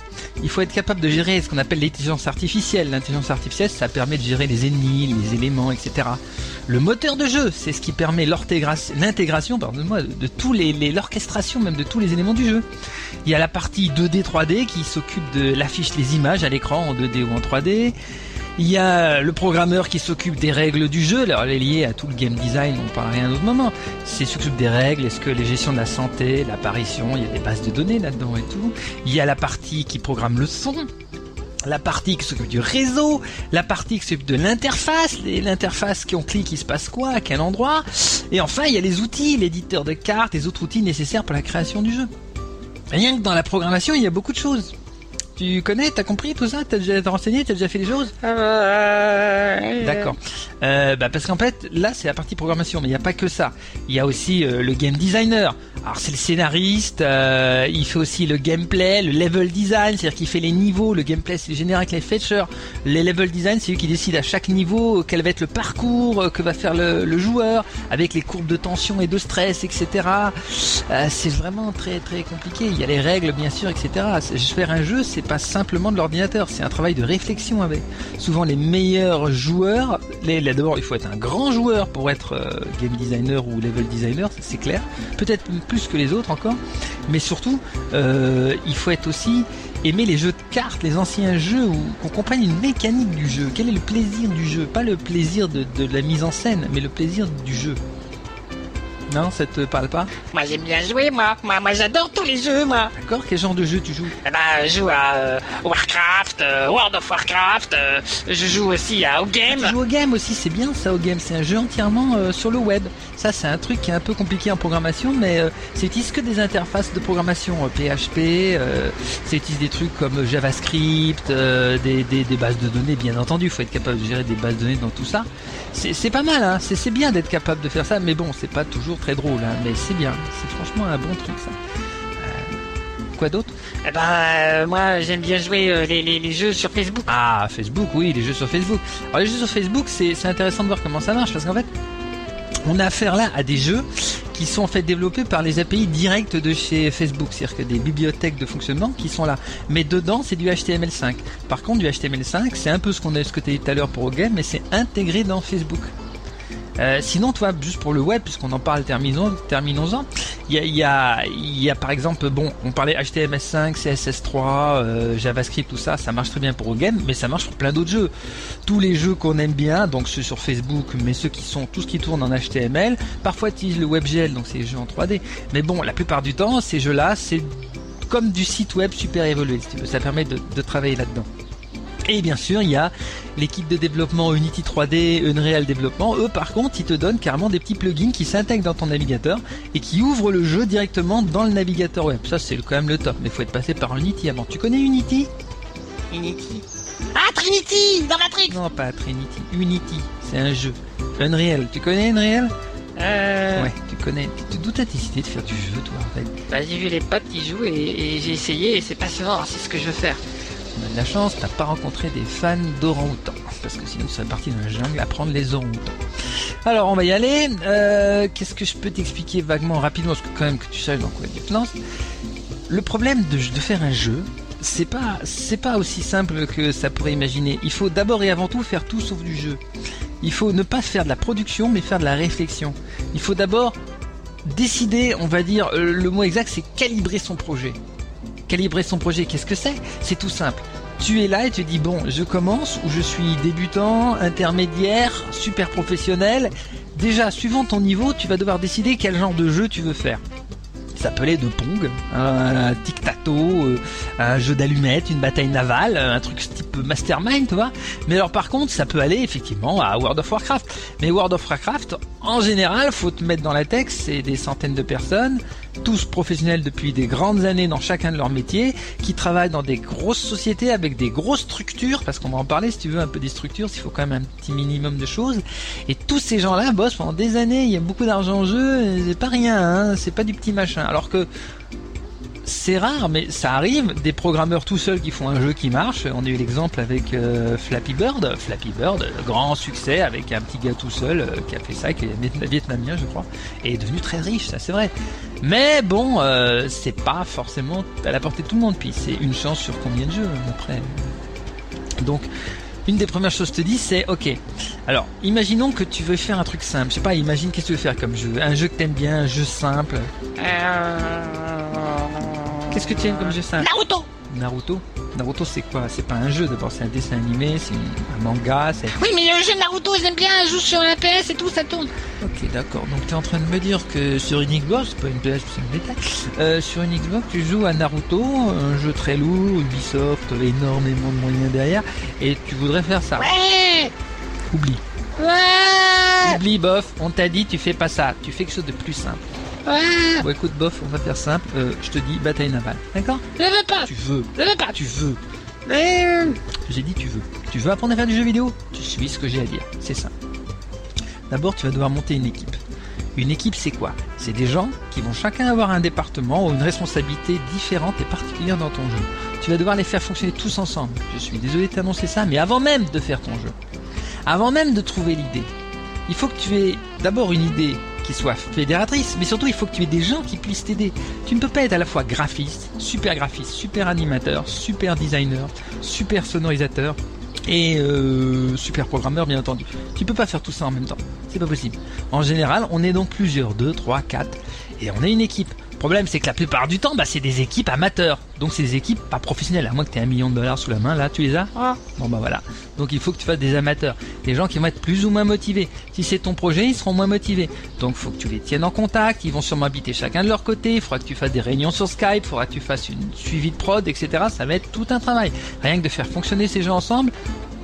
Speaker 11: il faut être capable de gérer ce qu'on appelle l'intelligence artificielle. L'intelligence artificielle, ça permet de gérer les ennemis, les éléments, etc. Le moteur de jeu, c'est ce qui permet l'ortégra- l'intégration, pardonne-moi, de tous les, les- l'orchestration même de tous les éléments du jeu. Il y a la partie 2D, 3D qui s'occupe de l'affiche, les images à l'écran en 2D ou en 3D. Il y a le programmeur qui s'occupe des règles du jeu, alors elle est liée à tout le game design, on parle rien d'autre moment. C'est s'occupe des règles, est-ce que les gestions de la santé, l'apparition, il y a des bases de données là-dedans et tout. Il y a la partie qui programme le son, la partie qui s'occupe du réseau, la partie qui s'occupe de l'interface, les- l'interface qui on clique, il se passe quoi, à quel endroit. Et enfin, il y a les outils, l'éditeur de cartes, les autres outils nécessaires pour la création du jeu. Rien que dans la programmation, il y a beaucoup de choses. Tu connais, t'as compris tout ça, t'as déjà t'as renseigné, t'as déjà fait des choses D'accord. Euh, bah parce qu'en fait, là, c'est la partie programmation, mais il n'y a pas que ça. Il y a aussi euh, le game designer. Alors c'est le scénariste, euh, il fait aussi le gameplay, le level design, c'est-à-dire qu'il fait les niveaux, le gameplay c'est généré avec les fetchers. Les level design, c'est lui qui décide à chaque niveau euh, quel va être le parcours, euh, que va faire le, le joueur, avec les courbes de tension et de stress, etc. Euh, c'est vraiment très très compliqué. Il y a les règles bien sûr, etc. C'est- Faire un jeu, c'est pas simplement de l'ordinateur, c'est un travail de réflexion avec. Souvent les meilleurs joueurs, les, là, d'abord il faut être un grand joueur pour être euh, game designer ou level designer, ça, c'est clair, peut-être plus que les autres encore, mais surtout euh, il faut être aussi aimer les jeux de cartes, les anciens jeux, où qu'on comprenne une mécanique du jeu, quel est le plaisir du jeu, pas le plaisir de, de la mise en scène, mais le plaisir du jeu. Non, ça te parle pas
Speaker 10: Moi j'aime bien jouer moi, moi, moi j'adore tous les jeux moi.
Speaker 11: D'accord, quel genre de jeu tu joues
Speaker 10: Eh ben, je joue à euh, Warcraft, euh, World of Warcraft, euh, je joue aussi à
Speaker 11: Ah, Tu
Speaker 10: O-Game.
Speaker 11: joues au game aussi, c'est bien ça au game, c'est un jeu entièrement euh, sur le web. Ça c'est un truc qui est un peu compliqué en programmation, mais euh, ça utilise que des interfaces de programmation euh, PHP, euh, ça utilise des trucs comme JavaScript, euh, des, des- des bases de données bien entendu, faut être capable de gérer des bases de données dans tout ça. C'est c'est pas mal, hein. c'est c'est bien d'être capable de faire ça, mais bon, c'est pas toujours très drôle, hein, mais c'est bien, c'est franchement un bon truc ça. Euh, Quoi d'autre
Speaker 10: Eh ben, euh, moi j'aime bien jouer euh, les, les- les jeux sur Facebook.
Speaker 11: Ah, Facebook, oui, les jeux sur Facebook. Alors, les jeux sur Facebook, c'est c'est intéressant de voir comment ça marche parce qu'en fait, on a affaire là à des jeux qui sont en fait développés par les API directes de chez Facebook, c'est-à-dire que des bibliothèques de fonctionnement qui sont là. Mais dedans, c'est du HTML5. Par contre, du HTML5, c'est un peu ce qu'on a, ce que tu as dit tout à l'heure pour OGame, mais c'est intégré dans Facebook. Euh, sinon, toi, juste pour le web, puisqu'on en parle, terminons- terminons-en. Il y a, il y, a, il y a, par exemple, bon, on parlait HTML5, CSS3, euh, JavaScript, tout ça, ça marche très bien pour OGame, mais ça marche pour plein d'autres jeux. Tous les jeux qu'on aime bien, donc ceux sur Facebook, mais ceux qui sont, tout ce qui tourne en HTML, parfois utilisent le WebGL, donc c'est des jeux en 3D. Mais bon, la plupart du temps, ces jeux-là, c'est comme du site web super évolué, si tu veux. Ça permet de- de travailler là-dedans. Et bien sûr, il y a l'équipe de développement Unity 3D, Unreal Développement. Eux, par contre, ils te donnent carrément des petits plugins qui s'intègrent dans ton navigateur et qui ouvrent le jeu directement dans le navigateur web. Ça, c'est quand même le top. Mais faut être passé par Unity avant. Tu connais Unity
Speaker 10: Unity. Ah Trinity dans Matrix.
Speaker 11: Non, pas Trinity. Unity, c'est un jeu. Unreal, tu connais Unreal
Speaker 10: Euh...
Speaker 11: Ouais, tu connais. Tu- D'où t'as décidé de faire du jeu, toi, en fait
Speaker 10: Bah, j'ai vu les potes qui jouent et, et j'ai essayé et c'est passionnant, c'est ce que je veux faire.
Speaker 11: On a de la chance, t'as pas rencontré des fans d'orang-outans. Parce que sinon, tu serais parti dans la jungle à prendre les orang-outans. Alors, on va y aller. Euh, Qu'est-ce que je peux t'expliquer vaguement, rapidement, parce que quand même que tu saches dans quoi tu te lances. Le problème de, de faire un jeu, c'est pas, c'est pas aussi simple que ça pourrait imaginer. Il faut d'abord et avant tout faire tout sauf du jeu. Il faut ne pas faire de la production, mais faire de la réflexion. Il faut d'abord décider, on va dire, euh, le mot exact, c'est calibrer son projet. Calibrer son projet, qu'est-ce que c'est C'est tout simple. Tu es là et tu dis bon, je commence ou je suis débutant, intermédiaire, super professionnel. Déjà, suivant ton niveau, tu vas devoir décider quel genre de jeu tu veux faire. Ça peut aller de Pong, un tic-tac-toe, euh, un jeu d'allumettes, une bataille navale, euh, un truc type mastermind, tu vois. Mais alors par contre, ça peut aller effectivement à World of Warcraft. Mais World of Warcraft, en général, faut te mettre dans la tech, c'est des centaines de personnes, tous professionnels depuis des grandes années dans chacun de leurs métiers, qui travaillent dans des grosses sociétés avec des grosses structures, parce qu'on va en parler si tu veux un peu des structures, s'il faut quand même un petit minimum de choses. Et tous ces gens-là bossent pendant des années, il y a beaucoup d'argent en jeu, et c'est pas rien, hein, c'est pas du petit machin. Alors que c'est rare, mais ça arrive, des programmeurs tout seuls qui font un jeu qui marche. On a eu l'exemple avec euh, Flappy Bird. Flappy Bird, euh, grand succès avec un petit gars tout seul euh, qui a fait ça, qui est viet- vietnamien, je crois, et est devenu très riche, ça c'est vrai. Mais bon, euh, c'est pas forcément à la portée de tout le monde, puis c'est une chance sur combien de jeux, hein, après. Donc, une des premières choses que je te dis, c'est ok. Alors, imaginons que tu veux faire un truc simple. Je sais pas, imagine qu'est-ce que tu veux faire comme jeu. Un jeu que t'aimes bien, un jeu simple.
Speaker 10: Euh,
Speaker 11: Qu'est-ce que tu aimes comme jeu simple
Speaker 10: Naruto
Speaker 11: Naruto Naruto, c'est quoi C'est pas un jeu d'abord, c'est un dessin animé, c'est un manga, c'est.
Speaker 10: Oui, mais le jeu de Naruto, j'aime bien, je joue sur la PS et tout, ça tourne.
Speaker 11: Ok, d'accord. Donc t'es en train de me dire que sur une Xbox, c'est pas une PS, c'est une détail. euh, sur une Xbox, tu joues à Naruto, un jeu très lourd, Ubisoft, énormément de moyens derrière, et tu voudrais faire ça.
Speaker 10: Ouais
Speaker 11: Oublie.
Speaker 10: Ouais
Speaker 11: Oublie, bof, on t'a dit, tu fais pas ça. Tu fais quelque chose de plus simple.
Speaker 10: Ouais
Speaker 11: Bon, écoute, bof, on va faire simple. Euh, je te dis, bataille navale. D'accord
Speaker 10: Je veux pas
Speaker 11: Tu veux.
Speaker 10: Je veux pas
Speaker 11: Tu veux.
Speaker 10: Mais, euh,
Speaker 11: J'ai dit tu veux. Tu veux apprendre à faire du jeu vidéo Tu suis ce que j'ai à dire. C'est ça. D'abord, tu vas devoir monter une équipe. Une équipe, c'est quoi C'est des gens qui vont chacun avoir un département ou une responsabilité différente et particulière dans ton jeu. Tu vas devoir les faire fonctionner tous ensemble. Je suis désolé de t'annoncer ça, mais avant même de faire ton jeu, avant même de trouver l'idée, il faut que tu aies d'abord une idée qui soit fédératrice, mais surtout il faut que tu aies des gens qui puissent t'aider. Tu ne peux pas être à la fois graphiste, super graphiste, super animateur, super designer, super sonorisateur et euh, super programmeur bien entendu. Tu peux pas faire tout ça en même temps, c'est pas possible. En général, on est donc plusieurs, 2, 3, 4 et on est une équipe. Le problème c'est que la plupart du temps, bah, c'est des équipes amateurs, donc c'est des équipes pas professionnelles. À moins que tu aies un million de dollars sous la main, là tu les as. Ah, bon bah voilà. Donc il faut que tu fasses des amateurs, des gens qui vont être plus ou moins motivés. Si c'est ton projet, ils seront moins motivés. Donc faut que tu les tiennes en contact, ils vont sûrement habiter chacun de leur côté, il faudra que tu fasses des réunions sur Skype, il faudra que tu fasses une suivi de prod, etc. Ça va être tout un travail. Rien que de faire fonctionner ces gens ensemble,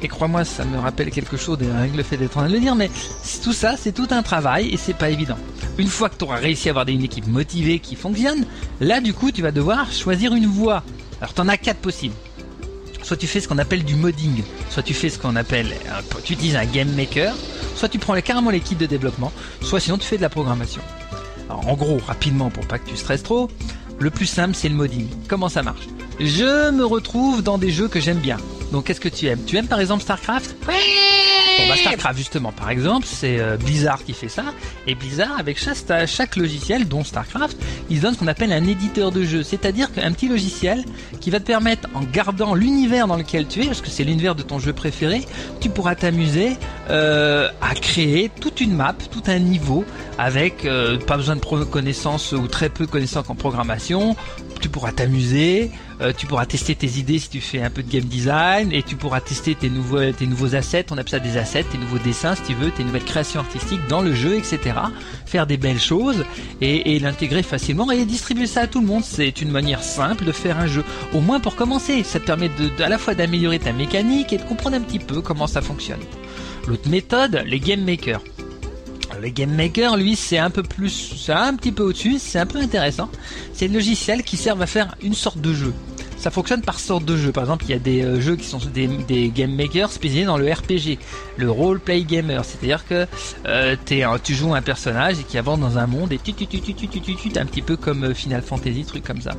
Speaker 11: et crois-moi, ça me rappelle quelque chose, et rien que le fait d'être en train de le dire, mais c'est- tout ça, c'est tout un travail et c'est pas évident. Une fois que tu auras réussi à avoir des- une équipe motivée qui fonctionne, là du coup, tu vas devoir choisir une voie. Alors t'en as quatre possibles soit tu fais ce qu'on appelle du modding, soit tu fais ce qu'on appelle, un- tu utilises un game maker, soit tu prends les- carrément les kits de développement, soit sinon tu fais de la programmation. Alors, en gros, rapidement pour pas que tu stresses trop, le plus simple c'est le modding. Comment ça marche Je me retrouve dans des jeux que j'aime bien. Donc qu'est-ce que tu aimes Tu aimes par exemple StarCraft Bon, bah, StarCraft, justement, par exemple, c'est euh, Blizzard qui fait ça. Et Blizzard, avec chaque, chaque logiciel, dont StarCraft, ils donnent ce qu'on appelle un éditeur de jeu. C'est-à-dire qu'un petit logiciel qui va te permettre, en gardant l'univers dans lequel tu es, parce que c'est l'univers de ton jeu préféré, tu pourras t'amuser euh, à créer toute une map, tout un niveau, avec euh, pas besoin de pro- connaissances ou très peu connaissances en programmation. Tu pourras t'amuser, euh, tu pourras tester tes idées si tu fais un peu de game design et tu pourras tester tes nouveaux, tes nouveaux assets, on appelle ça des assets, tes nouveaux dessins si tu veux, tes nouvelles créations artistiques dans le jeu, etc. Faire des belles choses et, et l'intégrer facilement et distribuer ça à tout le monde. C'est une manière simple de faire un jeu, au moins pour commencer. Ça te permet de, de- à la fois d'améliorer ta mécanique et de comprendre un petit peu comment ça fonctionne. L'autre méthode, les game makers. Alors, Le Game Maker, lui, c'est un peu plus, c'est un petit peu au-dessus, c'est un peu intéressant. C'est le logiciel qui sert à faire une sorte de jeu. Ça fonctionne par sorte de jeu. Par exemple, il y a des euh, jeux qui sont des, des Game Makers spécialisés dans le RPG, le Role Play Gamer. C'est-à-dire que euh, t'es un- tu joues un personnage et qui avance dans un monde et tu, tu, tu, tu, tu, tu, tu, tu, un petit peu comme euh, Final Fantasy, truc comme ça.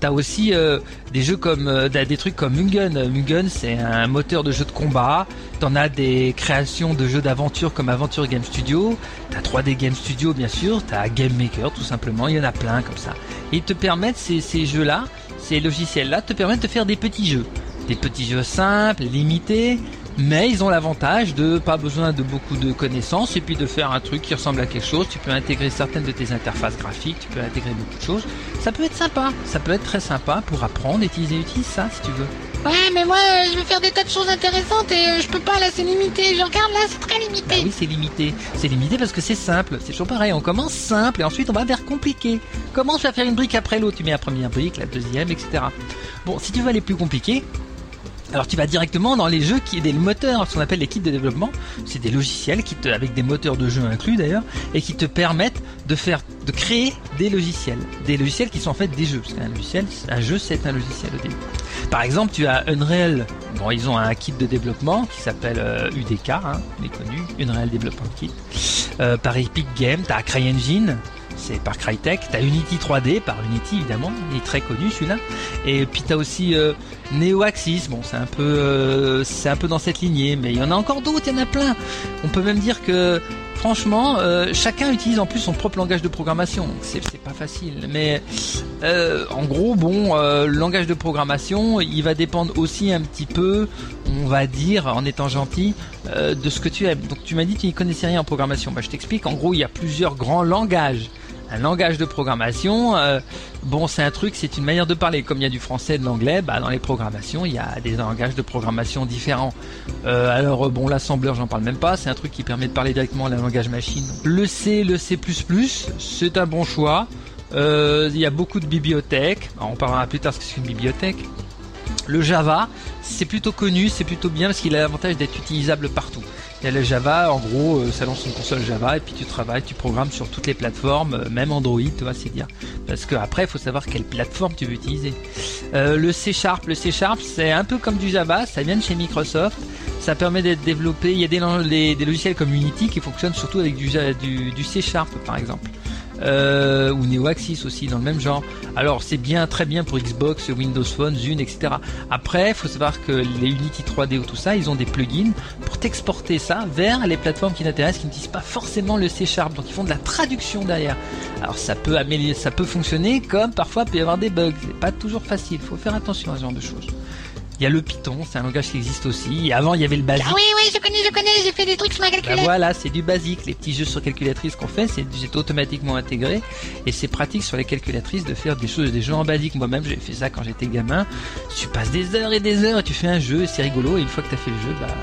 Speaker 11: T'as aussi euh, des jeux comme euh, t'as des trucs comme Mugen. Euh, Mugen, c'est un moteur de jeu de combat. T'en as des créations de jeux d'aventure comme Aventure Game Studio. T'as 3D Game Studio, bien sûr. T'as Game Maker, tout simplement. Il y en a plein comme ça. Et ils te permettent ces, ces jeux-là, ces logiciels-là, te permettent de faire des petits jeux, des petits jeux simples, limités. Mais ils ont l'avantage de pas besoin de beaucoup de connaissances et puis de faire un truc qui ressemble à quelque chose. Tu peux intégrer certaines de tes interfaces graphiques, tu peux intégrer beaucoup de choses. Ça peut être sympa, ça peut être très sympa pour apprendre, utiliser, utilise ça si tu veux.
Speaker 10: Ouais, mais moi, euh, je veux faire des tas de choses intéressantes et euh, je peux pas, là, c'est limité. Je regarde, là, c'est très limité.
Speaker 11: Bah oui, c'est limité. C'est limité parce que c'est simple. C'est toujours pareil. On commence simple et ensuite on va vers compliqué. Commence à faire une brique après l'autre. Tu mets la première brique, la deuxième, etc. Bon, si tu veux aller plus compliqué, alors tu vas directement dans les jeux qui aident le moteur, ce qu'on appelle les kits de développement. C'est des logiciels qui te, avec des moteurs de jeu inclus d'ailleurs, et qui te permettent de faire, de créer des logiciels, des logiciels qui sont en fait des jeux. Parce qu'un logiciel, un jeu, c'est un logiciel au début. Par exemple, tu as Unreal. Bon, ils ont un kit de développement qui s'appelle euh, UDK, hein, il est connu, Unreal Development Kit. Euh, par Epic Games, t'as CryEngine c'est par Crytek. T'as Unity 3D par Unity évidemment, il est très connu celui-là. Et puis t'as aussi euh, NeoAxis. Bon, c'est un peu, euh, c'est un peu dans cette lignée, mais il y en a encore d'autres, il y en a plein. On peut même dire que Franchement, euh, chacun utilise en plus son propre langage de programmation. Donc, C'est c'est pas facile, mais euh, en gros, bon, euh, le langage de programmation, il va dépendre aussi un petit peu, on va dire, en étant gentil, euh, de ce que tu aimes. Donc tu m'as dit que tu n'y connaissais rien en programmation. Bah, je t'explique. En gros, il y a plusieurs grands langages un langage de programmation. euh, bon, c'est un truc, c'est une manière de parler. Comme il y a du français et de l'anglais, bah, dans les programmations, il y a des langages de programmation différents. Euh, alors, euh, bon, l'assembleur, j'en parle même pas. C'est un truc qui permet de parler directement le langage machine. Le C, le C++, c'est un bon choix. Euh, Il y a beaucoup de bibliothèques. Alors, on parlera plus tard de ce que c'est une bibliothèque. Le Java, c'est plutôt connu, c'est plutôt bien parce qu'il a l'avantage d'être utilisable partout. Il y a le Java, en gros, euh, ça lance une console Java et puis tu travailles, tu programmes sur toutes les plateformes, euh, même Android, tu vois, c'est bien. Parce que après, il faut savoir quelle plateforme tu veux utiliser. Euh, le C Sharp, le C Sharp, c'est un peu comme du Java, ça vient de chez Microsoft, ça permet d'être développé. Il y a des, lang- des- des logiciels comme Unity qui fonctionnent surtout avec du, Ja- du- du C Sharp, par exemple. euh, ou Neo Axis aussi dans le même genre. Alors c'est bien, très bien pour Xbox, Windows Phone, Zune, etc. Après, faut savoir que les Unity 3D ou tout ça, ils ont des plugins pour t'exporter ça vers les plateformes qui t'intéressent, qui n'utilisent pas forcément le C Sharp, donc ils font de la traduction derrière. Alors ça peut améliorer, ça peut fonctionner, comme parfois il peut y avoir des bugs. C'est pas toujours facile, faut faire attention à ce genre de choses. Il y a le Python, c'est un langage qui existe aussi. Et avant, il y avait le basique.
Speaker 10: Ah oui, oui, je connais, je connais, j'ai fait des trucs sur ma
Speaker 11: Bah
Speaker 10: calculette.
Speaker 11: voilà, c'est du basique. Les petits jeux sur calculatrice qu'on fait, c'est c'est automatiquement intégré et c'est pratique sur les calculatrices de faire des choses, des jeux en basique. Moi-même, j'ai fait ça quand j'étais gamin. Tu passes des heures et des heures, tu fais un jeu, et c'est rigolo. Et une fois que t'as fait le jeu, bah,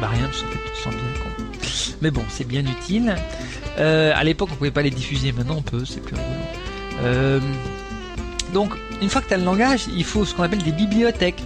Speaker 11: bah rien, tu te sens bien con. Mais bon, c'est bien utile. Euh, à l'époque, on pouvait pas les diffuser. Maintenant, on peut. C'est plus rigolo. Euh, donc, une fois que tu as le langage, il faut ce qu'on appelle des bibliothèques.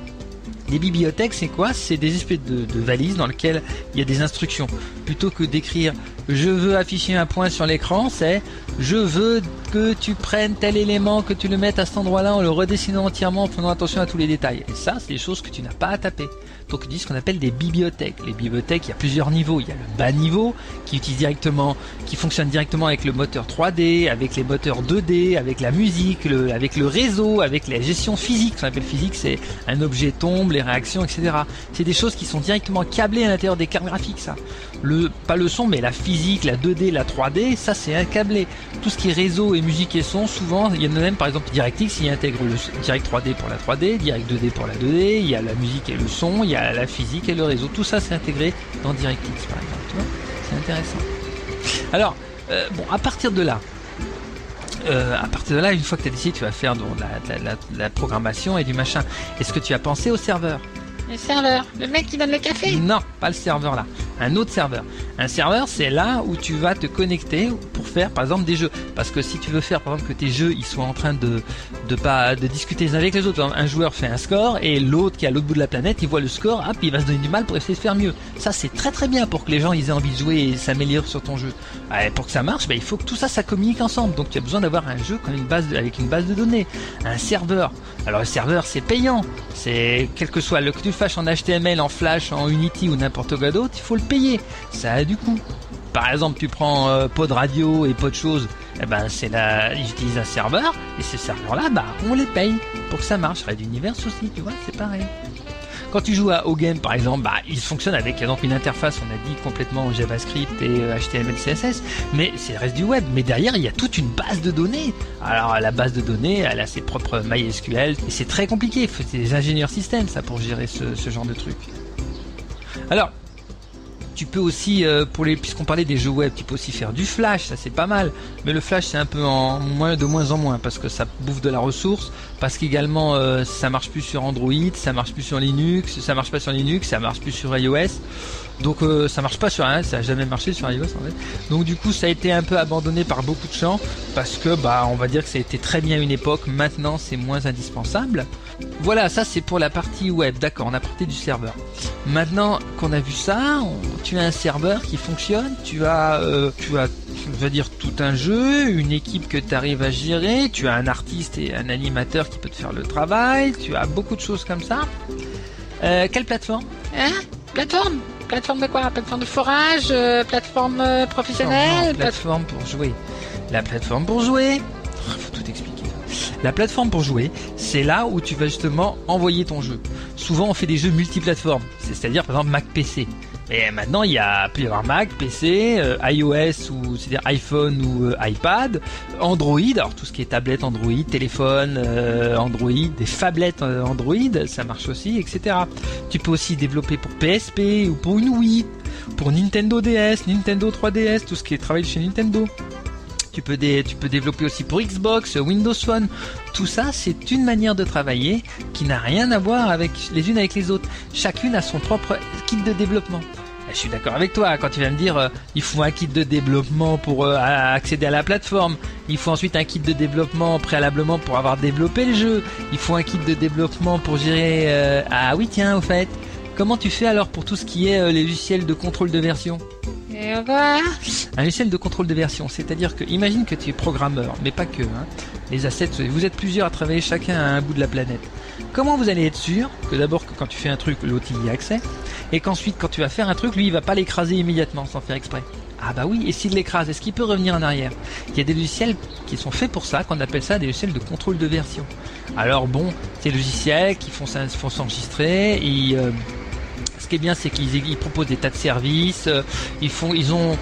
Speaker 11: Des bibliothèques, c'est quoi C'est des espèces de, de valises dans lesquelles il y a des instructions. Plutôt que d'écrire je veux afficher un point sur l'écran, c'est je veux que tu prennes tel élément, que tu le mettes à cet endroit-là en le redessinant entièrement, en prenant attention à tous les détails. Et ça, c'est des choses que tu n'as pas à taper. Donc, ils disent ce qu'on appelle des bibliothèques. Les bibliothèques, il y a plusieurs niveaux. Il y a le bas niveau qui utilise directement, qui fonctionne directement avec le moteur 3D, avec les moteurs 2D, avec la musique, le- avec le réseau, avec la gestion physique. Ce qu'on appelle physique, c'est un objet tombe, les réactions, etc. C'est des choses qui sont directement câblées à l'intérieur des cartes graphiques, ça. Le, pas le son, mais la physique, la 2D, la 3D, ça c'est un câblé. Tout ce qui est réseau et musique et son, souvent, il y en a même par exemple DirectX, il intègre le Direct 3D pour la 3D, Direct 2D pour la 2D, il y a la musique et le son, il y a la physique et le réseau. Tout ça c'est intégré dans DirectX par exemple. tu vois. C'est intéressant. Alors, euh, bon, à partir de là, euh, à partir de là, une fois que tu as décidé, tu vas faire donc, de la, de la- de la- de la programmation et du machin. Est-ce que tu as pensé au serveur
Speaker 10: Le serveur, le mec qui donne le café.
Speaker 11: Non, pas le serveur là, un autre serveur. Un serveur, c'est là où tu vas te connecter pour faire par exemple des jeux. Parce que si tu veux faire par exemple que tes jeux ils soient en train de, de pas de discuter les uns avec les autres, Par exemple, un joueur fait un score et l'autre qui est à l'autre bout de la planète, il voit le score, hop, il va se donner du mal pour essayer de faire mieux. Ça c'est très très bien pour que les gens ils aient envie de jouer et s'améliorent sur ton jeu. Ah, et pour que ça marche, bah, il faut que tout ça ça communique ensemble. Donc tu as besoin d'avoir un jeu comme une base de- avec une base de données, un serveur. Alors le serveur c'est payant, c'est quel que soit le que tu le fasses en HTML, en Flash, en Unity ou n'importe quoi d'autre, il faut le payer. Ça a du coût. Par exemple, tu prends euh, Pod Radio et Pod Chose, eh ben c'est la, ils utilisent un serveur et ces serveurs-là, bah on les paye pour que ça marche. Red Universe aussi, tu vois, c'est pareil. Quand tu joues à OGame par exemple, bah, il fonctionne avec donc une interface, on a dit complètement JavaScript et euh, HTML, CSS, mais c'est le reste du web. Mais derrière, il y a toute une base de données. Alors la base de données, elle a ses propres MySQL, et c'est très compliqué. Il faut des ingénieurs système ça pour gérer ce, ce genre de truc. Alors, tu peux aussi, euh, pour les, puisqu'on parlait des jeux web, tu peux aussi faire du flash, ça c'est pas mal. Mais le flash c'est un peu en moins, de moins en moins parce que ça bouffe de la ressource, parce qu'également euh, ça marche plus sur Android, ça marche plus sur Linux, ça marche pas sur Linux, ça marche plus sur iOS. Donc euh, ça marche pas sur iOS, ça a jamais marché sur iOS en fait. Donc du coup ça a été un peu abandonné par beaucoup de gens parce que bah on va dire que ça a été très bien une époque, maintenant c'est moins indispensable. Voilà, ça c'est pour la partie web, d'accord, on a parlé du serveur. Maintenant qu'on a vu ça, on- tu as un serveur qui fonctionne, tu as, euh, tu as, je veux dire, tout un jeu, une équipe que tu arrives à gérer, tu as un artiste et un animateur qui peut te faire le travail, tu as beaucoup de choses comme ça. Euh, quelle plateforme
Speaker 10: Hein Plateforme Plateforme de quoi Plateforme de forage euh, Plateforme euh,
Speaker 11: Non,
Speaker 10: professionnelle plate-
Speaker 11: plateforme pour jouer. La plateforme pour jouer. Ah, Faut tout expliquer. La plateforme pour jouer, c'est là où tu vas justement envoyer ton jeu. Souvent, on fait des jeux multiplateformes, C'est- c'est-à-dire par exemple Mac PC. Mais maintenant, il y a plus avoir Mac, PC, euh, iOS ou c'est-à-dire iPhone ou euh, iPad, Android, alors tout ce qui est tablette Android, téléphone euh, Android, des phablettes euh, Android, ça marche aussi, etc. Tu peux aussi développer pour PSP ou pour une Wii, pour Nintendo DS, Nintendo 3DS, tout ce qui est travail chez Nintendo. Tu peux, dé- tu peux développer aussi pour Xbox, Windows Phone. Tout ça, c'est une manière de travailler qui n'a rien à voir avec les unes avec les autres. Chacune a son propre kit de développement. Eh, Je suis d'accord avec toi quand tu vas me dire euh, il faut un kit de développement pour euh, à- accéder à la plateforme, il faut ensuite un kit de développement préalablement pour avoir développé le jeu, il faut un kit de développement pour gérer euh, ah oui tiens au fait, comment tu fais alors pour tout ce qui est euh, les logiciels de contrôle de version
Speaker 10: Et au revoir.
Speaker 11: un logiciel de contrôle de version, c'est-à-dire que imagine que tu es programmeur, mais pas que. hein. Les assets, vous êtes plusieurs à travailler chacun à un bout de la planète. Comment vous allez être sûr que d'abord que quand tu fais un truc, l'autre il y a accès, et qu'ensuite quand tu vas faire un truc, lui il va pas l'écraser immédiatement sans faire exprès. Ah bah oui, et s'il l'écrase, est-ce qu'il peut revenir en arrière Il y a des logiciels qui sont faits pour ça, qu'on appelle ça des logiciels de contrôle de version. Alors bon, ces logiciels qui font s'en- font s'enregistrer, ils, euh, ce qui est bien c'est qu'ils ils proposent des tas de services, euh, ils font, ils ont...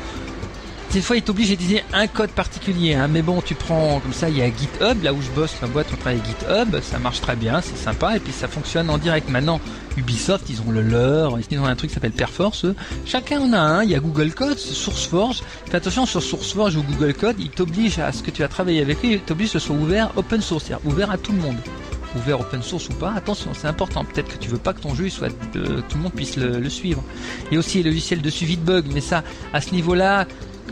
Speaker 11: Des fois, ils t'obligent à utiliser un code particulier, hein, mais bon, tu prends comme ça, il y a GitHub, là où je bosse, ma boîte, on travaille avec GitHub, ça marche très bien, c'est sympa, et puis ça fonctionne en direct. Maintenant, Ubisoft, ils ont le leur, ils ont un truc qui s'appelle Perforce, eux. chacun en a un, il y a Google Code, SourceForge. Fais attention, sur SourceForge ou Google Code, ils t'obligent à ce que tu vas travailler avec eux, ils t'obligent que ce soit ouvert open source, c'est-à-dire ouvert à tout le monde. Ouvert open source ou pas, attention, c'est important. Peut-être que tu veux pas que ton jeu il soit euh, tout le monde puisse le, le suivre. Et aussi les logiciels de suivi de bugs, mais ça, à ce niveau-là,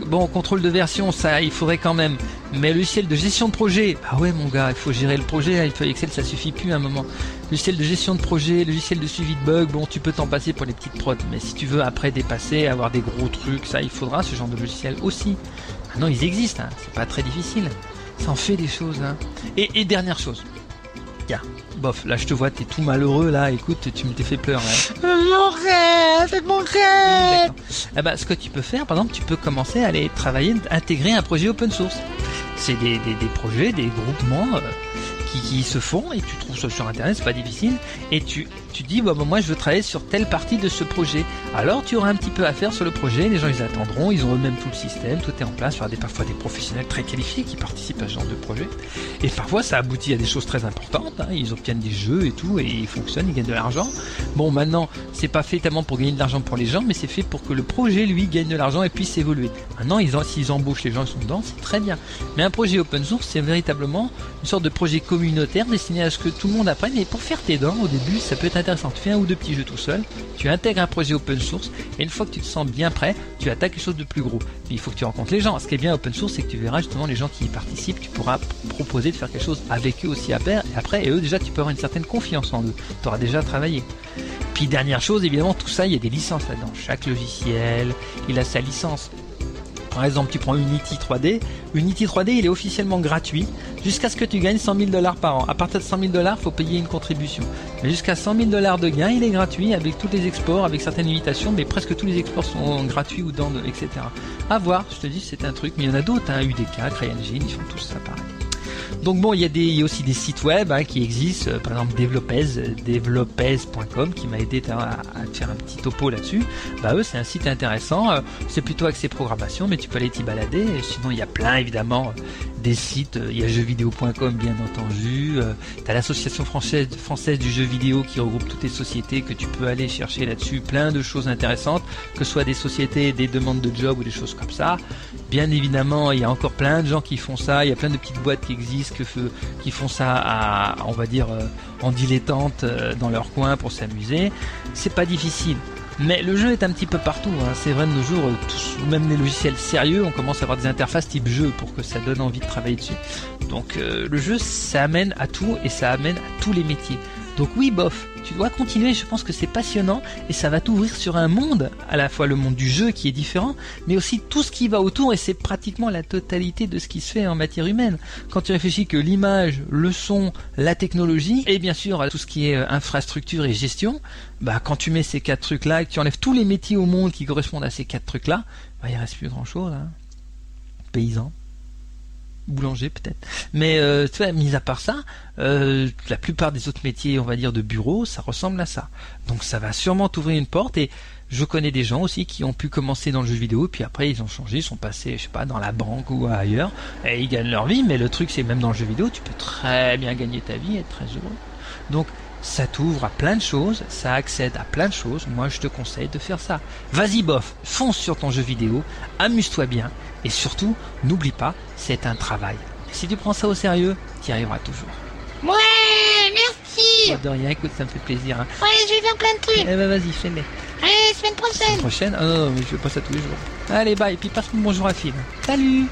Speaker 11: Bon, contrôle de version, ça, il faudrait quand même. Mais le logiciel de gestion de projet, ah ouais, mon gars, il faut gérer le projet. hein, Il faut Excel, ça suffit plus à un moment. Logiciel de gestion de projet, logiciel de suivi de bugs, bon, tu peux t'en passer pour les petites prods. Mais si tu veux après dépasser, avoir des gros trucs, ça, il faudra ce genre de logiciel aussi. Maintenant, ils existent, hein, c'est pas très difficile. Ça en fait des choses. hein. Et, et dernière chose. Tiens, bof, là, je te vois, t'es tout malheureux, là. Écoute, tu me t'es fait pleurer. hein.
Speaker 10: Mon rêve, c'est mon rêve
Speaker 11: Eh ben, ce que tu peux faire, par exemple, tu peux commencer à aller travailler, intégrer un projet open source. C'est des, des- des projets, des groupements euh, qui, qui se font et tu trouves ça sur Internet, c'est pas difficile. Et tu, tu dis, bah, bah, moi je veux travailler sur telle partie de ce projet. Alors tu auras un petit peu à faire sur le projet, les gens ils attendront, ils ont eux-mêmes tout le système, tout est en place. Il y aura des, parfois des professionnels très qualifiés qui participent à ce genre de projet. Et parfois ça aboutit à des choses très importantes, hein. ils obtiennent des jeux et tout, et ils fonctionnent, ils gagnent de l'argent. Bon, maintenant, c'est pas fait tellement pour gagner de l'argent pour les gens, mais c'est fait pour que le projet, lui, gagne de l'argent et puisse évoluer. Maintenant, ils en- s'ils embauchent les gens qui sont dedans, c'est très bien. Mais un projet open source, c'est véritablement une sorte de projet communautaire destiné à ce que tout le monde apprenne. Et pour faire tes dents, au début, ça peut être intéressant. Tu fais un ou deux petits jeux tout seul, tu intègres un projet open source, et une fois que tu te sens bien prêt, tu attaques quelque chose de plus gros. Mais il faut que tu rencontres les gens. Ce qui est bien open source, c'est que tu verras justement les gens qui y participent, tu pourras p- proposer de faire quelque chose avec eux aussi à pair, et après, et eux, déjà, tu peux avoir une certaine confiance en eux. Tu auras déjà travaillé. Puis dernière chose, évidemment, tout ça, il y a des licences là-dedans. Chaque logiciel, il a sa licence. Par exemple, tu prends Unity 3D. Unity 3D, il est officiellement gratuit jusqu'à ce que tu gagnes 100 000 dollars par an. À partir de 100 000 dollars, faut payer une contribution. Mais jusqu'à 100 000 dollars de gains, il est gratuit avec tous les exports, avec certaines limitations, mais presque tous les exports sont gratuits ou dans, le- etc. À voir. Je te dis, c'est un truc, mais il y en a d'autres. Hein, UDK, CryEngine, ils font tous ça pareil. Donc bon, il y, a des- il y a aussi des sites web hein, qui existent, euh, par exemple Developez, euh, developez.com qui m'a aidé à, à te faire un petit topo là-dessus. Bah eux, c'est un site intéressant, euh, c'est plutôt axé programmation, mais tu peux aller t'y balader. Et Sinon, il y a plein évidemment euh, des sites, euh, il y a jeuxvideo.com bien entendu, euh, t'as l'association française, française du jeu vidéo qui regroupe toutes les sociétés que tu peux aller chercher là-dessus, plein de choses intéressantes, que ce soit des sociétés, des demandes de job ou des choses comme ça. Bien évidemment, il y a encore plein de gens qui font ça. Il y a plein de petites boîtes qui existent, que fe- qui font ça à, on va dire, euh, en dilettante euh, dans leur coin pour s'amuser. C'est pas difficile. Mais le jeu est un petit peu partout. hein. C'est vrai de nos jours, euh, tous, même les logiciels sérieux, on commence à avoir des interfaces type jeu pour que ça donne envie de travailler dessus. Donc euh, le jeu, ça amène à tout et ça amène à tous les métiers. Donc oui, bof, tu dois continuer, je pense que c'est passionnant et ça va t'ouvrir sur un monde, à la fois le monde du jeu qui est différent, mais aussi tout ce qui va autour et c'est pratiquement la totalité de ce qui se fait en matière humaine. Quand tu réfléchis que l'image, le son, la technologie et bien sûr à tout ce qui est euh, infrastructure et gestion, bah quand tu mets ces quatre trucs-là et que tu enlèves tous les métiers au monde qui correspondent à ces quatre trucs-là, bah il reste plus grand-chose. Hein. Paysan boulanger peut-être. Mais euh, tu vois, mis à part ça, euh, la plupart des autres métiers, on va dire, de bureau, ça ressemble à ça. Donc ça va sûrement t'ouvrir une porte et je connais des gens aussi qui ont pu commencer dans le jeu vidéo, puis après ils ont changé, ils sont passés, je sais pas, dans la banque ou ailleurs, et ils gagnent leur vie, mais le truc c'est même dans le jeu vidéo, tu peux très bien gagner ta vie et être très heureux. Donc ça t'ouvre à plein de choses, ça accède à plein de choses. Moi, je te conseille de faire ça. Vas-y, bof, fonce sur ton jeu vidéo, amuse-toi bien, et surtout, n'oublie pas, c'est un travail. Si tu prends ça au sérieux, tu y arriveras toujours.
Speaker 10: Ouais, merci
Speaker 11: De rien, écoute, ça me fait plaisir. hein.
Speaker 10: Ouais, je vais faire plein de
Speaker 11: Eh
Speaker 10: trucs
Speaker 11: ben vas-y, fais-les.
Speaker 10: Allez, semaine prochaine
Speaker 11: Ah Prochaine, oh non, non, mais je fais pas ça tous les jours. Allez, bye, et puis passe mon bonjour à Phil. Salut